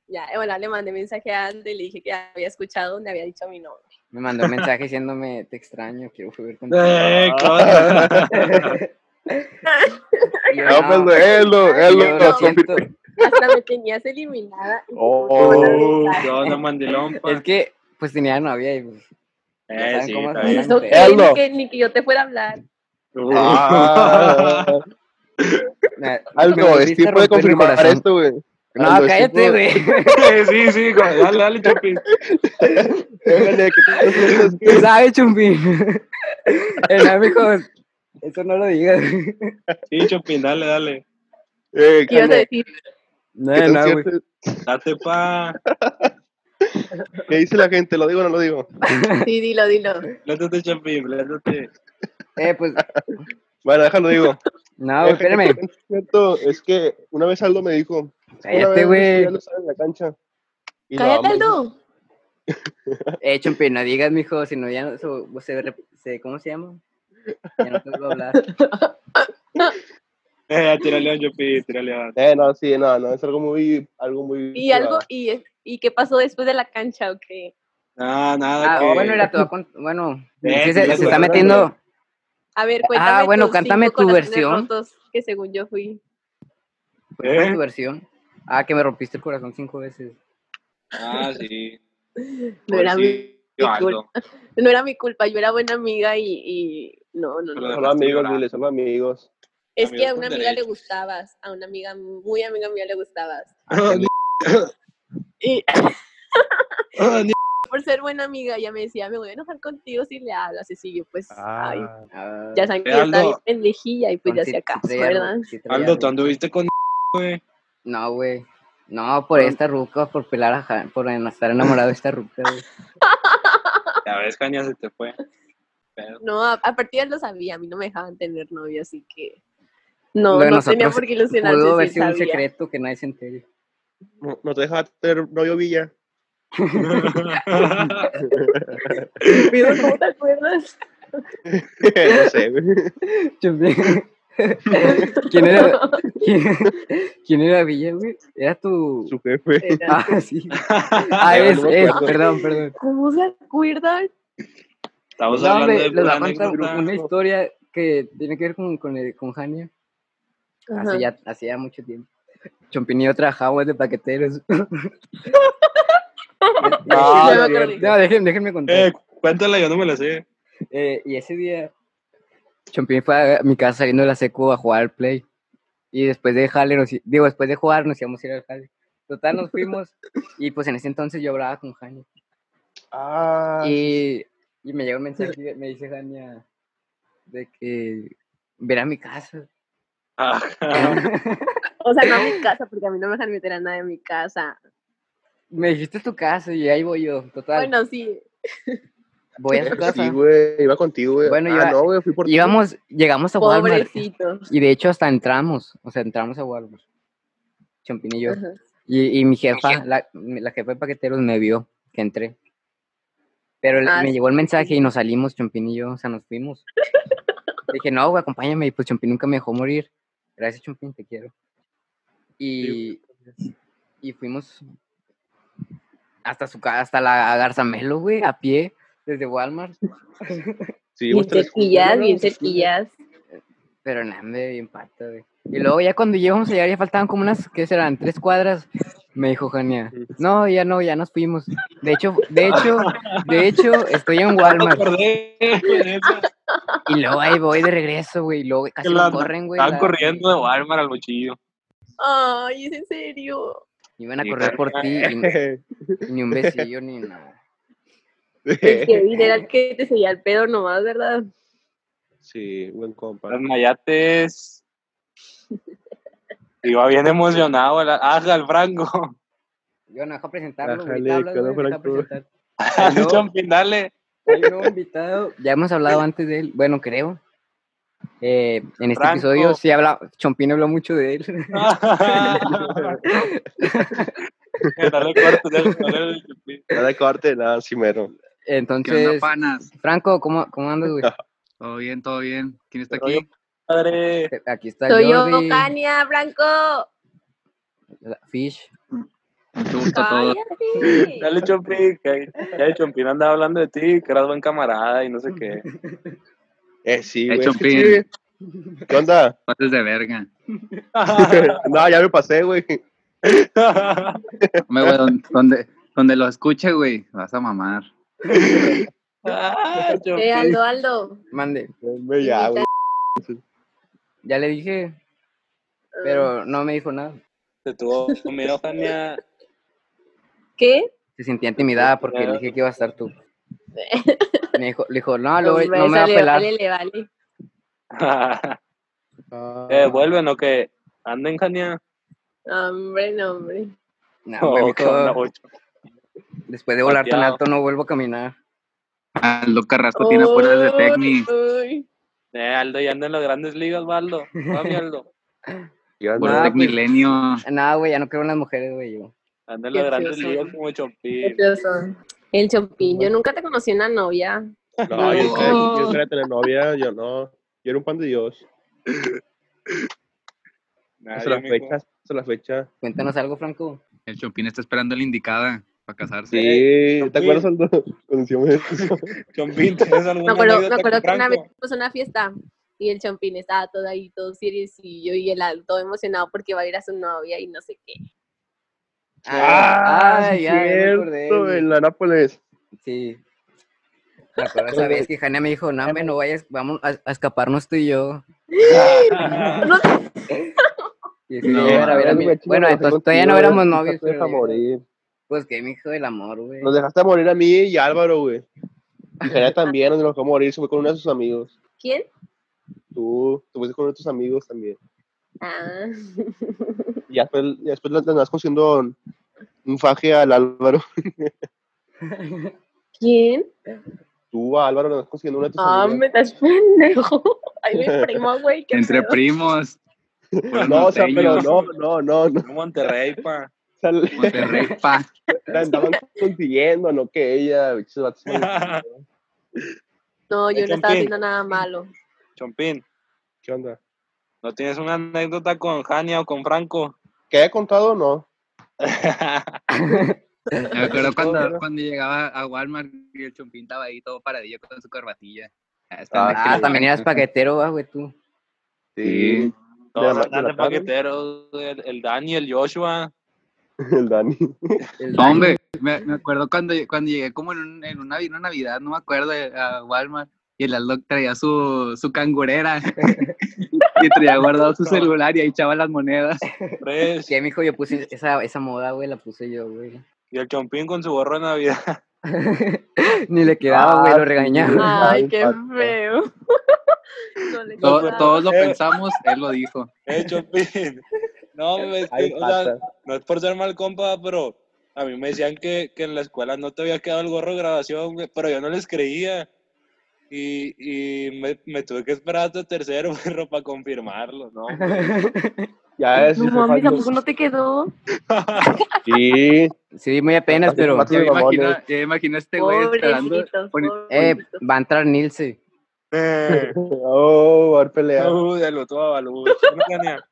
Speaker 6: ya, eh, bueno, le mandé mensaje a Andrew y le dije que había escuchado donde había dicho mi nombre.
Speaker 1: Me mandó un mensaje diciéndome, te extraño, quiero volver contigo.
Speaker 4: Eh, cosa.
Speaker 1: Y yo,
Speaker 2: No, pues, élo,
Speaker 1: y
Speaker 2: élo,
Speaker 1: yo, lo
Speaker 2: no,
Speaker 1: siento.
Speaker 6: Hasta me tenías eliminada. y
Speaker 2: Oh.
Speaker 6: te puse un mensaje.
Speaker 4: ¿Qué onda, mandilón? pa?
Speaker 1: Es que, pues tenía novia y pues, ya
Speaker 4: Eh,
Speaker 1: saben
Speaker 4: sí,
Speaker 1: cómo
Speaker 4: está
Speaker 1: son
Speaker 4: bien.
Speaker 1: las
Speaker 6: Eso
Speaker 1: mujeres.
Speaker 6: que,
Speaker 2: Hazlo.
Speaker 6: ni que ni que yo te fuera a hablar.
Speaker 4: Uh.
Speaker 2: Ah,
Speaker 1: Me- me
Speaker 2: Aldo, es
Speaker 1: volviste a
Speaker 2: tiempo
Speaker 1: romper
Speaker 2: de
Speaker 1: mi
Speaker 2: confirmar
Speaker 1: corazón.
Speaker 2: esto, güey.
Speaker 1: No,
Speaker 2: Aldo, es
Speaker 1: cállate,
Speaker 2: tiempo- Eh,
Speaker 1: güey.
Speaker 4: sí, sí, como- dale, dale, Chompín.
Speaker 2: Épale, que tú estás-
Speaker 1: Tú sabes, Chumpín. El amigo, eso no lo digas.
Speaker 4: Sí, Chompín, dale, dale.
Speaker 2: Eh,
Speaker 6: ¿Qué ibas a
Speaker 2: Cania,
Speaker 6: decir?
Speaker 1: Eh, No,
Speaker 2: ¿qué
Speaker 1: no,
Speaker 2: tan
Speaker 1: güey.
Speaker 2: cierto es?
Speaker 4: Date pa.
Speaker 2: ¿Qué dice la gente? ¿Lo digo o no lo digo?
Speaker 6: Sí, dilo, dilo.
Speaker 4: Plátate, Chompín, plátate.
Speaker 1: Eh, pues,
Speaker 2: Bueno, déjalo, digo.
Speaker 1: no, güey, espérame.
Speaker 2: Es cierto, es que una vez Aldo me dijo. una
Speaker 1: Cállate,
Speaker 2: vez
Speaker 1: güey.
Speaker 2: Ya lo sabe en la cancha. Y lo
Speaker 6: Cállate,
Speaker 2: amo.
Speaker 6: Aldo.
Speaker 1: Eh, Chompi, no digas, mijo, si no ya no, so- se, re- se- ¿cómo se llama? Ya no te vuelvo a hablar.
Speaker 4: Eh, tírale a Chompín, tírale a.
Speaker 2: Eh, no, sí, no, no, es algo muy, algo muy.
Speaker 6: ¿Y algo?
Speaker 2: privado.
Speaker 6: ¿Y, y qué pasó después de la cancha o qué?
Speaker 4: Ah, nada,
Speaker 1: Ah,
Speaker 4: que.
Speaker 1: bueno, era todo con- bueno,
Speaker 4: Eh,
Speaker 1: es que
Speaker 4: tú
Speaker 1: se,
Speaker 4: la
Speaker 1: se está
Speaker 4: cuentas,
Speaker 1: metiendo,
Speaker 6: A ver, cuéntame.
Speaker 1: Ah, bueno,
Speaker 6: tus
Speaker 1: cántame
Speaker 6: cinco
Speaker 1: tu
Speaker 6: corazones
Speaker 1: versión.
Speaker 6: rotos que según yo fui.
Speaker 1: ¿cuál es
Speaker 4: ¿Eh?
Speaker 1: tu versión? Ah, que me rompiste el corazón cinco veces.
Speaker 4: Ah, sí. Pues
Speaker 6: No era, mi,
Speaker 4: Yo
Speaker 6: mi
Speaker 4: algo.
Speaker 6: culpa. no era mi culpa, yo era buena amiga y, y no, no, no.
Speaker 4: Pero-
Speaker 2: Son amigos, dile, son amigos.
Speaker 6: Es que a
Speaker 4: amigos con
Speaker 6: una amiga
Speaker 4: derechos.
Speaker 6: le gustabas, a una amiga muy amiga mía le gustabas.
Speaker 4: Oh,
Speaker 1: Ah, que-
Speaker 6: Y
Speaker 4: Ah, ni-
Speaker 6: por ser buena amiga ella me decía, me voy a enojar contigo si le hablas. Y sí, yo pues, ay,
Speaker 1: ah,
Speaker 6: ya saben que
Speaker 4: Eh,
Speaker 6: yo estaba
Speaker 4: Aldo.
Speaker 6: bien pendejilla y pues
Speaker 1: con-
Speaker 6: ya
Speaker 1: sí-
Speaker 6: hacía
Speaker 1: sí
Speaker 6: caso,
Speaker 1: traía algo,
Speaker 6: ¿verdad?
Speaker 1: sí traía
Speaker 4: Aldo,
Speaker 1: algo.
Speaker 4: tú anduviste con.
Speaker 1: No, güey, No, por esta ruca, por pelar a Jan, por estar enamorado de esta ruca, güey.
Speaker 4: Ya ves, Caña se te fue. Pero,
Speaker 6: No, a, a partir de lo sabía, a mí no me dejaban tener novio, así que no,
Speaker 1: Lo de
Speaker 6: no tenía
Speaker 1: nosotros
Speaker 6: por qué ilusionarse.
Speaker 1: Pudo
Speaker 6: sí
Speaker 1: haber sido un
Speaker 6: sabía.
Speaker 1: secreto que nadie se entere.
Speaker 2: No, no te deja tener novio Villa.
Speaker 6: Pero, ¿Cómo te acuerdas?
Speaker 2: no sé, güey.
Speaker 1: ¿Quién era? ¿Quién, quién era Villa, güey? Era tu.
Speaker 2: su jefe.
Speaker 6: Era-
Speaker 1: Ah, sí. Ah, es,
Speaker 2: No me
Speaker 1: es,
Speaker 2: acuerdo.
Speaker 1: perdón, perdón.
Speaker 6: ¿Cómo se acuerdan?
Speaker 4: Estamos
Speaker 1: No,
Speaker 4: hablando
Speaker 1: hombre, les
Speaker 4: de pura
Speaker 1: voy a contar
Speaker 4: anécdota.
Speaker 1: una historia que tiene que ver con, con, el- con Hania.
Speaker 6: Ajá.
Speaker 1: Hace ya, hace ya mucho tiempo. Chompini y yo trabajábamos de paqueteros.
Speaker 6: no,
Speaker 1: no,
Speaker 6: no,
Speaker 1: no, déjenme, déjenme contar.
Speaker 4: Eh, cuéntala, yo no me la sé.
Speaker 1: Eh, y ese día, Chompín fue a mi casa saliendo de la seco a jugar al play. Y después de jale, nos i- digo, después de jugar, nos íbamos a ir al jale. Total, nos fuimos. y pues en ese entonces yo hablaba con Jania.
Speaker 2: Ah,
Speaker 1: Y, y me llegó un mensaje, de- me dice Jania, de que ver a mi casa.
Speaker 4: Ah, Ajá.
Speaker 6: O sea, no a mi casa, porque a mí no me dejan meter a nadie en mi casa.
Speaker 1: Me dijiste tu casa y ahí voy yo. Total,
Speaker 6: Bueno, sí.
Speaker 1: voy a su
Speaker 2: sí,
Speaker 1: casa.
Speaker 2: güey. Iba contigo, güey.
Speaker 1: Bueno,
Speaker 2: ah,
Speaker 1: iba-
Speaker 2: no, güey. Fui por ti.
Speaker 1: Íbamos, llegamos a Walmart.
Speaker 6: Pobrecitos.
Speaker 1: Y de hecho hasta entramos, o sea, entramos a Walmart. Chompín y yo.
Speaker 6: Ajá.
Speaker 1: Y, y mi jefa, la, la jefa de paqueteros me vio que entré. Pero el-
Speaker 6: Ah,
Speaker 1: me
Speaker 6: sí,
Speaker 1: llegó el mensaje y nos salimos, Chompín y yo, o sea, nos fuimos. Le dije, no, güey, acompáñame. Y pues Chompín nunca me dejó morir. Gracias, Chompín, te quiero. Y, y fuimos hasta su casa, hasta la Garzamelo, güey, a pie, desde Walmart.
Speaker 2: Sí, íbamos
Speaker 6: Bien
Speaker 2: tres juntos,
Speaker 6: cerquillas,
Speaker 2: ¿no?
Speaker 6: bien
Speaker 2: Sí,
Speaker 6: cerquillas.
Speaker 1: Pero nada, me bien pata, güey. Y luego ya cuando llegamos allá, ya faltaban como unas, ¿qué serán? Tres cuadras. Me dijo Jania, no, ya no, ya nos fuimos. De hecho, de hecho, de hecho, estoy en
Speaker 4: No me
Speaker 1: Walmart.
Speaker 4: acordé de esa.
Speaker 1: Y luego ahí voy de regreso, güey. Y luego casi
Speaker 4: Que la-
Speaker 1: me corren, güey.
Speaker 4: Estaban
Speaker 1: la-
Speaker 4: corriendo de Walmart al mochillo.
Speaker 6: Ay, es en serio.
Speaker 1: Iban a
Speaker 4: Sí,
Speaker 1: correr por ti y,
Speaker 2: güey.
Speaker 1: y ni un besillo ni nada.
Speaker 6: El Kevin era el que te seguía el pedo nomás, ¿verdad?
Speaker 2: Sí, buen compa.
Speaker 4: Las mayates. Iba bien emocionado. a la- Ah, al Franco.
Speaker 1: Yo no dejo presentarlo, güey.
Speaker 2: Ájale,
Speaker 1: ahorita hablas,
Speaker 2: quedó
Speaker 1: güey, deja
Speaker 2: Franco.
Speaker 1: presentar.
Speaker 4: Al
Speaker 1: Aló.
Speaker 4: Chompín, dale.
Speaker 1: Hay un nuevo invitado. Ya hemos hablado antes de él, bueno, creo. Eh, en este
Speaker 4: Franco.
Speaker 1: episodio sí habla, Chompín habló mucho de él.
Speaker 4: Dale corto, ya le paré el Chompín.
Speaker 2: Nada de corte, nada, sí, mero.
Speaker 7: ¿Qué onda,
Speaker 1: Entonces,
Speaker 7: panas?
Speaker 1: Franco, ¿cómo, cómo andas, güey?
Speaker 7: Todo bien, todo bien. ¿Quién está
Speaker 4: Todo bien.
Speaker 7: aquí?
Speaker 4: Padre.
Speaker 1: Te- Aquí está
Speaker 6: Soy
Speaker 1: Jordi,
Speaker 6: yo, Kania Blanco.
Speaker 1: la- Fish.
Speaker 7: Mucho gusto a todos.
Speaker 6: Cállate.
Speaker 4: Dale, Chompín. que- Ya el Chompín andaba hablando de ti, que eras buen camarada y no sé qué.
Speaker 2: Eh, sí,
Speaker 7: Eh,
Speaker 2: güey. es que
Speaker 7: Chompín.
Speaker 2: sí. ¿Qué onda?
Speaker 7: Pases de verga.
Speaker 2: no, ya me pasé, güey.
Speaker 7: Hombre, güey, don- donde, donde lo escuche, güey, vas a mamar.
Speaker 4: Ah, Chompín.
Speaker 6: Eh, Aldo, Aldo.
Speaker 1: Mande.
Speaker 2: Hombre, ya, güey.
Speaker 1: Ya le dije,
Speaker 6: Ah.
Speaker 1: pero no me dijo nada.
Speaker 4: Se tuvo conmigo, Jania.
Speaker 6: ¿Qué?
Speaker 1: Se sentía intimidada porque le dije que iba a estar tú. Me dijo, le dijo, no, Ah, lo-
Speaker 6: Pues,
Speaker 1: no me va
Speaker 6: esa
Speaker 1: a
Speaker 6: le
Speaker 1: pelar.
Speaker 6: Vale, le vale.
Speaker 4: eh, vuelven o que anden, Jania.
Speaker 6: Hombre, no, hombre.
Speaker 1: No, güey, me
Speaker 4: Oh,
Speaker 1: dijo,
Speaker 4: qué onda, ocho.
Speaker 1: después de volar tan
Speaker 4: Pateado.
Speaker 1: alto no vuelvo a caminar.
Speaker 7: Aldo Carrasco tiene fuerzas de Tecni.
Speaker 6: pues, Uy,
Speaker 4: Eh, Aldo ya anda en las grandes ligas, Valdo. Va, mi Aldo.
Speaker 2: Ya
Speaker 7: Puro
Speaker 1: Nada,
Speaker 2: nada.
Speaker 7: Tec
Speaker 1: pues.
Speaker 7: Milenio.
Speaker 1: Nada, güey, ya no creo en las mujeres, güey, yo.
Speaker 4: Anda en
Speaker 6: Qué
Speaker 4: las grandes
Speaker 6: feo
Speaker 4: ligas
Speaker 6: soy.
Speaker 4: como
Speaker 6: qué
Speaker 4: Chompín.
Speaker 6: feos son. El Chompín, yo nunca te conocí una novia.
Speaker 2: No, yo quería,
Speaker 7: No.
Speaker 2: yo quería tener novia, yo no. Yo era un pan de Dios.
Speaker 4: Nadie,
Speaker 1: Ah,
Speaker 2: Hasta la
Speaker 4: mijo.
Speaker 2: fecha, hasta la fecha.
Speaker 1: Cuéntanos algo, Franco.
Speaker 7: El Chompín está esperando la indicada para casarse.
Speaker 2: Sí, ¿te
Speaker 4: Chompín.
Speaker 2: acuerdas cuando conocimos eso?
Speaker 4: Chompín, ¿tienes alguna
Speaker 6: Me acuerdo, me
Speaker 4: anécdota
Speaker 6: acuerdo
Speaker 4: con
Speaker 6: que una vez
Speaker 4: Franco?
Speaker 6: fuimos a una fiesta y el Chompín estaba todo ahí, todo seriecillo y el Aldo todo emocionado porque va a ir a su novia y no sé qué.
Speaker 1: ay,
Speaker 2: Ah, sí,
Speaker 1: ya, ya me
Speaker 2: cierto,
Speaker 1: acordé, güey.
Speaker 2: en la Nápoles.
Speaker 1: Sí. Me acuerdo esa vez que Jania me dijo, no, hombre, no vayas, vamos a, a escaparnos tú y yo.
Speaker 6: No te-
Speaker 1: Y sí,
Speaker 7: No,
Speaker 1: yo era- era
Speaker 2: Ay,
Speaker 1: mi-
Speaker 2: güey, chico,
Speaker 1: Bueno,
Speaker 2: nos
Speaker 1: entonces
Speaker 2: dejaste
Speaker 1: todavía no
Speaker 2: morir,
Speaker 1: éramos
Speaker 2: nos
Speaker 1: novios.
Speaker 2: dejaste
Speaker 1: pero ya-
Speaker 2: morir.
Speaker 1: Pues que mi hijo del amor, güey.
Speaker 2: Nos dejaste morir a mí y a Álvaro, güey. Y Jania también nos dejó morir, se fue con uno de sus amigos.
Speaker 6: ¿Quién?
Speaker 2: Tú, te fuiste con uno de tus amigos también.
Speaker 6: Ah.
Speaker 2: Y ya después, ya después le andas cosiendo un, un faje al Álvaro.
Speaker 6: ¿Quién?
Speaker 2: Tú a Álvaro le andas consiguiendo una de tus
Speaker 6: Ah,
Speaker 2: amigas.
Speaker 6: me estás pendejo. Ay, mi primo, güey. qué
Speaker 7: Entre
Speaker 6: pedo.
Speaker 7: primos. puros
Speaker 2: No, o sea, pero
Speaker 7: norteños,
Speaker 2: no, no, no, no.
Speaker 4: Monterrey, pa.
Speaker 2: O sea, le-
Speaker 7: Monterrey, pa.
Speaker 2: la andaban consiguiendo, no que ella, bichos vatos.
Speaker 6: No, yo no estaba
Speaker 4: Chompín.
Speaker 6: haciendo nada malo.
Speaker 4: Chompín,
Speaker 2: ¿Qué onda?
Speaker 4: ¿no tienes una anécdota con Jania o con Franco?
Speaker 2: ¿Qué he contado o no?
Speaker 7: Me acuerdo cuando,
Speaker 2: Todo.
Speaker 7: cuando llegaba a Walmart y el chompín estaba ahí todo paradillo con su corbatilla. Ah, es
Speaker 2: Ah,
Speaker 7: pendejo.
Speaker 1: Ah, también eras paquetero, ah, güey, tú.
Speaker 7: Sí.
Speaker 4: Todos
Speaker 2: la-
Speaker 4: andan
Speaker 2: de
Speaker 4: de
Speaker 2: la tarde.
Speaker 4: paqueteros, el, el Dani, el Joshua.
Speaker 2: El Dani.
Speaker 1: El
Speaker 7: No,
Speaker 1: Dani.
Speaker 7: hombre, me, me acuerdo cuando, cuando llegué como en, un- en una, una Navidad, no me acuerdo, eh, a Walmart, y el Aldo traía su, su cangurera y traía guardado su celular y ahí echaba las monedas.
Speaker 4: Tres.
Speaker 1: Que, mijo, yo puse esa, esa moda, güey, la puse yo, güey.
Speaker 4: Y el Chompín con su gorro de Navidad.
Speaker 1: Ni le quedaba, güey,
Speaker 2: Ah,
Speaker 1: lo
Speaker 2: sí.
Speaker 1: regañaba.
Speaker 6: Ay,
Speaker 2: Ay,
Speaker 6: qué
Speaker 2: Paco.
Speaker 6: feo. No le
Speaker 7: Todo-
Speaker 6: quedaba.
Speaker 7: todos lo
Speaker 4: Eh.
Speaker 7: pensamos, él lo dijo.
Speaker 4: Eh, Chompín. No, es que,
Speaker 2: Ay,
Speaker 4: o sea,
Speaker 2: pata.
Speaker 4: no es por ser mal compa, pero a mí me decían que, que en la escuela no te había quedado el gorro de grabación, güey, pero yo no les creía. Y, y me, me tuve que esperar hasta tercero, perro, para confirmarlo, ¿no?
Speaker 2: Ya es.
Speaker 6: No mames, tampoco no te quedó.
Speaker 2: Sí.
Speaker 1: Sí, muy apenas,
Speaker 2: Así
Speaker 1: pero.
Speaker 2: nomás-
Speaker 7: Yo me imagino,
Speaker 2: mamones.
Speaker 7: yo me imagino a este güey esperando.
Speaker 6: Pobrecito,
Speaker 7: poni-
Speaker 1: Eh,
Speaker 6: pobrecito.
Speaker 1: va a entrar Nilce.
Speaker 4: Eh,
Speaker 2: Oh, va a haber pelea.
Speaker 4: no, Uh, de lo todo, Balú. No, Tania.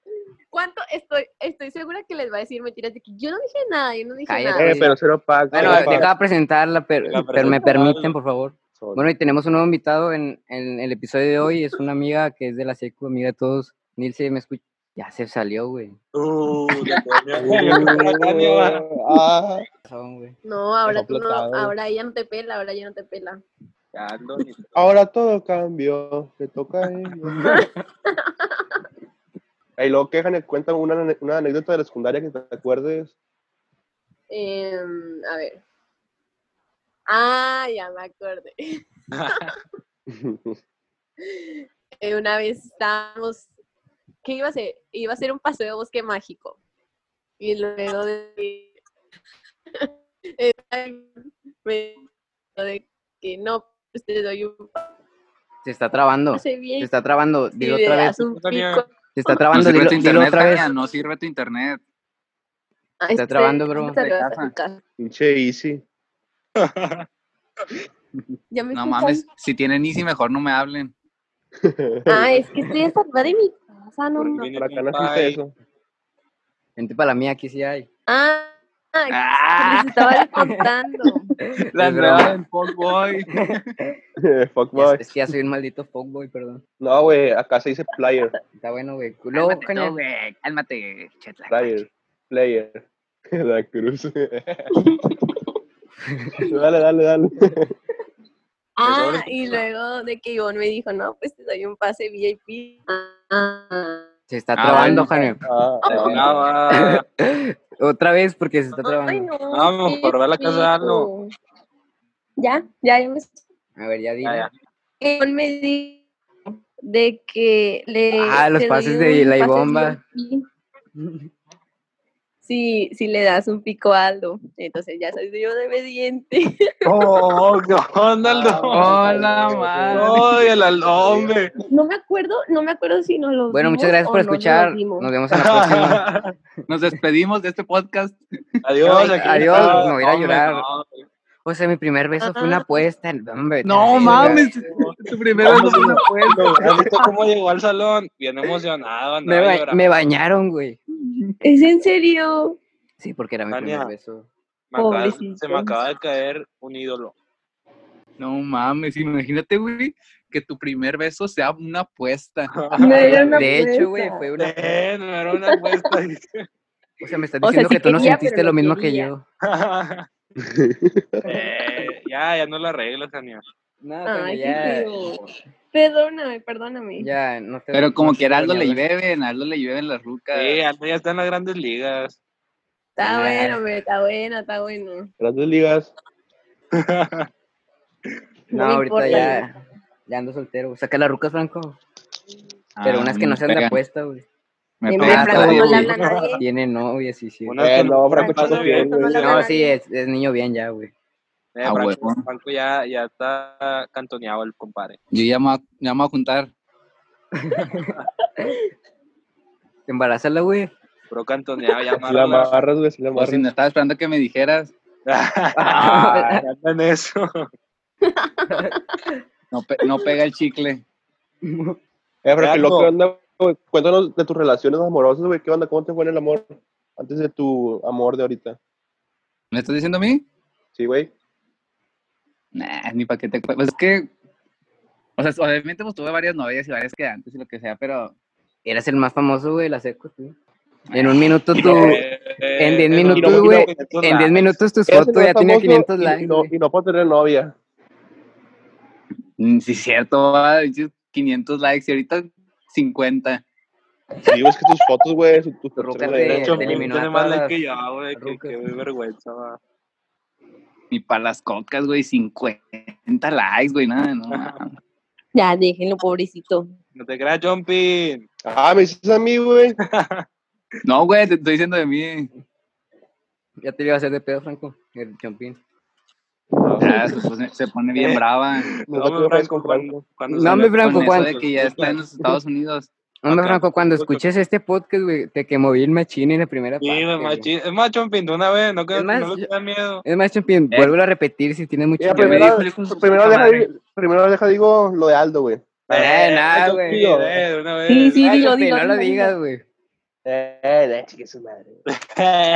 Speaker 6: ¿Cuánto estoy, estoy segura que les va a decir mentiras de que yo no dije nada, yo no dije
Speaker 1: Cállate.
Speaker 6: nada?
Speaker 2: Eh, pero cero pack.
Speaker 1: Bueno,
Speaker 2: cero pack.
Speaker 1: dejaba presentarla, pero,
Speaker 4: La
Speaker 1: pero me
Speaker 4: presentamos.
Speaker 1: permiten, por favor. Bueno, y tenemos un nuevo invitado en, en el episodio de hoy. Es una amiga que es de la secu, amiga de todos. Nilce, me escucha. Ya se salió, güey.
Speaker 4: Uh, la Tania. La
Speaker 2: Uh.
Speaker 4: Tania va.
Speaker 2: Ah,
Speaker 1: Pasón, güey.
Speaker 6: No, ahora tú no,
Speaker 2: Completado.
Speaker 6: ahora ella no te pela, ahora ella no te pela.
Speaker 4: Ya, ando ni-
Speaker 2: ahora todo cambió. Le toca a ella. Y luego quejan, cuentan una, ane- una anécdota de la secundaria que te acuerdes.
Speaker 6: Em, a ver. Ah, ya me acordé. Eh, una vez estábamos, ¿qué iba a ser? Iba a ser un paseo de bosque mágico. Y luego de, Eh, me- de que no, pues te doy un
Speaker 1: Se está trabando. Se
Speaker 6: pase bien.
Speaker 1: está trabando.
Speaker 6: y
Speaker 1: Dilo
Speaker 6: le
Speaker 1: otra vez.
Speaker 6: das un
Speaker 4: Tania.
Speaker 6: pico.
Speaker 1: Se está
Speaker 7: No
Speaker 1: trabando.
Speaker 7: sirve
Speaker 1: Dilo,
Speaker 7: tu
Speaker 1: dilo
Speaker 7: internet,
Speaker 1: otra vez.
Speaker 7: Tania, no sirve tu internet.
Speaker 6: Ay,
Speaker 1: Está
Speaker 6: este,
Speaker 1: trabando, bro.
Speaker 6: salió hasta
Speaker 7: Casa.
Speaker 6: tu casa.
Speaker 2: Pinche easy.
Speaker 6: Ya me
Speaker 7: No
Speaker 6: escuchan.
Speaker 7: mames, si tienen Easy, mejor no me hablen.
Speaker 6: Ah, es que estoy hasta arriba de mi casa, no
Speaker 4: Porque
Speaker 6: mames.
Speaker 4: viene
Speaker 2: Para acá no
Speaker 4: compa
Speaker 2: existe
Speaker 4: y-
Speaker 2: eso.
Speaker 1: Vente para la mía, aquí sí hay.
Speaker 6: Ah,
Speaker 7: Ah.
Speaker 6: que les estaba contando.
Speaker 7: La
Speaker 1: Es broma.
Speaker 7: entrada del Boy.
Speaker 2: Fuck
Speaker 1: Ya-
Speaker 2: boy.
Speaker 1: es que ya soy un maldito fuckboy, perdón.
Speaker 2: No, güey, acá se dice player.
Speaker 1: Está bueno, güey. Luego,
Speaker 7: Cálmate,
Speaker 1: Caña,
Speaker 7: no, güey, cálmate, Chetla.
Speaker 2: Player. Player. La cruz. dale, dale, dale.
Speaker 6: Ah, y luego de que Ivonne me dijo, no, pues te doy un pase VIP. Ah,
Speaker 1: se está
Speaker 7: Ah,
Speaker 1: trabando, Janel.
Speaker 7: bueno.
Speaker 2: Ah,
Speaker 4: Ah,
Speaker 2: ah.
Speaker 4: va.
Speaker 1: Otra vez porque se está trabando.
Speaker 6: no,
Speaker 4: Vamos,
Speaker 6: qué
Speaker 4: por ver la casa de Arlo.
Speaker 6: rico. Ya, ya, ya me...
Speaker 1: A ver, ya
Speaker 4: Ya,
Speaker 1: dile.
Speaker 4: ya.
Speaker 6: Ivonne me dijo de que le...
Speaker 1: Ah, los
Speaker 6: te doy
Speaker 1: pases de
Speaker 6: un
Speaker 1: la
Speaker 6: pase
Speaker 1: Ivonne,
Speaker 6: VIP. Sí, si le das un pico a Aldo, entonces ya soy yo de obediente.
Speaker 4: Oh, ¿qué onda, Aldo?
Speaker 2: Ah,
Speaker 7: Hola,
Speaker 2: eh,
Speaker 7: madre.
Speaker 4: Ay, el Aldo, hombre.
Speaker 6: No me acuerdo, no me acuerdo si nos lo
Speaker 1: Bueno, muchas
Speaker 6: vimos
Speaker 1: gracias
Speaker 6: o
Speaker 1: por
Speaker 6: no nos lo
Speaker 1: escuchar.
Speaker 6: vimos.
Speaker 1: Nos vemos en la próxima.
Speaker 7: Nos despedimos de este podcast.
Speaker 4: Adiós, aquí
Speaker 1: Adiós,
Speaker 4: está.
Speaker 1: me voy a ir a
Speaker 4: Hombre,
Speaker 1: llorar.
Speaker 4: no.
Speaker 1: O sea, mi primer beso fue una
Speaker 6: Ah.
Speaker 1: apuesta. hombre,
Speaker 7: No
Speaker 1: vete a la verga.
Speaker 7: mames, tu primera vez en la puerta.
Speaker 4: ¿Has visto cómo llegó al salón? Bien emocionado,
Speaker 1: Me,
Speaker 4: andaba
Speaker 1: ba-
Speaker 4: llorando.
Speaker 1: me bañaron, güey.
Speaker 6: ¿Es en serio?
Speaker 1: Sí, porque era mi
Speaker 4: Tania.
Speaker 1: primer beso.
Speaker 4: Me acaba-
Speaker 6: Pobrecito.
Speaker 4: se me acaba de caer un ídolo.
Speaker 7: No mames, imagínate, güey, que tu primer beso sea una apuesta.
Speaker 6: No era una
Speaker 1: De hecho, güey,
Speaker 6: apuesta.
Speaker 1: fue una.
Speaker 4: Eh, no era una apuesta.
Speaker 1: O sea, me estás
Speaker 6: O sea,
Speaker 1: diciendo
Speaker 6: sí
Speaker 1: que tú no
Speaker 6: quería,
Speaker 1: sentiste
Speaker 6: pero
Speaker 1: lo
Speaker 6: no
Speaker 1: mismo que
Speaker 6: quería.
Speaker 1: yo.
Speaker 4: Eh, ya, ya no la arreglas, Daniel.
Speaker 1: No,
Speaker 6: Ay,
Speaker 1: Tania,
Speaker 6: qué feo. Perdóname, perdóname.
Speaker 1: ya. Ya, no te.
Speaker 7: Pero como
Speaker 1: no te
Speaker 7: que a Aldo
Speaker 1: voy a
Speaker 7: le
Speaker 1: hablar.
Speaker 7: llueven, a Aldo le llueven las rucas.
Speaker 4: Sí, Aldo ya está en las grandes ligas.
Speaker 6: Está
Speaker 1: Ah.
Speaker 6: bueno, hombre, está bueno, está bueno.
Speaker 2: Grandes ligas.
Speaker 1: No,
Speaker 6: No me
Speaker 1: ahorita
Speaker 6: importa.
Speaker 1: ya. Ya ando soltero. Saca las rucas, Franco.
Speaker 7: Ah, mm,
Speaker 1: Pero unas que no sean de
Speaker 7: pega.
Speaker 1: apuesta, güey. En
Speaker 7: Me
Speaker 6: En
Speaker 1: Ah,
Speaker 7: pega
Speaker 1: verdad,
Speaker 6: Franco
Speaker 1: todavía.
Speaker 6: no le
Speaker 7: hasta
Speaker 6: habla a nadie.
Speaker 1: Tiene novia, sí, sí.
Speaker 4: Una-
Speaker 2: Eh, no, Franco
Speaker 4: Franco
Speaker 2: Chico
Speaker 4: no
Speaker 2: bien,
Speaker 4: le-
Speaker 2: güey.
Speaker 6: no le-
Speaker 1: No, sí, es, es niño bien ya, güey.
Speaker 4: Eh,
Speaker 7: Ah,
Speaker 4: Franco,
Speaker 7: huevo.
Speaker 4: Franco ya, ya está cantoneado el compadre.
Speaker 7: Yo ya me, voy a- ya me voy a juntar.
Speaker 1: Embarázala, güey.
Speaker 4: Puro cantoneado, ya
Speaker 2: Si la
Speaker 4: amárrala.
Speaker 2: amarras, güey, si la
Speaker 7: O
Speaker 4: Pues
Speaker 2: amarras.
Speaker 7: Pues, si no estaba esperando que me dijeras.
Speaker 4: Ah, ya está en eso.
Speaker 7: No, pe- no pega el chicle.
Speaker 2: Eh, pero qué
Speaker 4: Franco.
Speaker 2: loco, ¿qué onda, güey? Cuéntanos de tus relaciones amorosas, güey. ¿Qué onda? ¿Cómo te fue en el amor? Antes de tu amor de ahorita.
Speaker 7: ¿Me estás diciendo a mí?
Speaker 2: Sí, güey.
Speaker 7: Nah, ni para qué te cue- Pues es que. O sea, obviamente pues tuve varias novias y varias quedantes y lo que sea, pero.
Speaker 1: Eras el más famoso, güey, la seco, sí. En un minuto tú, en 10
Speaker 4: Eh,
Speaker 2: no,
Speaker 1: minutos,
Speaker 2: no,
Speaker 1: güey,
Speaker 4: no,
Speaker 1: en 10 minutos tus
Speaker 2: Eres el
Speaker 1: fotos ya
Speaker 2: más
Speaker 1: tenía
Speaker 2: famoso
Speaker 1: 500
Speaker 2: y-
Speaker 1: likes.
Speaker 2: Y no,
Speaker 1: güey.
Speaker 2: y no puedo tener novia.
Speaker 7: Mm, Sí, es cierto, va, pinches 500 likes y ahorita 50.
Speaker 2: Sí, güey, es que tus fotos, güey, tus tus fotos,
Speaker 1: Rócate.
Speaker 2: güey.
Speaker 4: De hecho,
Speaker 1: te eliminó
Speaker 4: tiene
Speaker 1: a
Speaker 4: más
Speaker 1: todas
Speaker 4: like que yo, güey.
Speaker 1: las
Speaker 4: Que, que
Speaker 1: rucas.
Speaker 4: vergüenza, va.
Speaker 7: Ni para las cocas, güey, 50 likes, güey, nada, no. mames.
Speaker 6: Ya, déjenlo, pobrecito.
Speaker 4: No te creas, Jumping.
Speaker 2: Ah, me dices a mí, güey.
Speaker 7: No, güey, te estoy diciendo de mí.
Speaker 1: Ya te iba a hacer de pedo, Franco, el chompín.
Speaker 7: Ya, se, pone, se pone bien
Speaker 4: Eh.
Speaker 7: brava.
Speaker 2: No,
Speaker 4: No,
Speaker 2: sé
Speaker 4: hombre,
Speaker 2: qué me
Speaker 4: Franco,
Speaker 2: con Franco.
Speaker 4: Cuando
Speaker 1: No, hombre,
Speaker 4: salió
Speaker 1: Franco,
Speaker 7: Con eso
Speaker 1: ¿cuánto?
Speaker 7: de que ya está en los Estados Unidos.
Speaker 1: Hombre,
Speaker 4: Acá,
Speaker 1: Franco, cuando
Speaker 4: ocho.
Speaker 1: escuches este podcast, güey, te quemó bien machín en la primera
Speaker 4: Sí,
Speaker 1: parte.
Speaker 4: güey,
Speaker 1: güey.
Speaker 4: más chido. Es más, Chompin, de una vez, no, que,
Speaker 1: Es más,
Speaker 4: no le
Speaker 1: yo-
Speaker 4: da miedo.
Speaker 1: Es más, Chompín,
Speaker 7: Eh.
Speaker 1: vuelvo a repetir si tienes mucho
Speaker 2: Ya,
Speaker 7: Que me
Speaker 2: primero-
Speaker 7: dijo, hijo de su
Speaker 2: Primero
Speaker 7: puta
Speaker 2: deja,
Speaker 7: madre.
Speaker 2: primero deja, digo, lo de Aldo, güey.
Speaker 1: Eh, nada,
Speaker 4: Chompin,
Speaker 1: güey.
Speaker 2: Digo,
Speaker 4: eh, de una vez.
Speaker 6: Sí, sí,
Speaker 1: Ay,
Speaker 6: dilo,
Speaker 1: Chompín,
Speaker 6: dilo.
Speaker 1: no
Speaker 6: dilo,
Speaker 1: lo
Speaker 6: dilo.
Speaker 1: digas, güey.
Speaker 2: Eh, eh, chique su madre.
Speaker 4: Eh,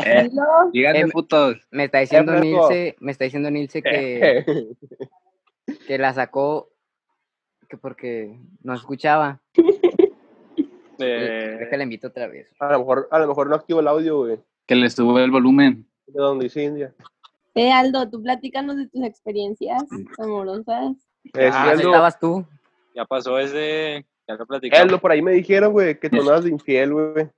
Speaker 7: Eh,
Speaker 6: Dilo.
Speaker 7: díganme,
Speaker 1: Em-
Speaker 7: putos.
Speaker 1: Me está diciendo
Speaker 2: Franco.
Speaker 1: Nilce, me está diciendo Nilce que,
Speaker 2: Eh,
Speaker 1: que la sacó que porque no escuchaba.
Speaker 4: eh,
Speaker 1: Déjale invito otra vez.
Speaker 2: A lo mejor, a lo mejor no activo el audio, güey.
Speaker 7: Que le sube el volumen.
Speaker 2: De donde dice India.
Speaker 6: Eh, Aldo, tú platícanos de tus experiencias amorosas.
Speaker 2: Eh, sí,
Speaker 4: Ah,
Speaker 1: ¿Dónde
Speaker 2: Aldo,
Speaker 1: estabas tú?
Speaker 4: ya pasó ese. Ya lo platicamos.
Speaker 2: Aldo, por ahí me dijeron, güey, que tú no eras de infiel, güey.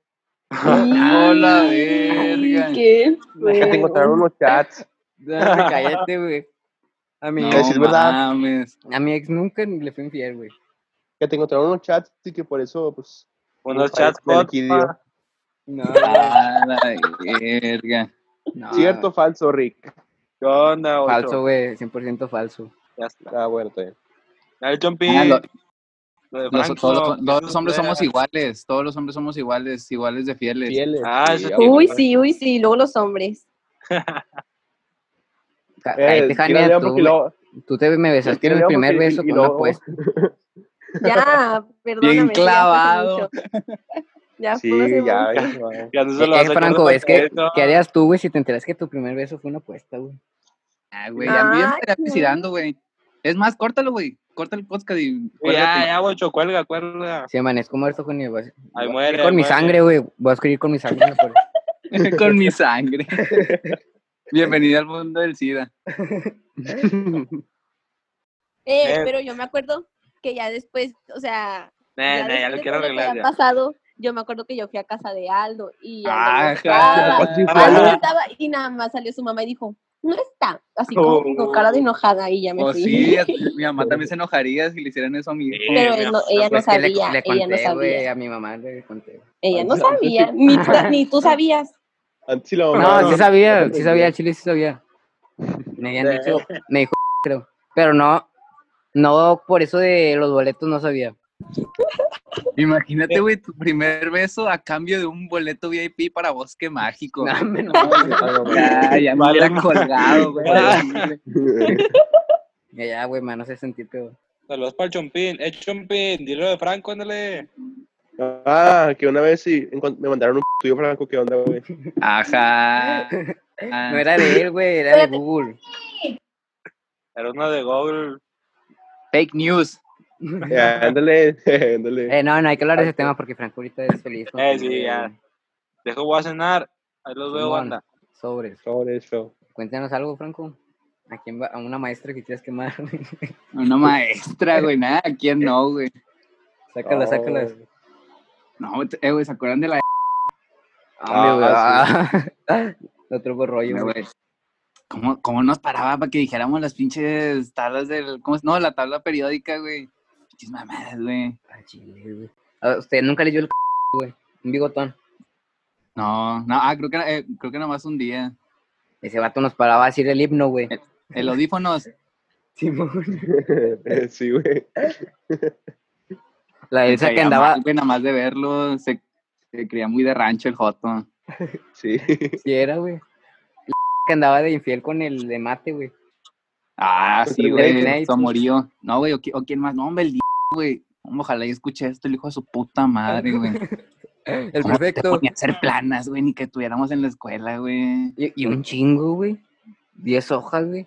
Speaker 7: Hola,
Speaker 6: Ay,
Speaker 7: verga.
Speaker 6: qué
Speaker 2: Que te encontraron
Speaker 6: feo.
Speaker 2: unos chats.
Speaker 1: No, hombre, cállate, güey. A mi,
Speaker 7: No
Speaker 2: Es decir, ¿verdad?
Speaker 7: mames.
Speaker 1: a mi ex nunca ni le fui infiel, güey.
Speaker 2: Que te encontraron unos chats y que por eso, pues.
Speaker 4: Unos
Speaker 2: para-
Speaker 4: chats
Speaker 2: del
Speaker 4: hot,
Speaker 2: equidio.
Speaker 4: pa.
Speaker 1: No,
Speaker 7: A la verga.
Speaker 1: no.
Speaker 2: ¿Cierto o falso, Rick?
Speaker 4: ¿Qué onda, ocho?
Speaker 1: Falso, güey. 100% falso.
Speaker 4: Ya está.
Speaker 2: Ah, bueno, está bien.
Speaker 4: El Chompin.
Speaker 7: Ah, lo-
Speaker 4: lo de
Speaker 7: los,
Speaker 4: Franco,
Speaker 7: todos, todos los
Speaker 4: eso
Speaker 7: hombres somos
Speaker 4: era.
Speaker 7: iguales. Todos los hombres somos iguales, iguales de fieles.
Speaker 2: Fieles.
Speaker 4: Ah, eso
Speaker 2: Sí,
Speaker 4: es
Speaker 2: a huevo.
Speaker 6: Uy, sí, uy, sí. Luego los hombres.
Speaker 1: Ca-
Speaker 2: Eh,
Speaker 1: Cállate,
Speaker 2: tira
Speaker 1: Jania,
Speaker 2: león
Speaker 1: tú,
Speaker 2: porque
Speaker 1: güey.
Speaker 2: luego-
Speaker 1: Tú te me besaste
Speaker 2: Tira
Speaker 1: en el
Speaker 2: león
Speaker 1: primer
Speaker 2: porque- y-
Speaker 1: beso
Speaker 2: y
Speaker 1: con una
Speaker 2: luego-
Speaker 1: apuesta.
Speaker 6: Ya, perdóname. ya fue hace
Speaker 7: clavado.
Speaker 6: mucho. Ya fue hace
Speaker 2: Sí, ya,
Speaker 6: mucho.
Speaker 2: ya, ya.
Speaker 4: Ya no se
Speaker 1: Eh,
Speaker 4: lo vas
Speaker 1: eh,
Speaker 4: a
Speaker 1: Franco,
Speaker 4: acordar
Speaker 1: es que,
Speaker 4: eso.
Speaker 1: ¿qué harías tú, güey, si te enteras que tu primer beso fue una apuesta, güey?
Speaker 7: Ah, güey, ya me
Speaker 6: Ay,
Speaker 7: estaría
Speaker 6: güey.
Speaker 7: suicidando, güey. Es más, córtalo, güey. Corta el podcast y.
Speaker 4: pues, Ya,
Speaker 7: cuélgate.
Speaker 4: ya, ocho, cuelga, cuelga.
Speaker 1: Si amanezco muerto, Jania, voy a-
Speaker 4: Ahí
Speaker 1: voy a
Speaker 4: muere.
Speaker 1: escribir con
Speaker 4: ahí
Speaker 1: mi
Speaker 4: muere.
Speaker 1: sangre, güey. Voy a escribir con mi sangre. güey, por-
Speaker 7: Con mi sangre. Bienvenido al mundo del SIDA.
Speaker 6: Eh,
Speaker 4: Eh.
Speaker 6: pero yo me acuerdo que ya después, o sea,
Speaker 4: Nah,
Speaker 6: ya
Speaker 4: nah, ya
Speaker 6: después
Speaker 4: lo
Speaker 6: de
Speaker 4: quiero
Speaker 6: todo lo que
Speaker 4: arreglar.
Speaker 6: había
Speaker 4: ya.
Speaker 6: pasado, yo me acuerdo que yo fui a casa de Aldo y Aldo no
Speaker 7: Ah,
Speaker 6: estaba.
Speaker 7: Ajá.
Speaker 6: Aldo no
Speaker 4: Ah.
Speaker 6: estaba y nada más salió su mamá y dijo, no está. Así como que con cara de enojada y ya me
Speaker 7: O
Speaker 6: fui.
Speaker 7: Oh, sí, mi mamá también se enojaría si le hicieran eso a mi hijo.
Speaker 6: Pero él no- ella no
Speaker 1: Es que le,
Speaker 6: sabía,
Speaker 1: le
Speaker 6: ella no
Speaker 1: conté, güey,
Speaker 6: sabía.
Speaker 1: a mi mamá le conté.
Speaker 6: Ella no
Speaker 2: Ay,
Speaker 6: sabía, ni tú, ni tú sabías.
Speaker 2: Antes sí la mamá-
Speaker 1: No, sí sabía, sí sabía, el chile sí sabía. Me habían dicho, me dijo, creo. Pero no, no, por eso de los boletos no sabía.
Speaker 7: Imagínate, güey, tu primer beso a cambio de un boleto VIP para Bosque Mágico.
Speaker 1: No, hombre, no.
Speaker 2: Ah, no,
Speaker 7: Ya, ya me
Speaker 4: Vale,
Speaker 7: hubiera
Speaker 4: ma-
Speaker 7: colgado, güey.
Speaker 2: mames.
Speaker 1: Ya, ya, güey, me no sé sentir peor.
Speaker 4: Saludos para el Chompín. Eh, Chompín, dilo de Franco, ándale.
Speaker 2: Ah, que una vez sí encon- me mandaron un tuyo franco, ¿qué onda, güey?
Speaker 7: Ajá. Ah,
Speaker 1: No era de él, güey, era de Google.
Speaker 4: Era uno de Google.
Speaker 7: Fake news.
Speaker 2: Eh, ándale, ándale.
Speaker 1: Eh, no, no hay que hablar de ese tema porque Franco ahorita es feliz. con
Speaker 4: Eh,
Speaker 1: su
Speaker 4: sí,
Speaker 1: novia,
Speaker 4: ya.
Speaker 1: güey.
Speaker 4: Dejo, voy a cenar. Ahí los veo,
Speaker 1: Simón.
Speaker 4: banda.
Speaker 1: Sobres.
Speaker 2: Sobre eso.
Speaker 1: Cuéntanos algo, Franco. ¿A, quién va- a una maestra que quieras quemar?
Speaker 7: Una maestra, güey, nada, ¿quién no, güey?
Speaker 1: sácala,
Speaker 2: Oh.
Speaker 1: sácala.
Speaker 7: No, eh, güey, ¿se acuerdan de la
Speaker 1: Hombre,
Speaker 2: Ah,
Speaker 1: güey. No truco rollo, güey.
Speaker 7: güey? ¿Cómo, ¿Cómo nos paraba para que dijéramos las pinches tablas del... ¿cómo es? No, la tabla periódica, güey. Pinches mamadas, güey.
Speaker 1: Ah, chile, güey. Ah, Usted nunca leyó el c- güey. Un bigotón.
Speaker 7: No, no, ah, creo que, era- eh, creo que nomás un día.
Speaker 1: Ese vato nos paraba a decir el himno, güey.
Speaker 7: El audífonos.
Speaker 1: Simón.
Speaker 2: sí, güey.
Speaker 1: La Elsa que
Speaker 7: caía
Speaker 1: andaba,
Speaker 7: mal, güey, nada más de verlo, se, se creía muy de rancho el Joto.
Speaker 2: Sí.
Speaker 1: sí era, güey. La que andaba de infiel con el de mate, güey.
Speaker 7: Ah, sí,
Speaker 1: Pero
Speaker 7: güey,
Speaker 1: Terminator.
Speaker 7: su amorío. No, güey, o, qui- o quién más. No, hombre, el día, güey. Hombre, Ojalá y escuché esto, el hijo de su puta madre, güey.
Speaker 1: El
Speaker 7: ¿Cómo te
Speaker 1: perfecto.
Speaker 7: ponía a hacer planas, güey, ni que estuviéramos en la escuela, güey.
Speaker 1: Y, y un chingo, güey. Diez hojas, güey.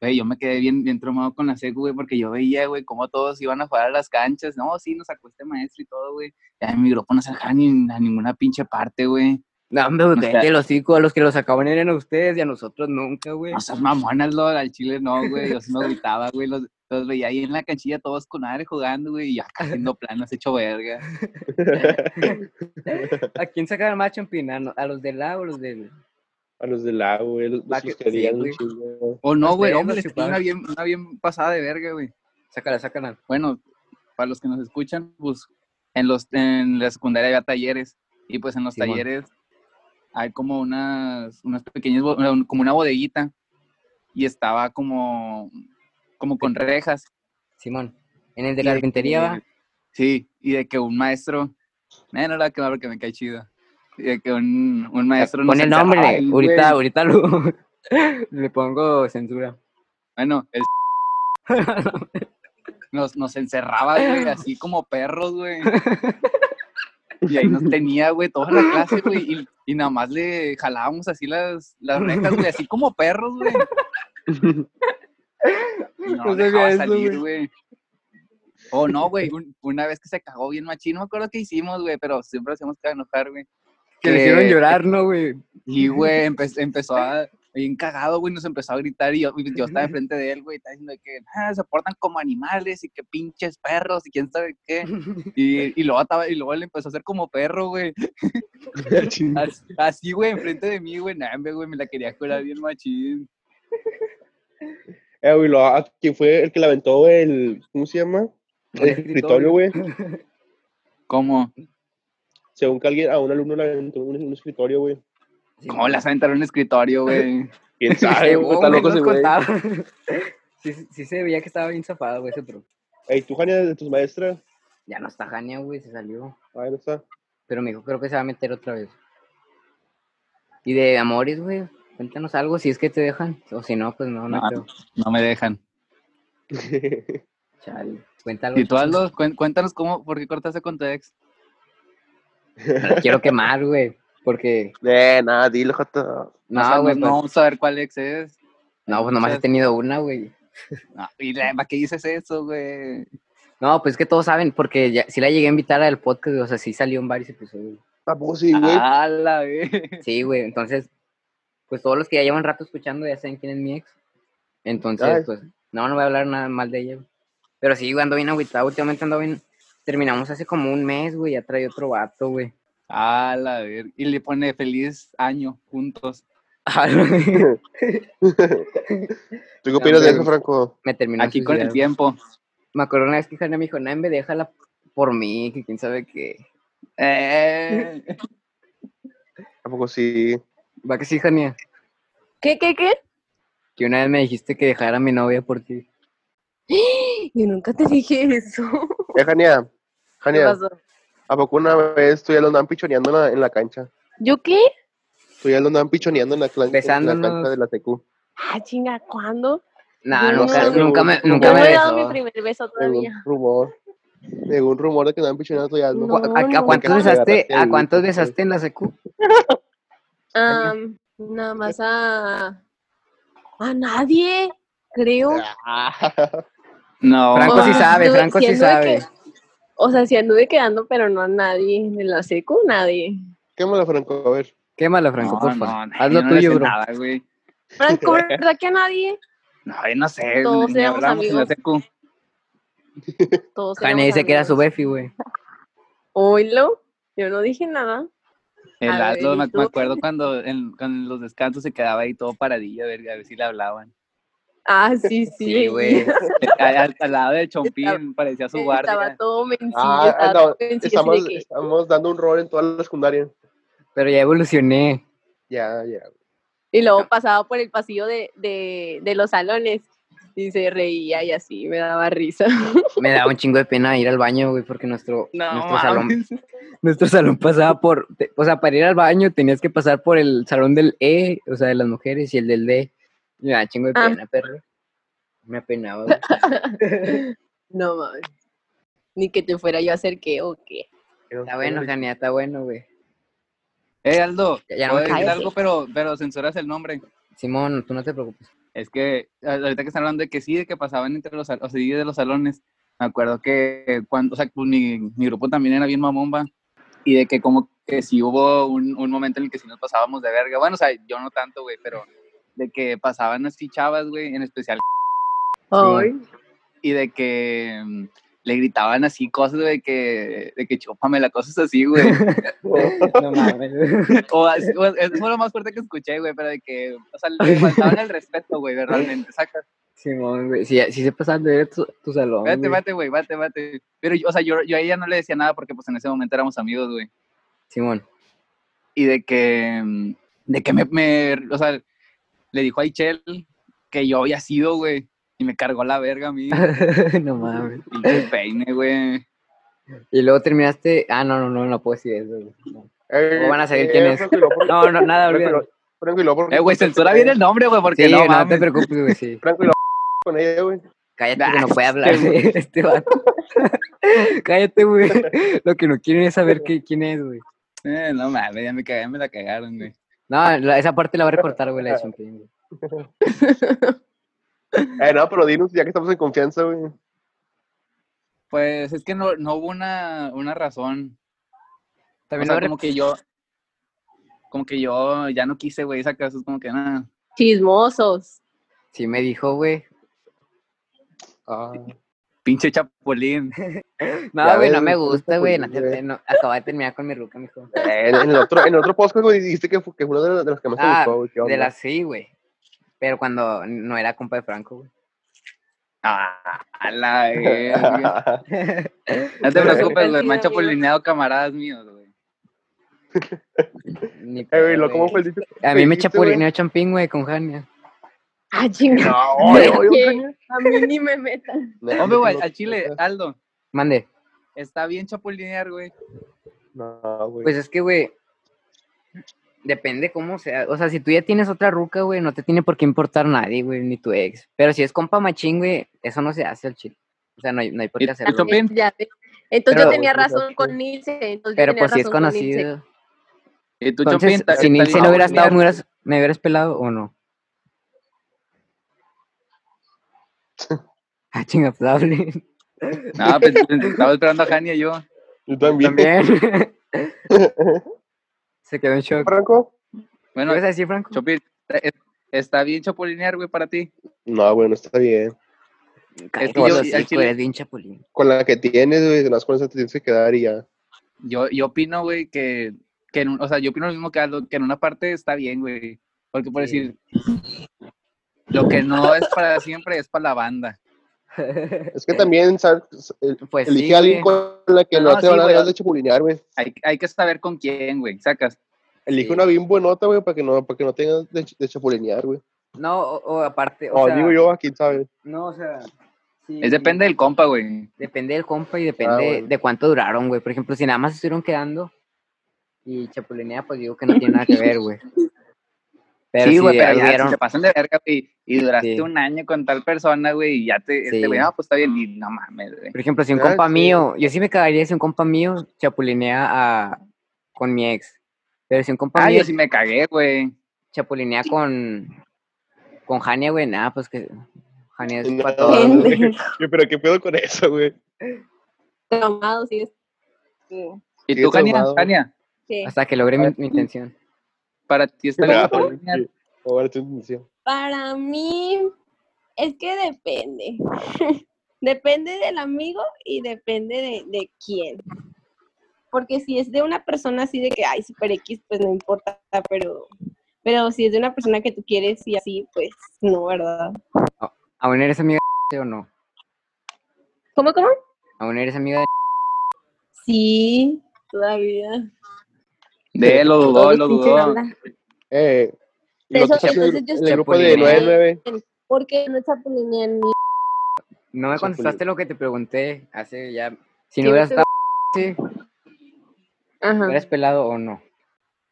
Speaker 7: Güey, yo me quedé bien, bien traumado con la secu, güey, porque yo veía, güey, cómo todos iban a jugar a las canchas. No, sí, nos sacó este maestro y todo, güey. Ya mi grupo no se dejaba ni a ninguna pinche parte, güey.
Speaker 1: No, hombre, güey,
Speaker 7: O sea-
Speaker 1: cállate los hocico. A los que los sacaban eran a ustedes y a nosotros nunca, güey.
Speaker 7: No seas mamonas, Lord, al chile no, güey. Yo sí me gritaba, güey. Los, los veía ahí en la canchilla todos con madre jugando, güey, y ya haciendo planas hecho verga.
Speaker 1: ¿A quién sacaban más champinano? ¿A los del lado o los del.?
Speaker 2: A los del lago, güey. Los,
Speaker 1: Va
Speaker 2: los
Speaker 1: que- sí,
Speaker 2: querían un
Speaker 1: güey.
Speaker 2: chingo.
Speaker 7: O no, güey,
Speaker 1: Ustedes
Speaker 7: hombre,
Speaker 1: los
Speaker 7: les tenía una
Speaker 1: chupaban.
Speaker 7: bien, una bien pasada de verga, güey.
Speaker 1: Sácala, sácala.
Speaker 7: bueno, para los que nos escuchan, pues en, los, en la secundaria había talleres y pues en los
Speaker 1: Simón.
Speaker 7: talleres hay como unas, unas pequeñas, bo- un- como una bodeguita y estaba como, como con rejas.
Speaker 1: Simón. En el de
Speaker 7: y
Speaker 1: la
Speaker 7: que-
Speaker 1: carpintería, va.
Speaker 7: Sí, y de que un maestro, eh, no la que va porque me cae chido, y de que un, un maestro...
Speaker 1: Pon
Speaker 7: nos
Speaker 1: el nombre.
Speaker 7: encerraba ahí,
Speaker 1: ahorita,
Speaker 7: güey.
Speaker 1: ahorita lo. Le pongo censura.
Speaker 7: Bueno, el nos, nos encerraba, güey, así como perros, güey. Y ahí nos tenía, güey, toda la clase, güey. Y, y nada más le jalábamos así las, las orejas, güey, así como perros, güey. Y No,
Speaker 1: No
Speaker 7: nos dejaba
Speaker 1: sabía eso,
Speaker 7: salir, güey. Oh, no, güey, un- una vez que se cagó bien machín, no me acuerdo qué hicimos, güey, pero siempre hacíamos que enojar, güey.
Speaker 1: Que le hicieron
Speaker 7: Que-
Speaker 1: llorar, ¿no, güey?
Speaker 7: Y, güey, empe- empezó a... Bien cagado, güey, nos empezó a gritar y yo, y yo estaba enfrente de él, güey, y estaba diciendo de que "Ah, se portan como animales y que pinches perros y quién sabe qué. Y, y luego estaba- y luego le empezó a hacer como perro, güey. Así- Así, güey, enfrente de mí, güey, nambe, güey, me la quería curar bien machín.
Speaker 2: Eh, güey, lo, ah, ¿quién fue el que le aventó el. ¿Cómo se llama? El escritorio, güey.
Speaker 7: ¿Cómo?
Speaker 2: Según que alguien, a un alumno le aventó un, un escritorio, güey.
Speaker 7: ¿Cómo las aventaron en un escritorio, güey?
Speaker 2: ¿Quién
Speaker 1: Ay,
Speaker 2: sabe? güey?
Speaker 1: güey,
Speaker 2: Está loco
Speaker 1: nos
Speaker 2: ese güey.
Speaker 1: contaba. sí, sí se veía que estaba bien zafado, güey, ese pro.
Speaker 2: Ey, tú, Jania, de tus maestras.
Speaker 1: Ya no está Jania, güey, se salió.
Speaker 2: Ay, no está.
Speaker 1: Pero me dijo, creo que se va a meter otra vez. Y de amores, güey, cuéntanos algo, si es que te dejan. O si no, pues no, no,
Speaker 7: No.
Speaker 1: creo.
Speaker 7: No me dejan.
Speaker 2: Eh,
Speaker 1: Chale, cuéntalo.
Speaker 7: Y tú, Aldo, cuén- cuéntanos cómo, por qué cortaste con tu ex.
Speaker 1: La quiero quemar, güey. Porque,
Speaker 2: Eh, nada, dilo, Jota.
Speaker 7: O sea,
Speaker 1: no, güey,
Speaker 7: no,
Speaker 1: pues, no,
Speaker 7: vamos a ver cuál ex es.
Speaker 1: pues nomás he
Speaker 7: muchas.
Speaker 1: tenido una, güey.
Speaker 7: No, ¿Y la- para qué dices eso, güey?
Speaker 1: No, pues es que todos saben, porque ya, sí la llegué a invitar al podcast, güey, o sea, sí salió en varios episodios.
Speaker 2: Tampoco Ah, sí, güey.
Speaker 7: A la vez.
Speaker 1: Sí, güey, entonces, pues todos los que ya llevan rato escuchando ya saben quién es mi ex. Entonces,
Speaker 2: Ay.
Speaker 1: pues, no, no voy a hablar nada mal de ella. güey. Pero sí, güey, ando bien agüitado, últimamente ando bien. Terminamos hace como un mes, güey, ya trae otro vato, güey.
Speaker 7: A la ver. Y le pone feliz año juntos.
Speaker 1: Ah,
Speaker 2: ¿Tú qué opinas de
Speaker 1: Hombre.
Speaker 2: eso, Franco?
Speaker 1: Me terminó
Speaker 7: Aquí con el
Speaker 1: suicidando.
Speaker 7: tiempo.
Speaker 1: Me acuerdo una vez que Jana me dijo, Nambe, déjala por mí, que quién sabe qué.
Speaker 7: Eh,
Speaker 2: Tampoco sí.
Speaker 1: Va que sí, Jania.
Speaker 6: ¿Qué, qué, qué?
Speaker 1: Que una vez me dijiste que dejara a mi novia por ti.
Speaker 6: Yo nunca te dije eso.
Speaker 2: Eh, Jania.
Speaker 6: ¿Qué
Speaker 2: Jania,
Speaker 6: pasó?
Speaker 2: ¿a poco una vez tú ya lo andaban pichoneando en la, en la cancha?
Speaker 6: ¿Yo qué?
Speaker 2: Tú ya lo andaban pichoneando en la, clan- en la
Speaker 1: Besándonos.
Speaker 2: cancha de la TQ.
Speaker 6: Ah, chinga, ¿cuándo?
Speaker 1: Nah,
Speaker 6: No,
Speaker 1: nunca,
Speaker 2: no sé,
Speaker 1: nunca
Speaker 2: güey.
Speaker 1: me, nunca
Speaker 6: no
Speaker 1: me
Speaker 6: he dado mi
Speaker 1: besó.
Speaker 6: primer beso
Speaker 2: Según
Speaker 6: todavía.
Speaker 2: rumor. Según rumor de que andaban pichoneando tú ya.
Speaker 1: ¿Cu-
Speaker 2: No.
Speaker 6: No.
Speaker 1: ¿A, a
Speaker 6: nunca.
Speaker 1: cuántos
Speaker 2: Me
Speaker 1: besaste,
Speaker 2: agarraste
Speaker 1: ¿A
Speaker 2: el
Speaker 1: cuántos
Speaker 2: grito,
Speaker 1: besaste en la secu?
Speaker 6: Am, nada más a. A nadie, creo.
Speaker 7: no.
Speaker 1: Franco sí
Speaker 7: ma.
Speaker 1: sabe,
Speaker 6: anduve-
Speaker 1: Franco sí
Speaker 6: anduve
Speaker 1: sabe.
Speaker 6: que- o sea, sí anduve quedando, pero no a nadie. De la secu, nadie.
Speaker 2: Quémala, Franco, a ver.
Speaker 1: Quémala, Franco,
Speaker 7: No,
Speaker 1: por
Speaker 7: no,
Speaker 1: favor.
Speaker 7: no,
Speaker 1: Haz
Speaker 7: yo
Speaker 1: lo
Speaker 7: no le
Speaker 1: tuyo,
Speaker 7: sé
Speaker 1: bro.
Speaker 7: nada, güey.
Speaker 6: Franco, ¿verdad que a nadie?
Speaker 7: No, yo no sé.
Speaker 6: Todos
Speaker 7: ni
Speaker 6: éramos
Speaker 7: hablábamos en la
Speaker 6: amigos.
Speaker 7: secu.
Speaker 6: Todos
Speaker 1: Jania
Speaker 6: éramos
Speaker 1: dice que era su
Speaker 6: amigos.
Speaker 1: befi, güey.
Speaker 6: Oílo, yo no dije nada.
Speaker 7: El
Speaker 6: A ver,
Speaker 7: Aldo,
Speaker 6: ¿y
Speaker 7: me,
Speaker 6: tú?
Speaker 7: me acuerdo cuando en, cuando en los descansos se quedaba ahí todo paradillo, a ver, a ver si le hablaban.
Speaker 6: Ah, sí, sí.
Speaker 1: Sí, güey.
Speaker 7: Al, al- al lado del Chompín, parecía su
Speaker 6: Estaba
Speaker 7: guardia.
Speaker 6: todo mencillo.
Speaker 2: Ah,
Speaker 6: estaba
Speaker 2: no,
Speaker 6: todo mencillo, así
Speaker 2: estamos,
Speaker 6: de que,
Speaker 2: estamos dando un rol en toda la secundaria.
Speaker 1: Pero ya evolucioné.
Speaker 2: Ya, ya.
Speaker 6: Y luego pasaba por el pasillo de, de, de los salones y se reía y así me daba risa.
Speaker 1: Me daba un chingo de pena ir al baño, güey, porque nuestro,
Speaker 7: No,
Speaker 1: nuestro, salón,
Speaker 7: mames.
Speaker 1: nuestro salón pasaba por. te- o sea, para ir al baño tenías que pasar por el salón del E, o sea, de las mujeres, y el del D. Y Me daba un chingo de
Speaker 6: Ah.
Speaker 1: pena, perro. Me apenaba, güey.
Speaker 6: No mames. Ni que te fuera yo a hacer qué o qué.
Speaker 1: Está bueno, Jania, está bueno, güey.
Speaker 7: Eh, Aldo,
Speaker 1: Ya- ya no
Speaker 7: puedo
Speaker 1: me
Speaker 7: decir
Speaker 6: calles.
Speaker 7: algo, pero, pero censuras el nombre.
Speaker 1: Simón, tú no te preocupes.
Speaker 7: Es que a- ahorita que están hablando de que sí, de que pasaban entre los, sal- o sea, y de los salones, me acuerdo que cuando, o sea, pues mi, mi grupo también era bien mamomba y de que como que sí hubo un, un momento en el que sí nos pasábamos de verga. Bueno, o sea, yo no tanto, güey, pero de que pasaban así chavas, güey, en especial,
Speaker 6: Ay,
Speaker 7: y de que mm, le gritaban así cosas, güey, que, de que chúpame la cosas así, güey.
Speaker 1: No mames.
Speaker 7: o, así- o- eso fue lo más fuerte que escuché, güey, pero de que, o sea, le faltaban el respeto, güey, realmente, sacas.
Speaker 1: Simón, güey. Si, si se pasan de ver tu, tu salón.
Speaker 7: Vete,
Speaker 1: güey.
Speaker 7: vete, güey, vete, vete. Pero, yo, o sea, yo, yo a ella no le decía nada porque, pues, en ese momento éramos amigos, güey.
Speaker 1: Simón.
Speaker 7: Y de que, mm, de que me, me- o sea, le dijo a Ichel que yo había sido, güey. Y me cargó la verga a mí.
Speaker 1: no mames.
Speaker 7: Pinche peine, güey.
Speaker 1: Y luego terminaste. Ah, no, no, no, no puedo decir eso. güey. No.
Speaker 2: ¿Cómo
Speaker 1: van a saber quién es? No, no, nada, olvídalo.
Speaker 2: Franco y Lobo, porque-
Speaker 7: Eh, güey, censura bien el nombre, güey, porque
Speaker 1: Sí,
Speaker 7: no,
Speaker 1: no, te
Speaker 7: mames.
Speaker 1: preocupes, güey, sí.
Speaker 2: Franco y Lobo con ella, güey.
Speaker 1: Cállate,
Speaker 7: Ah,
Speaker 1: que no puede
Speaker 7: este
Speaker 1: hablar
Speaker 7: güey.
Speaker 1: güey, este vato. Cállate, güey. Lo que no quieren es saber qué- quién es, güey.
Speaker 7: Eh, no mames, ya me cagaron, me la cagaron, güey.
Speaker 1: No, la- esa parte la voy a recortar, güey, la de Champagne, güey.
Speaker 2: Eh, no, pero dinos, ya que estamos en confianza, güey.
Speaker 7: Pues es que no, no hubo una, una razón.
Speaker 1: También
Speaker 7: o sea,
Speaker 1: habrá-
Speaker 7: como que yo, como que yo ya no quise, güey, esa casa es como que "Ah, nada.
Speaker 6: chismosos.
Speaker 1: Sí me dijo, güey.
Speaker 2: Ah,
Speaker 7: Pinche chapulín.
Speaker 1: No,
Speaker 2: Ya
Speaker 1: güey, no
Speaker 2: ves,
Speaker 1: me
Speaker 2: güey, por
Speaker 1: gusta,
Speaker 2: eso,
Speaker 1: güey.
Speaker 2: pues,
Speaker 1: no te-
Speaker 2: güey.
Speaker 1: no, acababa de terminar con mi ruca, mijo.
Speaker 2: Eh, en, en el otro, en el otro podcast, güey, dijiste que fue, que fue una de las, de las que más
Speaker 1: Ah,
Speaker 2: te gustó, güey. ¿qué onda?
Speaker 1: De las sí, güey. Pero cuando no era compa de Franco, güey.
Speaker 7: Ah, a la verga. No te preocupes, güey. Me han chapulineado camaradas míos, güey.
Speaker 1: Ni
Speaker 2: Eh, güey,
Speaker 1: pedo,
Speaker 2: lo- ¿cómo
Speaker 1: güey.
Speaker 2: fue el dicho?
Speaker 1: A mí me
Speaker 2: dijiste, güey?
Speaker 1: chapulineó Champín, güey, con Jania.
Speaker 6: Ah, chinga.
Speaker 2: No, oye, oye,
Speaker 6: ¿Qué?
Speaker 2: Eugenio.
Speaker 6: A mí ni me metan.
Speaker 2: No,
Speaker 7: Hombre, güey,
Speaker 2: no,
Speaker 7: al chile, Aldo.
Speaker 1: Mande.
Speaker 7: Está bien chapulinear, güey.
Speaker 2: No, güey.
Speaker 1: Pues es que, güey, depende cómo sea. O sea, si tú ya tienes otra ruca, güey, no te tiene por qué importar nadie, güey, ni tu ex. Pero si es compa machín, güey, eso no se hace al chile. O sea, no hay, no hay por
Speaker 7: ¿Y
Speaker 1: qué
Speaker 7: tú,
Speaker 1: hacerlo.
Speaker 7: Chopi?
Speaker 1: güey.
Speaker 7: Bien.
Speaker 6: Ya ve. Entonces
Speaker 1: Pero- pues,
Speaker 6: yo tenía razón con Nilce. entonces yo
Speaker 1: Pero
Speaker 6: tenía
Speaker 1: pues si es
Speaker 6: razón con Nilce.
Speaker 1: conocido.
Speaker 7: Y tú, Chopin,
Speaker 1: Entonces,
Speaker 7: está-
Speaker 1: si
Speaker 7: está
Speaker 1: Nilce
Speaker 7: bien
Speaker 1: no hubiera estado,
Speaker 7: chapulinear.
Speaker 1: ¿me hubieras, ¿me hubieras pelado o no? ah, chinga, pues hable.
Speaker 7: No, pues, estaba esperando a Jania yo.
Speaker 2: Yo también.
Speaker 1: También. se quedó en shock.
Speaker 2: Franco?
Speaker 1: ¿Qué
Speaker 7: Bueno,
Speaker 1: ibas a decir, Franco?
Speaker 7: Chopin, está- está bien chapulinear, güey, para ti.
Speaker 2: No, güey, no está bien.
Speaker 1: Cállate,
Speaker 7: yo-
Speaker 1: los
Speaker 7: al
Speaker 1: hocico,
Speaker 7: chile-
Speaker 1: eres bien chapulín.
Speaker 2: Con la que tienes, güey, con las cosas te tienes que quedar y ya.
Speaker 7: Yo, yo opino, güey, que, que en un- o sea, yo opino lo mismo que Aldo, que en una parte está bien, güey. Porque por
Speaker 1: Sí.
Speaker 7: decir, lo que no es para siempre es para la banda.
Speaker 2: Es que también, ¿sabes? El-
Speaker 1: Pues
Speaker 2: Elige
Speaker 1: sí,
Speaker 2: a alguien
Speaker 1: güey.
Speaker 2: con la que no,
Speaker 7: No,
Speaker 2: te
Speaker 7: sí,
Speaker 2: van a
Speaker 7: güey.
Speaker 2: dar de chapulinear, güey.
Speaker 7: Hay, hay que saber con quién, güey, sacas.
Speaker 2: Elige
Speaker 1: Sí.
Speaker 2: una bien buenota, güey, para que no, para que no tengas de, ch- de chapulinear, güey.
Speaker 1: No, o, o aparte, o
Speaker 2: O
Speaker 1: sea,
Speaker 2: digo yo, aquí, ¿sabes?
Speaker 1: no, o sea, sí,
Speaker 7: Es depende del compa, güey.
Speaker 1: depende del compa y depende
Speaker 2: Ah, bueno.
Speaker 1: de cuánto duraron, güey. Por ejemplo, si nada más estuvieron quedando y chapulinea, pues digo que no tiene nada que ver, güey. Pero
Speaker 7: sí,
Speaker 1: si
Speaker 7: güey, pero ya, si
Speaker 1: hubieron-
Speaker 7: te pasan de verga, güey, y duraste
Speaker 1: Sí.
Speaker 7: un año con tal persona, güey, y ya te,
Speaker 1: Sí.
Speaker 7: este, güey, ah, pues está bien, y no mames, güey.
Speaker 1: por ejemplo, si un
Speaker 2: Ah,
Speaker 1: compa
Speaker 2: sí.
Speaker 1: mío, yo sí me cagaría si un compa mío chapulinea a, con mi ex. Pero si un compa
Speaker 7: Ah,
Speaker 1: mío
Speaker 7: yo sí me cagué, güey.
Speaker 1: chapulinea con, con Jania, güey, nada, pues que Jania es
Speaker 2: No,
Speaker 1: para todos.
Speaker 2: no,
Speaker 1: güey.
Speaker 2: güey. Yo, Pero qué pedo con eso, güey.
Speaker 6: Traumado, sí. sí.
Speaker 7: ¿Y
Speaker 2: Sí,
Speaker 7: tú, Jania?
Speaker 2: traumado.
Speaker 7: Jania,
Speaker 6: Sí.
Speaker 1: Hasta que logre mi, mi intención.
Speaker 7: para ti está bien
Speaker 2: Ah,
Speaker 7: chapulinear?
Speaker 2: sí. Ahora tu intención.
Speaker 6: Para mí, es que depende. depende del amigo y depende de, de quién. Porque si es de una persona así de que, ay, super X, pues no importa, pero
Speaker 8: Pero si es de una persona que tú quieres y así, pues no, ¿verdad?
Speaker 1: ¿Aún eres amiga de o no?
Speaker 8: ¿Cómo, cómo?
Speaker 1: ¿Aún eres amiga de
Speaker 8: Sí, todavía.
Speaker 7: De lo dudó,
Speaker 8: Todos
Speaker 7: lo
Speaker 8: pinches
Speaker 7: dudó.
Speaker 8: hablan.
Speaker 2: Eh, y
Speaker 8: Eso-
Speaker 2: lo que está
Speaker 8: entonces
Speaker 2: en
Speaker 8: yo
Speaker 2: el
Speaker 8: estoy
Speaker 2: grupo de
Speaker 1: chapulineando.
Speaker 2: 99.
Speaker 8: Porque no chapulinean ni
Speaker 1: No me
Speaker 2: Eso fue lo-
Speaker 1: contestaste lo que te pregunté hace ya. Si
Speaker 6: Sí,
Speaker 1: no hubieras
Speaker 6: no
Speaker 1: estado sí,
Speaker 8: Ajá.
Speaker 1: hubieras pelado o no.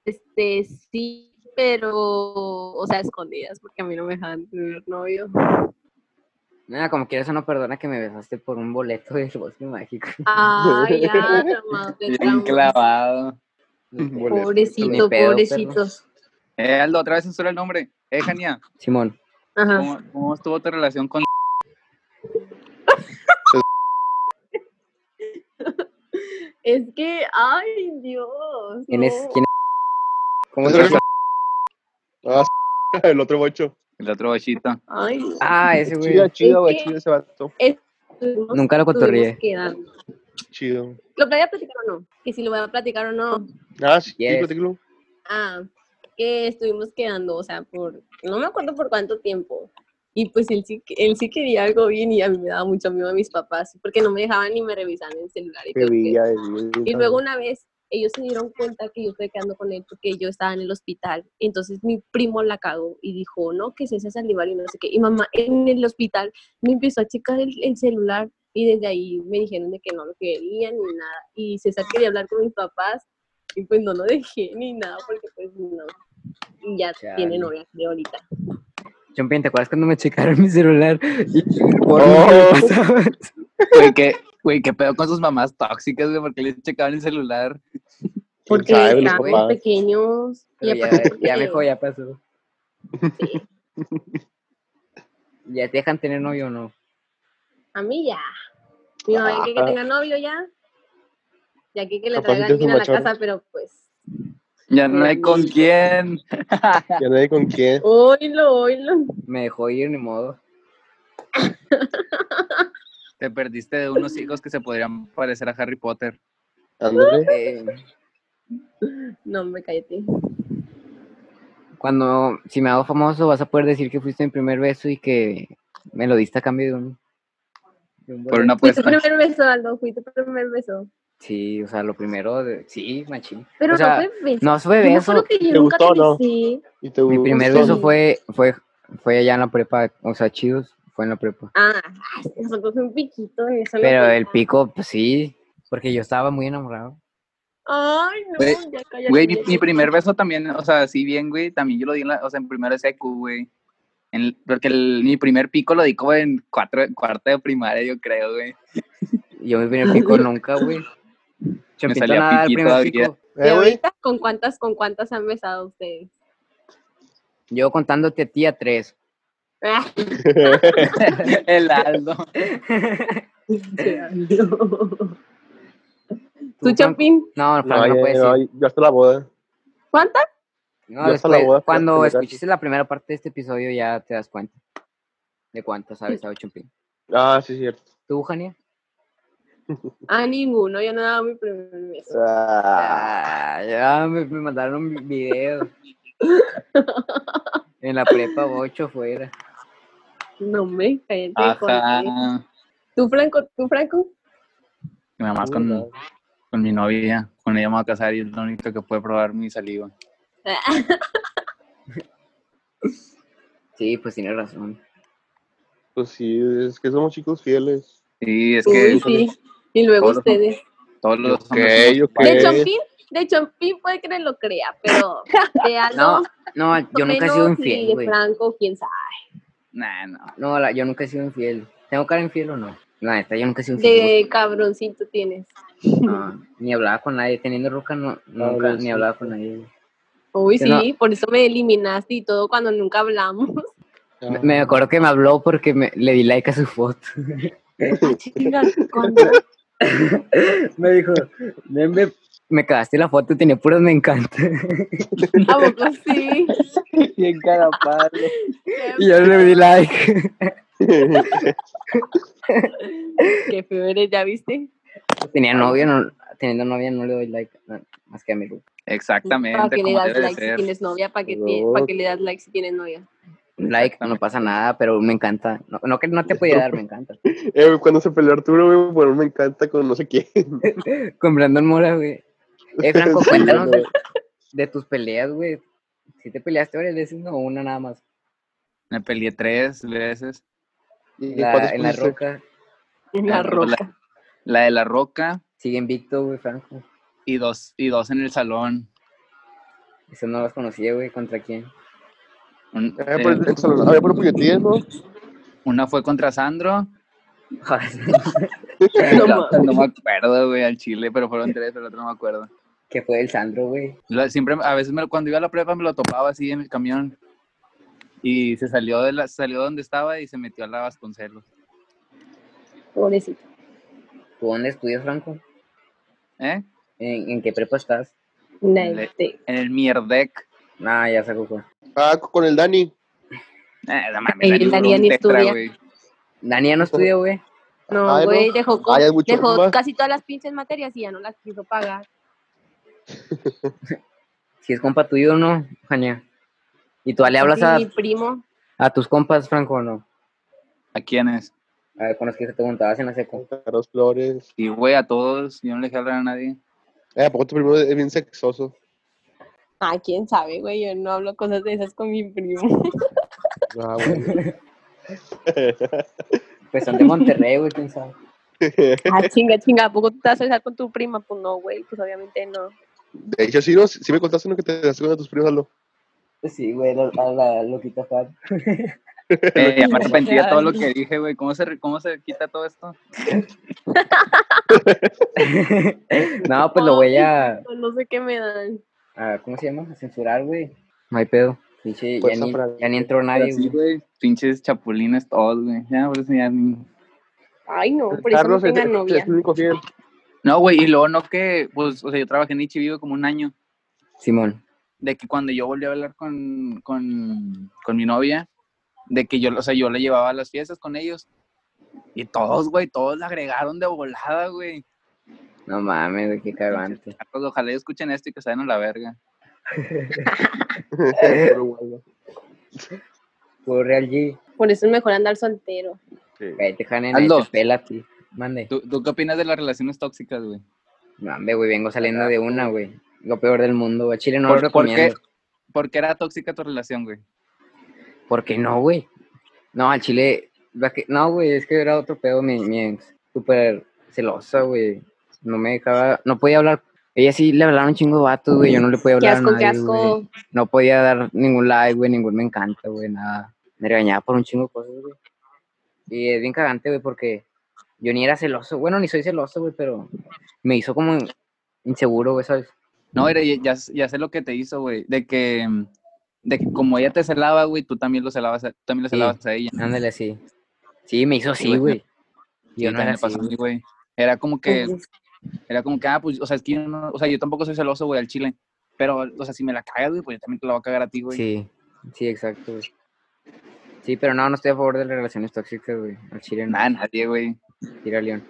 Speaker 6: Pues, Este, sí, pero, o sea, escondidas, porque a mí no me dejaban tener novio.
Speaker 1: Nada, como quieras, no perdona que me besaste por un boleto del bosque mágico.
Speaker 6: Ah, ya, nomás de
Speaker 7: Bien
Speaker 6: traumas.
Speaker 7: clavado.
Speaker 1: Ok.
Speaker 2: Boleto.
Speaker 8: Pobrecito,
Speaker 1: Ni pedo,
Speaker 8: pobrecitos.
Speaker 7: Eh, Aldo, otra vez censura el nombre. Eh, Jania,
Speaker 1: Simón,
Speaker 6: Ajá.
Speaker 7: ¿cómo, cómo estuvo tu relación con
Speaker 6: Es que, ay, Dios.
Speaker 1: ¿quién es?
Speaker 6: no.
Speaker 1: ¿Quién es? ¿Cómo
Speaker 2: Eso
Speaker 1: se
Speaker 2: es-
Speaker 1: llama?
Speaker 2: Ah, el otro bocho.
Speaker 7: el otro bochito?
Speaker 6: Ay, no.
Speaker 1: Ah, ese güey.
Speaker 2: Chido, chido,
Speaker 8: Es
Speaker 2: güey,
Speaker 8: que-
Speaker 2: chido ese vato.
Speaker 8: Tuvimos-
Speaker 1: Nunca lo
Speaker 8: tuvimos
Speaker 1: cotorrié.
Speaker 8: que darnos.
Speaker 2: Chido.
Speaker 6: ¿Lo voy a platicar o no? Que si lo voy a platicar o no.
Speaker 2: Ah, sí,
Speaker 1: Yes.
Speaker 2: díglo, díglo.
Speaker 6: Ah, que estuvimos quedando, o sea, por, no me acuerdo por cuánto tiempo. Y pues él sí, que- él sí quería algo bien y a mí me daba mucho miedo a mis papás, porque no me dejaban ni me revisaban el celular. Y,
Speaker 2: Qué
Speaker 6: todo el
Speaker 2: villa, de
Speaker 6: Y luego una vez ellos se dieron cuenta que yo estoy quedando con él porque yo estaba en el hospital. Entonces mi primo la cagó y dijo, no, que es ese Sandoval y no sé qué. Y mamá en el hospital me empezó a checar el, el celular y desde ahí me dijeron de que no lo querían ni nada. Y César quería hablar con mis papás y pues no lo dejé ni nada porque pues no. Y ya
Speaker 1: Chale.
Speaker 6: tiene novia de ahorita.
Speaker 1: Chompín, ¿te acuerdas cuando me checaron mi celular? Y por
Speaker 2: Oh.
Speaker 7: Güey, qué, güey, qué pedo con sus mamás tóxicas, güey, porque les checaban el celular.
Speaker 8: Porque
Speaker 2: sabe, los
Speaker 8: estaban
Speaker 2: papás.
Speaker 8: pequeños. Y
Speaker 1: ya,
Speaker 8: aparte
Speaker 1: ya
Speaker 8: porque-
Speaker 1: mejor, ya pasó. ¿Ya te dejan tener novio o no?
Speaker 6: A mí ya. Mi mamá ya quiere que tenga novio ya. Ya que, que le
Speaker 2: Capaz
Speaker 6: traiga
Speaker 2: que Ah. es un
Speaker 6: alguien a la
Speaker 2: machorro.
Speaker 6: casa, pero pues...
Speaker 7: Ya no hay con quién.
Speaker 2: Ya no hay con quién.
Speaker 6: Oílo, oílo.
Speaker 1: Me dejó ir, ni modo.
Speaker 7: Te perdiste de unos hijos que se podrían parecer a Harry Potter.
Speaker 2: Ándale.
Speaker 1: Eh,
Speaker 6: No, me cállate.
Speaker 1: cuando, si me hago famoso, vas a poder decir que fuiste mi primer beso y que me lo diste a cambio de un... de un
Speaker 7: Por
Speaker 1: boleto.
Speaker 7: una
Speaker 2: Pues,
Speaker 6: Fui tu
Speaker 7: apuesta.
Speaker 6: primer beso, Aldo, fui tu primer beso.
Speaker 1: Sí, o sea, lo primero, de- sí, machín.
Speaker 6: Pero
Speaker 1: o sea,
Speaker 6: no fue beso.
Speaker 1: no fue
Speaker 6: Yo me
Speaker 1: beso.
Speaker 6: acuerdo que yo
Speaker 2: ¿Te
Speaker 6: nunca
Speaker 2: gustó o
Speaker 6: te
Speaker 2: no?
Speaker 6: besé.
Speaker 2: Y te
Speaker 1: Mi primer
Speaker 2: gustó.
Speaker 1: beso fue, fue, fue allá en la prepa, o sea, chidos, fue en la prepa.
Speaker 6: Ah, ay, nosotros fue un piquito de eso. no
Speaker 1: Pero el
Speaker 6: cuenta.
Speaker 1: pico, pues sí, porque yo estaba muy enamorado.
Speaker 6: Ay, no,
Speaker 7: Güey,
Speaker 6: ya cállate.
Speaker 7: Güey, mi,
Speaker 6: ya
Speaker 7: mi
Speaker 6: cállate.
Speaker 7: primer beso también, o sea, sí bien, güey, también yo lo di en la, o sea, en primero de secu, güey. En- porque el- mi primer pico lo di como en cuatro, cuarto de primaria, yo creo, güey.
Speaker 1: Yo mi primer pico nunca, güey. Chompito
Speaker 7: salía
Speaker 1: nada, el
Speaker 7: piqui
Speaker 1: primer
Speaker 7: todavía.
Speaker 1: pico.
Speaker 6: ¿Y
Speaker 2: Eh, güey.
Speaker 6: ahorita con cuántas, con cuántas han besado ustedes?
Speaker 1: Yo contándote a ti a tres.
Speaker 6: Ah,
Speaker 7: el Aldo.
Speaker 6: ¿Tú,
Speaker 1: cuán-
Speaker 6: Chopin?
Speaker 1: No,
Speaker 2: No,
Speaker 1: para mí no
Speaker 2: ya-
Speaker 1: puedes
Speaker 2: no,
Speaker 1: decir.
Speaker 2: eh, ya hasta la boda.
Speaker 6: ¿Cuántas?
Speaker 1: No,
Speaker 2: ya hasta la
Speaker 1: después,
Speaker 2: boda fue
Speaker 1: cuando
Speaker 2: la primera.
Speaker 1: escuchiste la primera parte de este episodio ya te das cuenta de cuánto sabes a Chompín.
Speaker 2: Ah, sí, cierto.
Speaker 1: ¿Tú, Jania?
Speaker 6: Ah, ninguno, yo no he dado mi primer beso.
Speaker 2: Ah,
Speaker 1: Ah, ya me, me mandaron un video. en la prepa 8 fuera.
Speaker 6: No me cállate.
Speaker 7: Ajá.
Speaker 6: Jorge. ¿Tú, Franco? ¿Tú, Franco?
Speaker 7: Mi mamá es
Speaker 2: Uy,
Speaker 7: con, con mi novia, con ella me voy a casar y es lo único que puede probar mi saliva.
Speaker 1: Sí, pues tienes razón.
Speaker 2: pues sí, es que somos chicos fieles.
Speaker 7: Sí, es que
Speaker 6: Uy, sí. Y luego
Speaker 7: Todos los-
Speaker 6: ustedes.
Speaker 7: todos los
Speaker 2: Ok,
Speaker 7: hombres somos
Speaker 2: ok.
Speaker 6: De
Speaker 7: iguales.
Speaker 6: Chompín, de Chompín puede que no lo crea, pero de
Speaker 1: No,
Speaker 6: algo
Speaker 1: no, yo nunca he sido
Speaker 6: menos y
Speaker 1: infiel,
Speaker 6: de
Speaker 1: güey.
Speaker 6: Franco, quién sabe.
Speaker 7: Nah, no.
Speaker 1: No, la- yo nunca he sido infiel. ¿Tengo cara infiel o no? La neta, yo nunca he sido infiel.
Speaker 6: De cabroncito tienes.
Speaker 1: No, ni hablaba con nadie. Teniendo roca, no,
Speaker 2: No,
Speaker 1: nunca
Speaker 2: no,
Speaker 1: ni
Speaker 2: sí.
Speaker 1: hablaba con nadie.
Speaker 6: Uy,
Speaker 1: Yo
Speaker 6: sí, por eso me eliminaste y todo cuando nunca hablamos.
Speaker 1: Me, me acuerdo que me habló porque me- le di like a su foto.
Speaker 6: Ah, chinga, ¿cuándo?
Speaker 1: me dijo, "Nembe, me cagaste la foto, tenía puros me encanta.
Speaker 6: ¿A poco sí?
Speaker 7: Bien carapalo.
Speaker 6: Qué
Speaker 1: y yo le di like.
Speaker 6: feo- Qué feo eres, ¿ya viste?
Speaker 1: Tenía novia, no, teniendo novia no le doy like, no, más que a mi roca.
Speaker 7: Exactamente,
Speaker 6: Para que le
Speaker 7: como
Speaker 6: das
Speaker 7: debe de
Speaker 6: like si
Speaker 7: ser.
Speaker 6: tienes novia, para que,
Speaker 2: Pero-
Speaker 6: ti- para que le das like si tienes novia.
Speaker 1: Un like, no pasa nada, pero me encanta. No, no que no te podía dar, me encanta.
Speaker 2: Eh, güey, cuando se peleó Arturo, güey, por un me encanta con no sé quién.
Speaker 1: Con Brandon Mora, güey. Eh, Franco,
Speaker 2: Sí,
Speaker 1: cuéntanos
Speaker 2: güey.
Speaker 1: de, de tus peleas, güey. Si te peleaste varias veces, no, una nada más.
Speaker 7: Me peleé tres veces.
Speaker 2: ¿Y
Speaker 1: La-
Speaker 2: cuántos
Speaker 1: en la
Speaker 2: pusiste?
Speaker 1: roca.
Speaker 9: En la
Speaker 7: Pero
Speaker 9: roca.
Speaker 7: La, la de la roca
Speaker 1: Sigue invicto, güey, Franco.
Speaker 7: y dos, y dos en el salón.
Speaker 1: Eso no las conocía, güey. ¿Contra quién?
Speaker 7: Un-
Speaker 2: Había
Speaker 7: eh,
Speaker 2: por el salón- había por el puñetín, ¿no?
Speaker 7: una fue contra Sandro.
Speaker 9: No
Speaker 7: La otra
Speaker 9: mames.
Speaker 7: no me acuerdo, güey, al chile, pero fueron tres, pero la otra no me acuerdo.
Speaker 1: que fue el Sandro, güey.
Speaker 7: La- siempre, a veces me lo- cuando iba a la prepa me lo topaba así en el camión. Y se salió de la, salió de donde estaba y se metió a la Vasconcelos.
Speaker 9: Pobrecito.
Speaker 1: ¿Tú dónde estudias, Franco?
Speaker 7: ¿Eh?
Speaker 1: ¿En, en qué prepa estás?
Speaker 9: Nadie
Speaker 7: Le-
Speaker 9: te-
Speaker 7: En el Mierdec.
Speaker 1: Nah, ya saco cuál.
Speaker 2: Ah, con el Dani.
Speaker 7: Eh, no mames,
Speaker 6: Ey, el
Speaker 7: Dani duró
Speaker 6: Dani
Speaker 7: un
Speaker 6: ni
Speaker 7: tetra,
Speaker 6: estudia.
Speaker 7: güey.
Speaker 1: Dania no estudia, güey.
Speaker 6: No,
Speaker 2: Ay,
Speaker 6: güey,
Speaker 2: no.
Speaker 6: dejó, co-
Speaker 2: Ay, es mucho
Speaker 6: dejó
Speaker 2: más.
Speaker 6: casi todas las pinches materias y ya no las quiso pagar.
Speaker 1: Si es compa tuyo o no, Jania. ¿Y tú le hablas
Speaker 6: Sí,
Speaker 1: a,
Speaker 6: Mi primo,
Speaker 1: a tus compas, Franco, o no?
Speaker 7: ¿A quiénes?
Speaker 1: A ver, con los que te preguntabas en la seco.
Speaker 2: Carlos Flores.
Speaker 7: Y güey, a todos. Yo no le dejé hablar a nadie.
Speaker 2: Eh, ¿a poco tu primo es bien sexoso?
Speaker 9: Ah, quién sabe, güey. Yo no hablo cosas de esas con mi primo.
Speaker 2: Ah, bueno.
Speaker 1: Pues son de Monterrey, güey, quién sabe.
Speaker 9: Ah, chinga, chinga. ¿A poco tú te vas a besar con tu prima? Pues no, güey. Pues obviamente no.
Speaker 2: De hecho, sí, ¿no? sí me contaste uno que te das con tus primos, Lalo.
Speaker 1: Pues sí, güey, la- a la loquita Fab.
Speaker 7: Eh, ya me arrepentí de todo lo
Speaker 9: Dani.
Speaker 7: que dije, güey. ¿Cómo se, re- ¿Cómo se quita todo esto?
Speaker 1: no, pues lo voy a,
Speaker 6: no, no sé qué me dan.
Speaker 1: a- ¿Cómo se llama? A censurar, güey. No hay pedo. Pinche, ya,
Speaker 2: Fuerza
Speaker 1: ni,
Speaker 2: para-
Speaker 1: ya ni entró
Speaker 7: Pero
Speaker 1: nadie,
Speaker 7: sí,
Speaker 1: güey.
Speaker 7: güey. Pinches chapulines todos, güey. Ya, por eso ya ni-
Speaker 9: Ay, no. Por eso no
Speaker 2: es,
Speaker 9: tenga
Speaker 2: es-
Speaker 9: novia.
Speaker 2: eh, es el único fiel.
Speaker 7: No, güey. Y luego no que, pues, o sea, yo trabajé en Ichibido como un año.
Speaker 1: Simón.
Speaker 7: de que cuando yo volví a hablar con, con, con mi novia, de que yo, o sea, yo le llevaba a las fiestas con ellos. Y todos, güey, todos la agregaron de volada, güey.
Speaker 1: No mames, güey, qué cagante.
Speaker 7: Pues ojalá ellos escuchen esto y que se den a la verga.
Speaker 2: Pero bueno.
Speaker 1: Puro Real G.
Speaker 9: Por eso es mejor andar soltero.
Speaker 2: Sí.
Speaker 1: Cállate, Jania, nadie
Speaker 7: Aldo.
Speaker 1: te pela a ti. Mande.
Speaker 7: ¿Tú, tú qué opinas de las relaciones tóxicas, güey?
Speaker 1: No, hombre, güey, vengo saliendo de una, güey. Lo peor del mundo, güey. Chile no lo
Speaker 7: ¿Por, por qué,
Speaker 1: recomiendo. Mm.
Speaker 7: por qué era tóxica tu relación, güey?
Speaker 1: ¿Por qué no, güey? No, al Chile. la que- No, güey, es que era otro pedo, mi, mi ex. Súper celosa, güey. No me dejaba. No podía hablar. Ella sí le hablaron un chingo de vatos, güey. Yo no le podía
Speaker 9: Qué
Speaker 1: hablar
Speaker 9: asco,
Speaker 1: a
Speaker 9: qué
Speaker 1: nadie, güey.
Speaker 9: asco.
Speaker 1: No podía dar ningún like, güey, ningún me encanta, güey, nada. Me regañaba por un chingo de cosas, güey. Y es bien cagante, güey, porque yo ni era celoso. Bueno, ni soy celoso, güey, pero me hizo como inseguro, güey, ¿sabes?
Speaker 7: No, era, ya, ya- ya sé lo que te hizo, güey. De que, de que como ella te celaba, güey, tú también lo celabas, a- tú también lo
Speaker 1: Sí.
Speaker 7: celabas a ella.
Speaker 1: Ándale, así. Sí, me hizo así,
Speaker 7: güey.
Speaker 1: güey. Y
Speaker 7: Sí,
Speaker 1: Yo no
Speaker 7: también
Speaker 1: era
Speaker 7: me
Speaker 1: así,
Speaker 7: pasó a
Speaker 1: güey.
Speaker 7: mí, güey. Era como que
Speaker 9: Entonces,
Speaker 7: Era como que, ah, pues, o sea, es que yo no, o sea, yo tampoco soy celoso, güey, al chile. Pero, o sea, si me la cagas, güey, pues yo también te la voy a cagar a ti, güey.
Speaker 1: Sí, sí, exacto, güey. Sí, pero no, no estoy a favor de las relaciones tóxicas, güey. Al chile no.
Speaker 7: Nada, nadie, güey.
Speaker 1: Tira a León.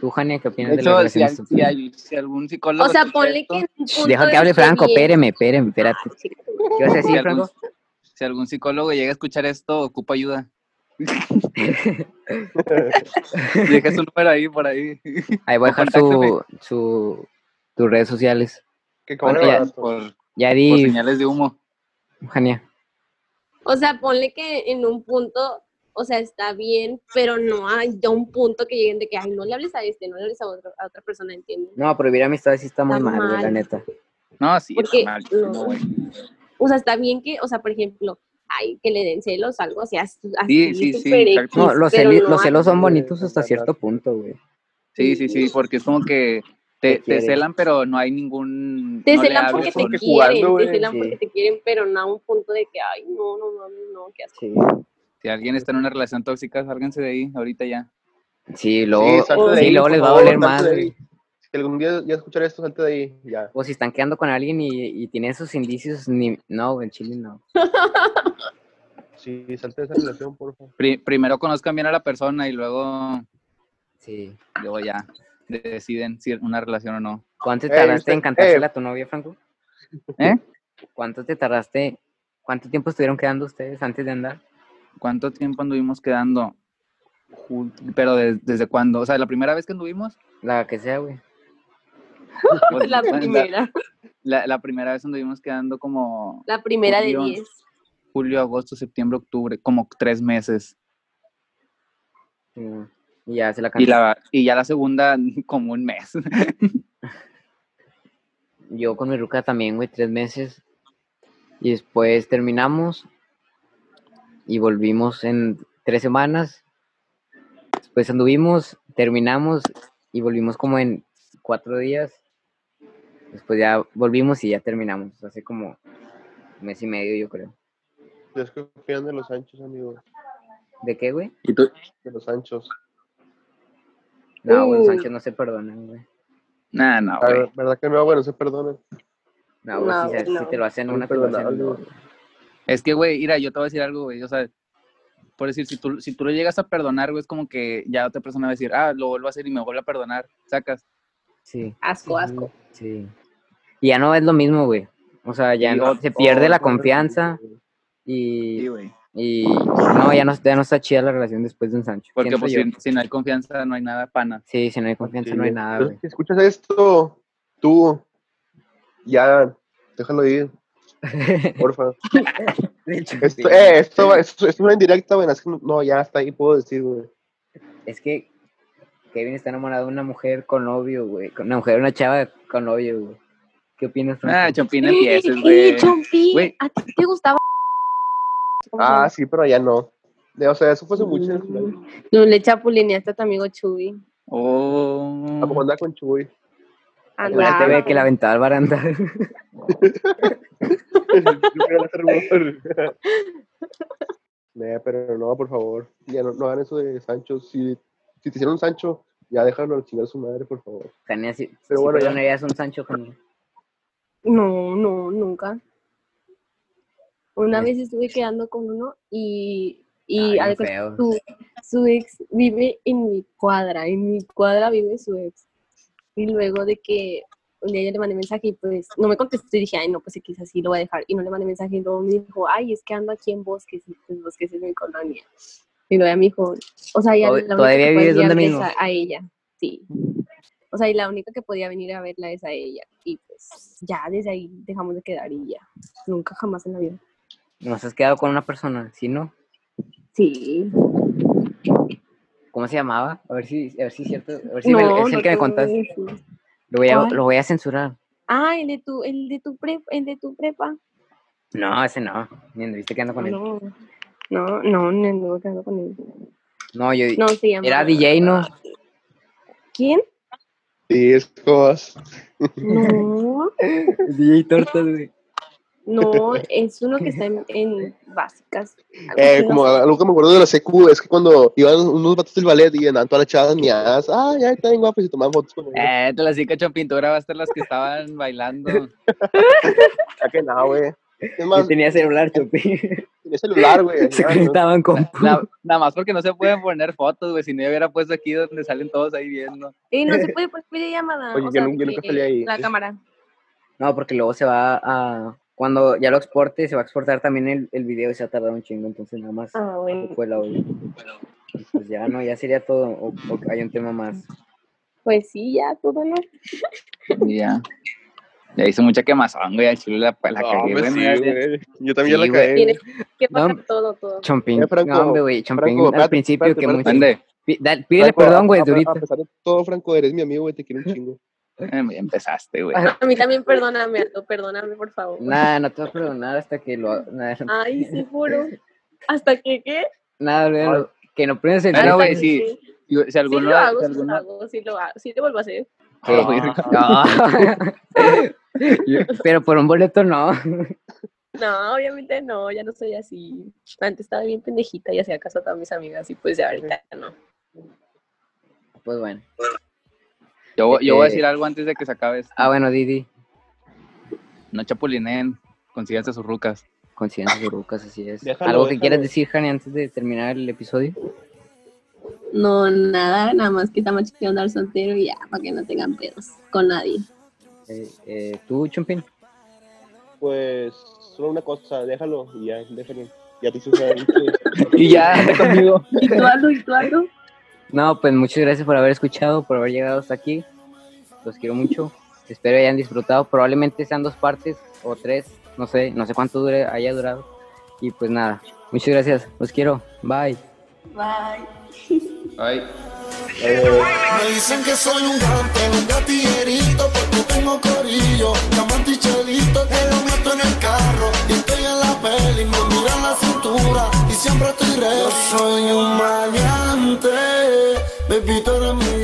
Speaker 1: ¿Tú, Jania, qué opinas
Speaker 7: De
Speaker 1: de, las
Speaker 7: hecho, si,
Speaker 1: relaciones
Speaker 7: al- si,
Speaker 1: tóxicas?
Speaker 7: al- si algún psicólogo.
Speaker 6: O sea,
Speaker 7: escucha
Speaker 6: ponle
Speaker 7: esto,
Speaker 6: que. en un punto
Speaker 1: Deja que hable
Speaker 6: esté
Speaker 1: Franco,
Speaker 6: bien.
Speaker 1: espéreme, espéreme, espérate.
Speaker 9: chica,
Speaker 1: ¿Qué vas a
Speaker 7: Si
Speaker 1: decir,
Speaker 7: algún,
Speaker 1: Franco?
Speaker 7: si algún psicólogo llega a escuchar esto, ocupa ayuda. Deja su número ahí, por ahí.
Speaker 1: Ahí voy a dejar su,
Speaker 7: contáctame.
Speaker 1: su, tus redes sociales.
Speaker 2: Que cobra
Speaker 1: Bueno, ya- pues,
Speaker 2: barato.
Speaker 7: Por,
Speaker 1: Ya
Speaker 7: por
Speaker 1: di,
Speaker 7: señales de humo.
Speaker 1: Jania.
Speaker 6: O sea, ponle que en un punto, o sea, está bien, pero no hay ya un punto que lleguen de que, ay, no le hables a este, no le hables a, otro- a otra persona, ¿entiendes?
Speaker 1: No, prohibir amistades sí está muy
Speaker 6: Está
Speaker 1: mal, güey, la
Speaker 6: mal.
Speaker 1: neta.
Speaker 7: No, sí,
Speaker 6: Porque-
Speaker 7: está mal,
Speaker 6: no.
Speaker 7: no, güey.
Speaker 6: O sea, está bien que, o sea, por ejemplo, ay, que le den celos, algo así, así,
Speaker 7: Sí, sí, sí,
Speaker 6: super X,
Speaker 7: exacto.
Speaker 1: No, los,
Speaker 6: pero
Speaker 1: celi-
Speaker 6: no
Speaker 1: los
Speaker 6: hay-
Speaker 1: celos son
Speaker 2: güey,
Speaker 1: bonitos
Speaker 2: la
Speaker 1: hasta
Speaker 2: verdad.
Speaker 1: cierto punto, güey.
Speaker 7: Sí, sí, sí, porque es como que te,
Speaker 1: Te
Speaker 7: te
Speaker 1: quiere.
Speaker 7: celan, pero no hay ningún.
Speaker 6: Te
Speaker 7: no le
Speaker 6: celan porque
Speaker 7: hables,
Speaker 6: te
Speaker 7: o-
Speaker 2: porque
Speaker 6: quieren,
Speaker 2: jugando,
Speaker 6: te
Speaker 2: güey,
Speaker 6: celan
Speaker 1: sí.
Speaker 6: porque te quieren, pero no a un punto de que, ay, no, no mames, no, qué asco.
Speaker 1: Sí,
Speaker 7: Si alguien está en una relación tóxica, sálganse de ahí, ahorita ya.
Speaker 1: sí luego, sí,
Speaker 2: salte de ahí,
Speaker 1: luego
Speaker 2: por
Speaker 1: les va a
Speaker 2: favor,
Speaker 1: doler
Speaker 2: salte
Speaker 1: más,
Speaker 2: de
Speaker 1: güey.
Speaker 2: ahí. Si algún día ya escuchar esto, salte de ahí. Ya.
Speaker 1: O si están quedando con alguien y, y tienen sus indicios, ni... No, güey, en Chile no.
Speaker 2: Sí, salte de esa relación, por favor.
Speaker 7: Pri- primero conozcan bien a la persona y luego,
Speaker 1: Sí.
Speaker 7: luego ya deciden si una relación o no.
Speaker 1: ¿Cuánto te
Speaker 2: Eh,
Speaker 1: tardaste
Speaker 2: usted-
Speaker 1: en cantársela
Speaker 2: eh.
Speaker 1: a tu novia, Franco?
Speaker 7: ¿Eh?
Speaker 1: ¿Cuánto te tardaste? ¿Cuánto tiempo estuvieron quedando ustedes antes de andar?
Speaker 7: ¿Cuánto tiempo anduvimos quedando? jun- Pero de- desde cuándo? O sea, la primera vez que anduvimos.
Speaker 1: La que sea, güey.
Speaker 7: Pues,
Speaker 6: La primera.
Speaker 7: la- la primera vez anduvimos quedando como
Speaker 6: La primera de
Speaker 7: Dios.
Speaker 6: 10.
Speaker 7: julio, agosto, septiembre, octubre, como tres meses.
Speaker 1: Mm, Y ya se la
Speaker 7: Y,
Speaker 1: canté.
Speaker 7: la, y ya la segunda como un mes.
Speaker 1: Yo con mi ruca también, güey, tres meses. Y después terminamos. Y volvimos en tres semanas. Después anduvimos, terminamos y volvimos como en cuatro días. Después ya volvimos y ya terminamos. Hace como un mes y medio, yo creo.
Speaker 2: Desconfían de los anchos, amigos.
Speaker 1: ¿De qué, güey?
Speaker 7: ¿Y tú?
Speaker 2: De los anchos.
Speaker 1: No, güey, los
Speaker 6: Uh.
Speaker 1: anchos no se perdonan, güey.
Speaker 7: Nah, no,
Speaker 2: La
Speaker 7: güey.
Speaker 2: verdad que no, bueno, se perdonen.
Speaker 1: No, güey,
Speaker 6: No,
Speaker 1: si, se-
Speaker 6: güey,
Speaker 1: si
Speaker 6: no.
Speaker 1: te lo hacen
Speaker 2: Son
Speaker 1: una, te lo hacen
Speaker 2: imperdonables.
Speaker 1: dos.
Speaker 7: Es que, güey, mira, yo te voy a decir algo, güey. O sea, por decir, si tú, si tú lo llegas a perdonar, güey, es como que ya otra persona va a decir, ah, lo vuelvo a hacer y me vuelvo a perdonar. Sacas.
Speaker 1: Sí.
Speaker 6: Asco, asco.
Speaker 1: Sí. Y ya no es lo mismo, güey. O sea, ya
Speaker 7: Sí,
Speaker 1: no-
Speaker 7: o-
Speaker 1: se pierde
Speaker 7: o-
Speaker 2: Oh,
Speaker 1: la confianza
Speaker 7: Sí,
Speaker 1: y,
Speaker 7: güey.
Speaker 1: y pues, no, ya no, ya no está chida la relación después de un Sancho.
Speaker 7: Porque
Speaker 1: siento
Speaker 7: pues,
Speaker 1: yo.
Speaker 7: si, si no hay confianza, no hay nada pana.
Speaker 1: Sí, si no hay confianza no hay
Speaker 2: Sí.
Speaker 1: nada,
Speaker 2: Entonces,
Speaker 1: güey.
Speaker 2: si escuchas esto, tú, ya, déjalo ir, porfa.
Speaker 1: De hecho,
Speaker 2: Esto,
Speaker 1: sí.
Speaker 2: eh, esto, va- esto, esto es una indirecta, güey. así que no- No, ya hasta ahí puedo decir, güey.
Speaker 1: Es que Kevin está enamorado de una mujer con novio, güey. Con una mujer, una chava con novio, güey. ¿Qué opinas, Franco?
Speaker 7: Ah, Chompina
Speaker 6: Eh,
Speaker 7: empieces, güey.
Speaker 6: eh, Chompi,
Speaker 7: Güey.
Speaker 6: ¿a ti te gustaba? ¿Cómo se
Speaker 2: Ah,
Speaker 6: llama?
Speaker 2: sí, pero ya no. De- O sea, eso fue
Speaker 1: Mm.
Speaker 2: hace mucho. güey.
Speaker 10: Tú le
Speaker 6: este
Speaker 10: chapulineaste a tu amigo Chuy.
Speaker 7: Oh.
Speaker 2: ¿A poco andaba con Chuy?
Speaker 1: Acuérdate,
Speaker 10: Andaba.
Speaker 1: güey, que la aventaba al baranda.
Speaker 2: Nah, pero no, por favor. Ya no, no hagan eso de Sancho. Si, si te hicieron Sancho, ya déjalo chingar a su madre, por favor.
Speaker 1: Tania, si,
Speaker 2: Pero
Speaker 1: si
Speaker 2: bueno, ya.
Speaker 1: perdonarías un Sancho con
Speaker 6: No, no, nunca. Una
Speaker 1: Es-
Speaker 6: vez estuve quedando con uno y,
Speaker 1: Ay,
Speaker 6: y haz
Speaker 1: bien
Speaker 6: de cuenta,
Speaker 1: feo.
Speaker 6: su, su ex vive en mi cuadra, en mi cuadra vive su ex. Y luego de que un día yo le mandé mensaje y pues no me contestó y dije, ay, no, pues quizás así lo voy a dejar. Y no le mandé mensaje y luego me dijo, ay, es que ando aquí en bosques, y pues bosques es mi colonia. Y luego ya me dijo, o sea, ya
Speaker 1: Tod-
Speaker 6: la única
Speaker 1: ¿todavía
Speaker 6: que
Speaker 1: vives
Speaker 6: puedes
Speaker 1: donde
Speaker 6: guiarte es
Speaker 1: mismo?
Speaker 6: A, a ella, sí. O sea, y la única que podía venir a verla es a ella. Y pues ya desde ahí dejamos de quedar y ya. Nunca jamás en la vida.
Speaker 1: Nos has quedado con una persona, ¿sí no?
Speaker 6: Sí.
Speaker 1: Pues ¿Cómo se llamaba? A ver si, a ver si es cierto. A ver si me- es el que me contaste. Lo voy, a,
Speaker 6: ¿Cuál?
Speaker 1: lo voy a censurar.
Speaker 6: Ah, el de tu, el de tu prepa, el de tu prepa.
Speaker 1: No, ese no. Ni viste que ando con él. No,
Speaker 6: No, no, no, no anduve quedando con él.
Speaker 1: yo
Speaker 6: No, se llama.
Speaker 1: era DJ, ¿no?
Speaker 6: ¿Quién?
Speaker 2: Discos.
Speaker 6: No,
Speaker 1: DJ Tortas, güey.
Speaker 6: no, es uno que está en, en básicas. algo
Speaker 2: Eh,
Speaker 6: así,
Speaker 2: como
Speaker 6: no sé.
Speaker 2: algo que me acuerdo de la secu es que cuando iban unos vatos del ballet y andaban todas las chavas miadas, ah, ya están bien guapas y tomaban fotos con ellos.
Speaker 7: Eh, te la chica Chompintura va a estar las que estaban bailando.
Speaker 1: Ah,
Speaker 2: Ya que nada, güey. Es
Speaker 1: Yo
Speaker 2: más,
Speaker 1: tenía celular, Chupi.
Speaker 2: tenía celular, güey.
Speaker 1: Se
Speaker 2: ya,
Speaker 1: conectaban con.
Speaker 7: Na- nada más porque no se pueden poner fotos, güey. Si no, yo hubiera puesto aquí donde salen todos ahí viendo.
Speaker 6: Eh, no se puede poner videollamada.
Speaker 2: Oye,
Speaker 6: o
Speaker 2: yo
Speaker 6: sea,
Speaker 2: nun- yo nunca
Speaker 6: porque
Speaker 2: salí ahí.
Speaker 6: La cámara.
Speaker 1: No, porque luego se va a. Cuando ya lo exporte, se va a exportar también el, el video y se va a tardar un chingo. Entonces, nada más.
Speaker 6: Ah, bueno.
Speaker 1: Fue el audio. Y Pues ya no, ya sería todo. O, o hay un tema más.
Speaker 6: Pues sí, ya, todo no.
Speaker 7: Y ya. Ya hizo mucha quemazón, güey. Al chile la, la
Speaker 2: No,
Speaker 1: Ah,
Speaker 7: cagué,
Speaker 2: pues
Speaker 7: güey.
Speaker 2: sí,
Speaker 7: mira,
Speaker 2: güey. Yo también
Speaker 1: Sí,
Speaker 2: la
Speaker 1: güey.
Speaker 2: caí.
Speaker 6: Tienes que
Speaker 1: No,
Speaker 6: pagar todo, todo.
Speaker 1: Chompín.
Speaker 2: Eh, Franco,
Speaker 1: no, hombre, güey. Chompín
Speaker 2: Franco,
Speaker 1: al
Speaker 2: espérate,
Speaker 1: principio
Speaker 2: espérate,
Speaker 1: que
Speaker 2: espérate.
Speaker 1: mucho.
Speaker 7: Mande.
Speaker 1: Pi- da- Pídele
Speaker 2: Franco,
Speaker 1: perdón, güey,
Speaker 2: a- a-
Speaker 1: durito.
Speaker 2: A pesar de todo, Franco, eres mi amigo, güey, te quiero un chingo.
Speaker 7: Eh, ya empezaste, güey.
Speaker 1: Ah.
Speaker 6: A mí también perdóname, Aldo, perdóname, por favor.
Speaker 1: Nada, no te vas a perdonar hasta que lo. ha- Nada,
Speaker 6: Ay, seguro. ¿Hasta que qué?
Speaker 1: nada, olvídalo, que no prendas el
Speaker 7: Pero,
Speaker 1: dedo.
Speaker 7: güey,
Speaker 6: que
Speaker 7: sí.
Speaker 6: qué.
Speaker 7: Digo, Si
Speaker 6: Sí
Speaker 7: alguno.
Speaker 6: lo hago,
Speaker 7: si
Speaker 6: sí lo
Speaker 7: alguno-
Speaker 6: hago, sí lo hago, sí lo vuelvo a hacer.
Speaker 7: Ah,
Speaker 1: Sí.
Speaker 7: güey.
Speaker 1: No. Pero por un boleto no.
Speaker 6: No, obviamente no, ya no soy así. Antes estaba bien pendejita y hacía caso a todas mis amigas y pues ya ahorita ya no.
Speaker 1: Pues bueno.
Speaker 7: Yo, yo voy a decir
Speaker 1: Eh.
Speaker 7: algo antes de que se acabe esto.
Speaker 1: Ah, bueno, Didi.
Speaker 7: No chapulineen. Consíganse sus rucas.
Speaker 1: Conciencia de Lucas, así es.
Speaker 2: Déjalo,
Speaker 1: ¿Algo que
Speaker 2: déjalo.
Speaker 1: quieras decir, Jani, antes de terminar el episodio?
Speaker 6: No, nada, nada más que estamos chiqueando al soltero y ya, para que no tengan pedos con nadie.
Speaker 1: Eh, eh, ¿Tú, Chumpín?
Speaker 2: Pues, solo una cosa, déjalo y ya, déjalo. Ya te hizo saber.
Speaker 1: Y ya, anda conmigo.
Speaker 8: ¿Y tú, Aldo? ¿Y tú, Aldo?
Speaker 1: No, pues muchas gracias por haber escuchado, por haber llegado hasta aquí. Los quiero mucho. Espero hayan disfrutado. Probablemente sean dos partes o tres. No sé, no sé cuánto dure, haya durado. Y pues nada, muchas gracias. Los quiero. Bye.
Speaker 11: Bye.
Speaker 7: Ay.
Speaker 12: Me dicen que soy un gante, un gatillerito, porque tengo corillo, diamante y chelito, que lo meto en el carro, y estoy en la peli, me miran la cintura, y siempre estoy ready. Yo soy un maleante, bebito de mi